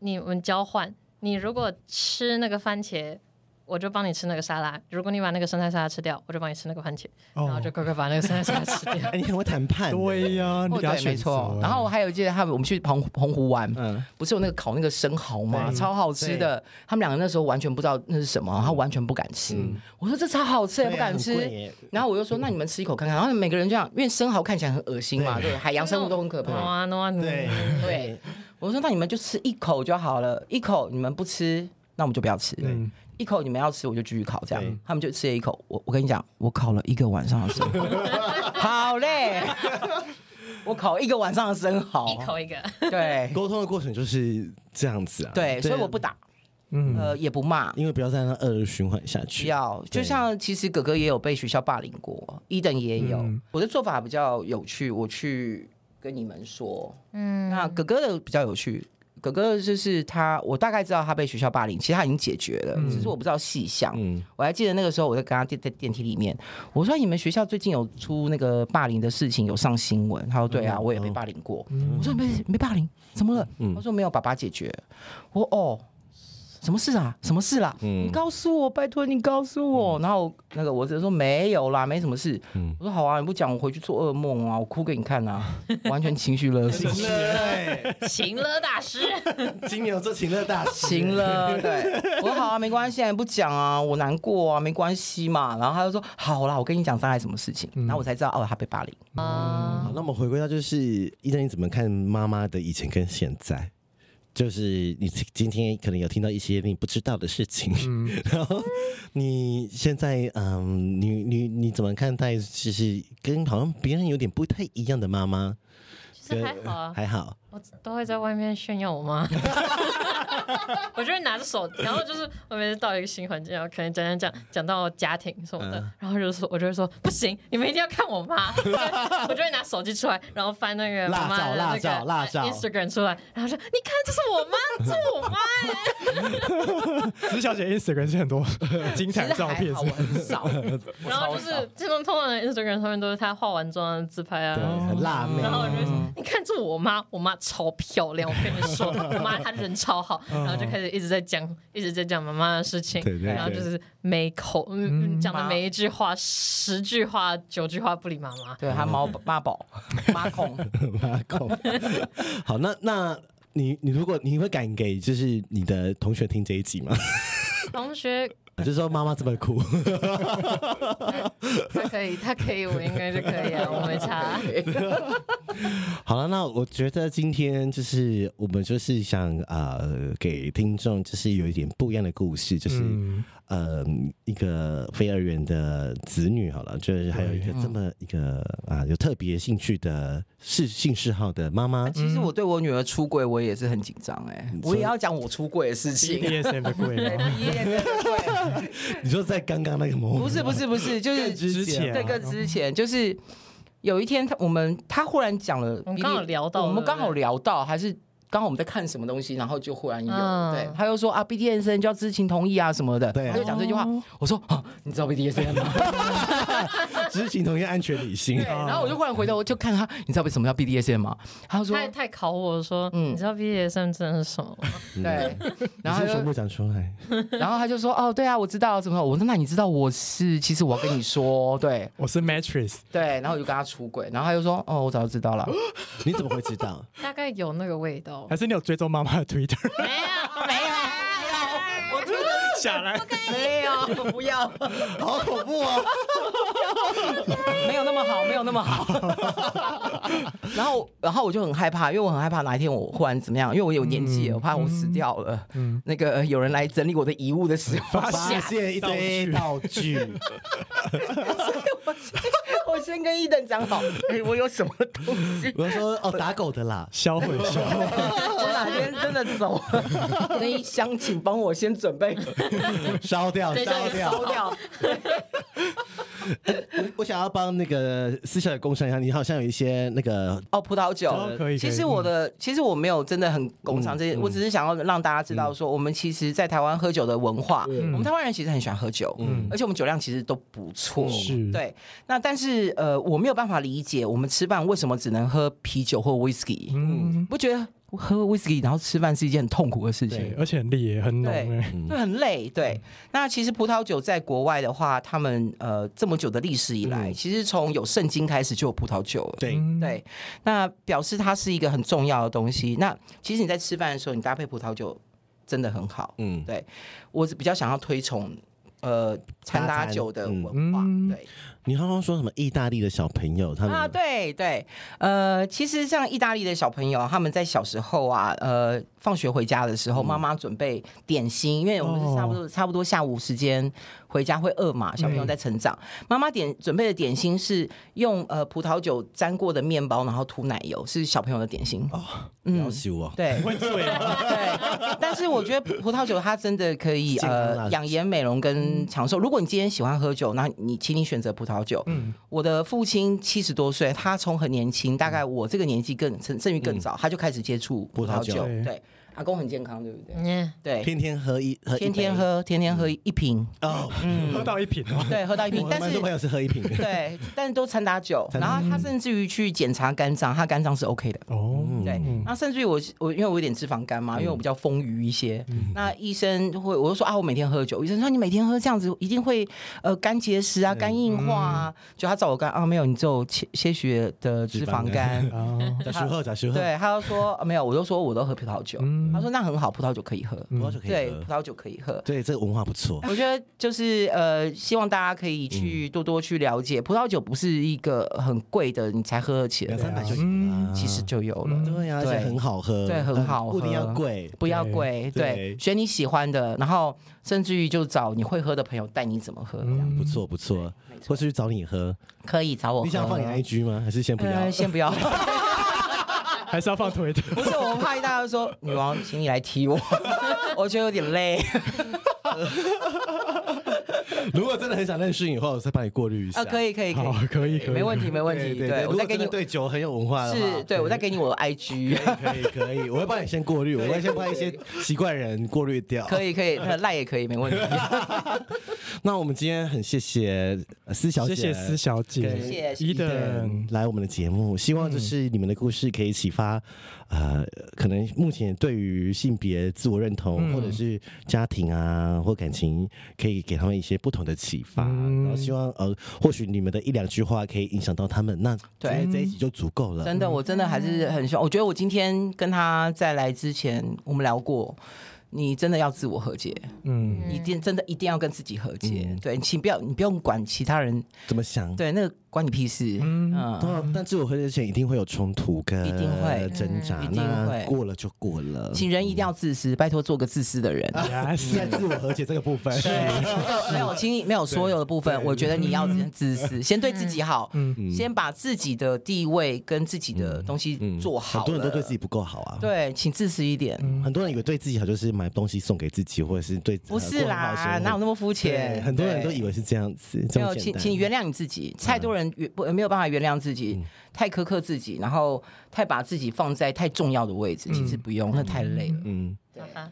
Speaker 4: 你们交换，你如果吃那个番茄，我就帮你吃那个沙拉；如果你把那个生菜沙拉吃掉，我就帮你吃那个番茄。”
Speaker 2: 哦
Speaker 4: 然后就乖乖把那个生菜沙拉吃掉。
Speaker 1: 哎，你很会谈判，
Speaker 2: 对，呀，你给他
Speaker 3: 对，没
Speaker 2: 选择
Speaker 3: 错。，然后我还有记得他们，我们去澎湖澎湖玩，
Speaker 1: 嗯，
Speaker 3: 不是有那个烤那个生蚝吗？超好吃的。他们两个那时候完全不知道那是什么，他完全不敢吃。我说这超好吃，
Speaker 1: 嗯对啊
Speaker 3: 不敢
Speaker 1: 很贵
Speaker 3: 吃。
Speaker 1: 耶
Speaker 3: 然后我又说，那你们吃一口看看。然后每个人这样，因为生蚝看起来很恶心嘛，对，海洋生物都很可
Speaker 4: 哇
Speaker 3: 怕。
Speaker 4: 哇哇！
Speaker 1: 对
Speaker 3: 对，我说那你们就吃一口就好了，一口你们不吃，那我们就不要吃。
Speaker 2: 嗯，
Speaker 3: 一口你们要吃，我就继续烤，这
Speaker 1: 对
Speaker 3: 样他们就吃了一口。我我跟你讲，我烤了一个晚上的生 蚝，好嘞，我烤一个晚上的生蚝，
Speaker 4: 一口一个，
Speaker 3: 对
Speaker 1: 沟通的过程就是这样子啊。
Speaker 3: 对，所以我不打，
Speaker 2: 嗯
Speaker 3: 呃，也不骂。
Speaker 1: 因为不要再让恶的循环下
Speaker 3: 不
Speaker 1: 去。
Speaker 3: 要，就
Speaker 1: 对
Speaker 3: 像其实哥哥也有被学校霸凌过，伊等也有。
Speaker 2: 嗯
Speaker 3: 我的做法比较有趣，我去跟你们说。
Speaker 4: 嗯，
Speaker 3: 那哥哥的比较有趣，哥哥就是他，我大概知道他被学校霸凌，其实他已经解决了，只是我不知道细项。
Speaker 1: 嗯，
Speaker 3: 我还记得那个时候，我在跟他电在电梯里面，我说你们学校最近有出那个霸凌的事情，有上新闻。他说对啊，我也被霸凌过。我说你没没霸凌，怎么了？他说没有，爸爸解决。我说哦，什么事啊？什么事啦？你告诉我，拜托你告诉我。然后那个我只是说没有啦，没什么事。我说好啊，你不讲，我回去做噩梦啊，我哭给你看啊，完全情绪勒索。
Speaker 1: 对，
Speaker 4: 行了，大师，
Speaker 1: 金牛座情乐大师，
Speaker 3: 行了，对我说好啊，没关系啊，你不讲啊，我难过啊，没关系嘛。然后他就说好啦，我跟你讲伤害什么事
Speaker 2: 嗯
Speaker 3: 情，然后我才知道哦，他被 霸凌。
Speaker 4: 啊，
Speaker 1: 好，那我们回归到就是医生，你怎么看妈妈的以前跟现在？就是你今天可能有听到一些你不知道的事情，
Speaker 4: 嗯
Speaker 1: 然后你现在嗯，你你你怎么看待？就是跟好像别人有点不太一样的妈妈，
Speaker 4: 其实还好啊，
Speaker 1: 还好，
Speaker 4: 我都会在外面炫耀 我妈。我就会拿着手，然后就是我每次到一个新环境，然后可能讲讲讲讲到家庭什么的，
Speaker 1: 嗯
Speaker 4: 然后就说，我就会说不行，你们一定要看我妈，我就会拿手机出来，然后翻那个
Speaker 1: 辣
Speaker 4: 妈妈
Speaker 1: 照
Speaker 4: 的那
Speaker 1: 辣照
Speaker 4: 个
Speaker 1: 辣照
Speaker 4: Instagram 出来，然后说你看这是我妈，这是我妈哎、
Speaker 2: 石小姐 Instagram 是很 多精
Speaker 3: 其
Speaker 2: 彩
Speaker 3: 实
Speaker 2: 的照
Speaker 3: 还
Speaker 2: 片
Speaker 3: 好，，我很少，我
Speaker 4: 然
Speaker 3: 超
Speaker 4: 后就是
Speaker 3: 少
Speaker 4: 这种通常的 Instagram 上面都是她化完妆的自拍啊，
Speaker 1: 对，很辣妹
Speaker 4: 然，后我就会说：“
Speaker 1: 嗯
Speaker 4: 你看，这我妈，我妈超漂亮，我跟你说，我妈她人超好。”然后就开始一直在讲，一直在讲妈妈的事情
Speaker 1: 嗯对，对
Speaker 4: 然后
Speaker 1: 对
Speaker 4: 就是每口嗯嗯讲的
Speaker 3: 妈
Speaker 4: 每一句话，十句话九句话不理妈妈。
Speaker 3: 对他猫妈 宝妈控，
Speaker 1: 妈控。 好，那那你你如果你会敢给就是你的同学听这一集吗？
Speaker 4: 同学，
Speaker 1: 就是说妈妈这么哭，
Speaker 4: 她可以，她可以，我应该就可以啊，我没差。
Speaker 1: 好了，那我觉得今天就是我们就是想呃给听众就是有一点不一样的故事，就是、
Speaker 2: 嗯
Speaker 1: 呃一个非二元的子女好了，就是还有一个这么一个啊、有特别兴趣的是性嗜好的妈 妈，
Speaker 3: 其实我对我女儿出柜，我也是很紧张哎，
Speaker 2: 嗯
Speaker 3: 我也要讲我出柜的事情。
Speaker 2: ，BDSM 的贵吗？
Speaker 1: 你说在刚刚那个模
Speaker 3: 不是 不是不是，就是
Speaker 2: 之前啊嗯
Speaker 3: 这个之前就是有一天他我们他忽然讲了，
Speaker 4: 我们刚好聊到
Speaker 3: 我们刚好
Speaker 4: 对不对
Speaker 3: 聊到，还是刚好我们在看什么东西，然后就忽然有，
Speaker 4: 嗯
Speaker 3: 对，他又说啊，BDSN 就要知情同意啊什么的，
Speaker 1: 对
Speaker 3: 他就讲这句话，
Speaker 4: 哦
Speaker 3: 我说啊，你知道 BDSN 吗？
Speaker 1: 知情同意安全理性
Speaker 3: 对，然后我就忽然回头，我就看他，你知道为什么叫 BDSN 吗？他说
Speaker 4: 她太考我说：“
Speaker 3: 嗯
Speaker 4: 你知道 BDSM 真的是什么吗
Speaker 3: 对， 然
Speaker 4: 嗯
Speaker 1: 然
Speaker 3: 后
Speaker 1: 后
Speaker 3: 他
Speaker 1: 全
Speaker 3: 就
Speaker 1: 部讲出 来，
Speaker 3: 然后他就说哦，对啊，我知道怎么，我说那你知道我是，其实我要跟你说，对
Speaker 2: 我是 Matrix，
Speaker 3: 对，然后我就跟他出轨，然后他就说哦，我早就知道 了。
Speaker 1: 你怎么会知 道？？”
Speaker 4: 大概有那个味道
Speaker 2: 还。是你有追踪妈妈的 Twitter？
Speaker 4: 没有，没有，
Speaker 2: 我真的下来，
Speaker 3: 没有，不要，
Speaker 1: 好恐怖哦！
Speaker 3: 没有那么好，没有那 么好。然后，然后我就很害怕，因为我很害怕哪一天我忽然怎么样，因为我有年
Speaker 1: 嗯
Speaker 3: 纪了，我怕我死掉了。那个呃有人来整理我的遗物的时候，
Speaker 1: 发现一堆道具，
Speaker 3: 我先跟伊登讲好，哎，我有什么东 西，
Speaker 1: 我说哦打狗的 啦，
Speaker 2: 销毁销毁，
Speaker 3: 我哪天真的走 了，那一箱请帮我先准备
Speaker 1: 烧掉
Speaker 4: 对
Speaker 1: 烧掉
Speaker 3: 收掉。
Speaker 1: 我我想要帮那个私下的工商一下，你好像有一些那个
Speaker 3: 哦，葡萄酒
Speaker 2: 哦可以
Speaker 3: 其
Speaker 2: 可以嗯
Speaker 3: 实我的，其实我没有真的很拱场这些，我只是想要让大家知道说，我们其实，在台湾喝酒的文化，我们台湾人其实很喜欢喝酒，而且我们酒量其实都不错。
Speaker 2: 嗯是
Speaker 3: 对。那但是呃，我没有办法理解，我们吃饭为什么只能喝啤酒或 whisky？
Speaker 2: 嗯，
Speaker 3: 不觉得喝 whisky 然后吃饭是一件很痛苦的事
Speaker 2: 对
Speaker 3: 情？
Speaker 2: 而且很烈耶，很浓
Speaker 3: 对
Speaker 2: 哎，，
Speaker 3: 对，很累。对，那其实葡萄酒在国外的话，他们呃这么久的历史以来，其实从有圣经开始就有葡萄酒了。
Speaker 1: 对
Speaker 2: 嗯，
Speaker 3: 对，那表示它是一个很重要的东西。那其实你在吃饭的时候，你搭配葡萄酒真的很好。
Speaker 1: 嗯
Speaker 3: 对我是比较想要推崇呃掺
Speaker 1: 搭
Speaker 3: 杂
Speaker 1: 餐
Speaker 3: 酒的
Speaker 1: 嗯
Speaker 3: 文化。
Speaker 2: 嗯
Speaker 3: 对，
Speaker 1: 你刚刚说什么意大利的小朋友他们
Speaker 3: 啊，对对，呃，其实像意大利的小朋友，他们在小时候啊，呃，放学回家的时
Speaker 1: 嗯
Speaker 3: 候，妈妈准备点心，因为我们是差不多、
Speaker 1: 哦
Speaker 3: 差不多下午时间回家会饿嘛，小
Speaker 1: 嗯
Speaker 3: 朋友在成长，妈妈点准备的点心是用呃葡萄酒沾过的面包，然后涂奶油，是小朋友的点心。
Speaker 1: 哦不要羞哦，
Speaker 3: 对，
Speaker 2: 会醉吗？
Speaker 3: 对，但是我觉得葡萄酒它真的可以
Speaker 1: 健康啦
Speaker 3: 呃养颜美容跟长寿。如果你今天喜欢喝酒，那你请你选择葡萄酒。
Speaker 2: 嗯
Speaker 3: 我的父亲七十多岁，他从很年轻，大概我这个年纪更甚甚至更早，他就开始接触葡萄
Speaker 1: 嗯葡
Speaker 3: 酒
Speaker 1: 萄
Speaker 2: 酒。
Speaker 3: 对，阿公很健康，对不对？
Speaker 4: 嗯
Speaker 3: 对，
Speaker 1: 天天喝一喝一
Speaker 3: 天天
Speaker 1: 杯
Speaker 3: 喝，天天喝一瓶，嗯
Speaker 1: 哦，
Speaker 2: 喝到一瓶哦。
Speaker 3: 对，喝到一瓶
Speaker 1: 我，
Speaker 3: 但
Speaker 1: 蛮
Speaker 3: 是
Speaker 1: 多朋友是喝一瓶，
Speaker 3: 对，但是都掺杂酒。然后他甚至于去检查肝脏，他肝脏是 OK 的。
Speaker 2: 哦，
Speaker 3: 对，
Speaker 1: 嗯
Speaker 3: 那甚至于我我因为我有点脂肪肝嘛，因为我比较丰腴一些，
Speaker 1: 嗯
Speaker 3: 那医生会我就说啊，我每天喝酒，医生说你每天喝这样子一定会呃肝结石啊、肝硬化啊，就他照我肝啊，没有，你只有些些许的脂肪
Speaker 1: 脂肪
Speaker 3: 肝
Speaker 1: 肝。
Speaker 2: 啊，
Speaker 1: 假熟喝假熟喝，
Speaker 3: 对，他就说、啊没有，我就说我都喝葡萄酒，
Speaker 2: 嗯
Speaker 3: 他说那很好，葡萄酒可以喝，
Speaker 1: 葡萄酒嗯可以
Speaker 3: 对，
Speaker 1: 喝
Speaker 3: 葡，萄酒可以喝。
Speaker 1: 对，这个文化不错，
Speaker 3: 我觉得就是呃，希望大家可以去多多去了解，葡萄酒不是一个很贵的，你才喝得起
Speaker 1: 两
Speaker 3: 的，
Speaker 1: 三百就有
Speaker 2: 嗯
Speaker 1: 了，
Speaker 3: 其实就有了。
Speaker 1: 对啊，而且
Speaker 3: 对
Speaker 1: 很好喝，
Speaker 3: 对很
Speaker 1: 嗯
Speaker 3: 好
Speaker 1: 不一定
Speaker 3: 喝
Speaker 1: 要贵，
Speaker 3: 不要
Speaker 2: 对
Speaker 3: 贵，对
Speaker 1: 对，
Speaker 3: 选你喜欢的，然后甚至于就找你会喝的朋友带你怎么喝，这样
Speaker 1: 不错不错，或是去找你喝，
Speaker 3: 可以找我喝。
Speaker 1: 嗯你想放你 IG 吗？还是先不要
Speaker 3: 呃，？先 不要，
Speaker 2: 还是要放推特。
Speaker 3: 不是我怕大家说女王，请你来踢我，我觉得有 点累。
Speaker 1: 如果真的很想认识你的话，我再帮你过滤一下。
Speaker 3: 啊，可以可以可
Speaker 2: 好
Speaker 3: 以，，
Speaker 2: 可以可以，
Speaker 3: 没问题没问
Speaker 1: 对
Speaker 3: 题，
Speaker 1: 对对，
Speaker 3: 对我
Speaker 1: 如果
Speaker 3: 再给
Speaker 1: 真的
Speaker 3: 你
Speaker 1: 对酒很有文化的话，
Speaker 3: 是，对我再给你我的 IG，
Speaker 1: 可以可以，我会帮你先 过滤，我会先把一些奇怪人过滤掉。
Speaker 3: 可以可以， 那赖也可以，没问题。
Speaker 1: 那我们今天很谢谢呃思小姐，
Speaker 2: 谢谢思小姐，
Speaker 3: 谢谢
Speaker 2: 伊登，
Speaker 1: 来我们的节目，希望就是你们的故事可以启发，呃，可能目前对于性别自我认
Speaker 2: 嗯
Speaker 1: 同，或者是家庭啊或感情，可以给他们一些不同的启发。
Speaker 2: 嗯
Speaker 1: 然后希望呃，或许你们的一两句话可以影响到他们，那
Speaker 3: 对
Speaker 1: 今天这一集就足够了。
Speaker 3: 真的，我真的还是很希望。我觉得我今天跟他在来之前，我们聊过，你真的要自我和解，
Speaker 2: 嗯，
Speaker 3: 一定真的一定要跟自己和解。
Speaker 1: 嗯
Speaker 3: 对，请不要你不用管其他人，
Speaker 1: 怎么想？
Speaker 3: 对，那个关你屁事。
Speaker 2: 嗯
Speaker 1: 当然，
Speaker 3: 嗯，
Speaker 1: 啊但自我和解之前一定会有冲突跟
Speaker 3: 一定会
Speaker 1: 挣扎，
Speaker 3: 嗯一定
Speaker 1: 那
Speaker 3: 会
Speaker 1: 过了就过了。
Speaker 3: 请人一定要自私，拜托做个自私 的人。
Speaker 2: Yes，
Speaker 1: 在自我和解这个部分，
Speaker 3: 对，没有，请你没有所有的部分，我觉得你要
Speaker 1: 嗯
Speaker 3: 先自私，先对自己好，先把自己的地位跟自己的东西做
Speaker 1: 嗯
Speaker 3: 好。
Speaker 1: 很多人都对自己，不嗯够好啊。
Speaker 3: 对，请自私一点。
Speaker 2: 嗯
Speaker 1: 很多人以为对自己好就是买东西送给自己，或者是对呃
Speaker 3: 不是啦，哪有那么肤
Speaker 1: 对，
Speaker 3: 浅？
Speaker 1: 很多人都
Speaker 3: 对
Speaker 1: 以为是这样子，这
Speaker 3: 没
Speaker 1: 么
Speaker 3: 有，
Speaker 1: 简
Speaker 3: 请
Speaker 1: 单。
Speaker 3: 请原谅你自己，太多人原不呃没有办法原谅自己，太苛刻自己，然后太把自己放在太重要的位置，其实不用，那太累了。
Speaker 1: 嗯，
Speaker 4: 啊
Speaker 3: 嗯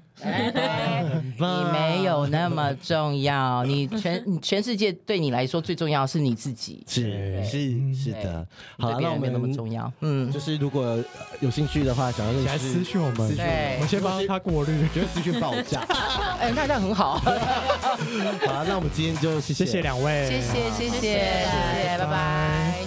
Speaker 3: 你没有那么重要，你全你全世界对你来说最重要的是你自己，
Speaker 1: 是是是的。好了，
Speaker 3: 对别
Speaker 1: 那我
Speaker 3: 人没
Speaker 1: 们
Speaker 3: 那么重要。嗯，
Speaker 1: 就是如果呃有兴趣的话，想要认
Speaker 2: 你来
Speaker 1: 识
Speaker 2: 私讯我们，
Speaker 3: 对
Speaker 2: 我们先帮他过滤。
Speaker 1: 觉得资讯爆 炸。
Speaker 3: 哎，那这样很好，
Speaker 1: 好了，那我们今天就谢
Speaker 2: 谢谢两位，
Speaker 3: 谢谢谢谢谢谢，拜拜
Speaker 2: 拜。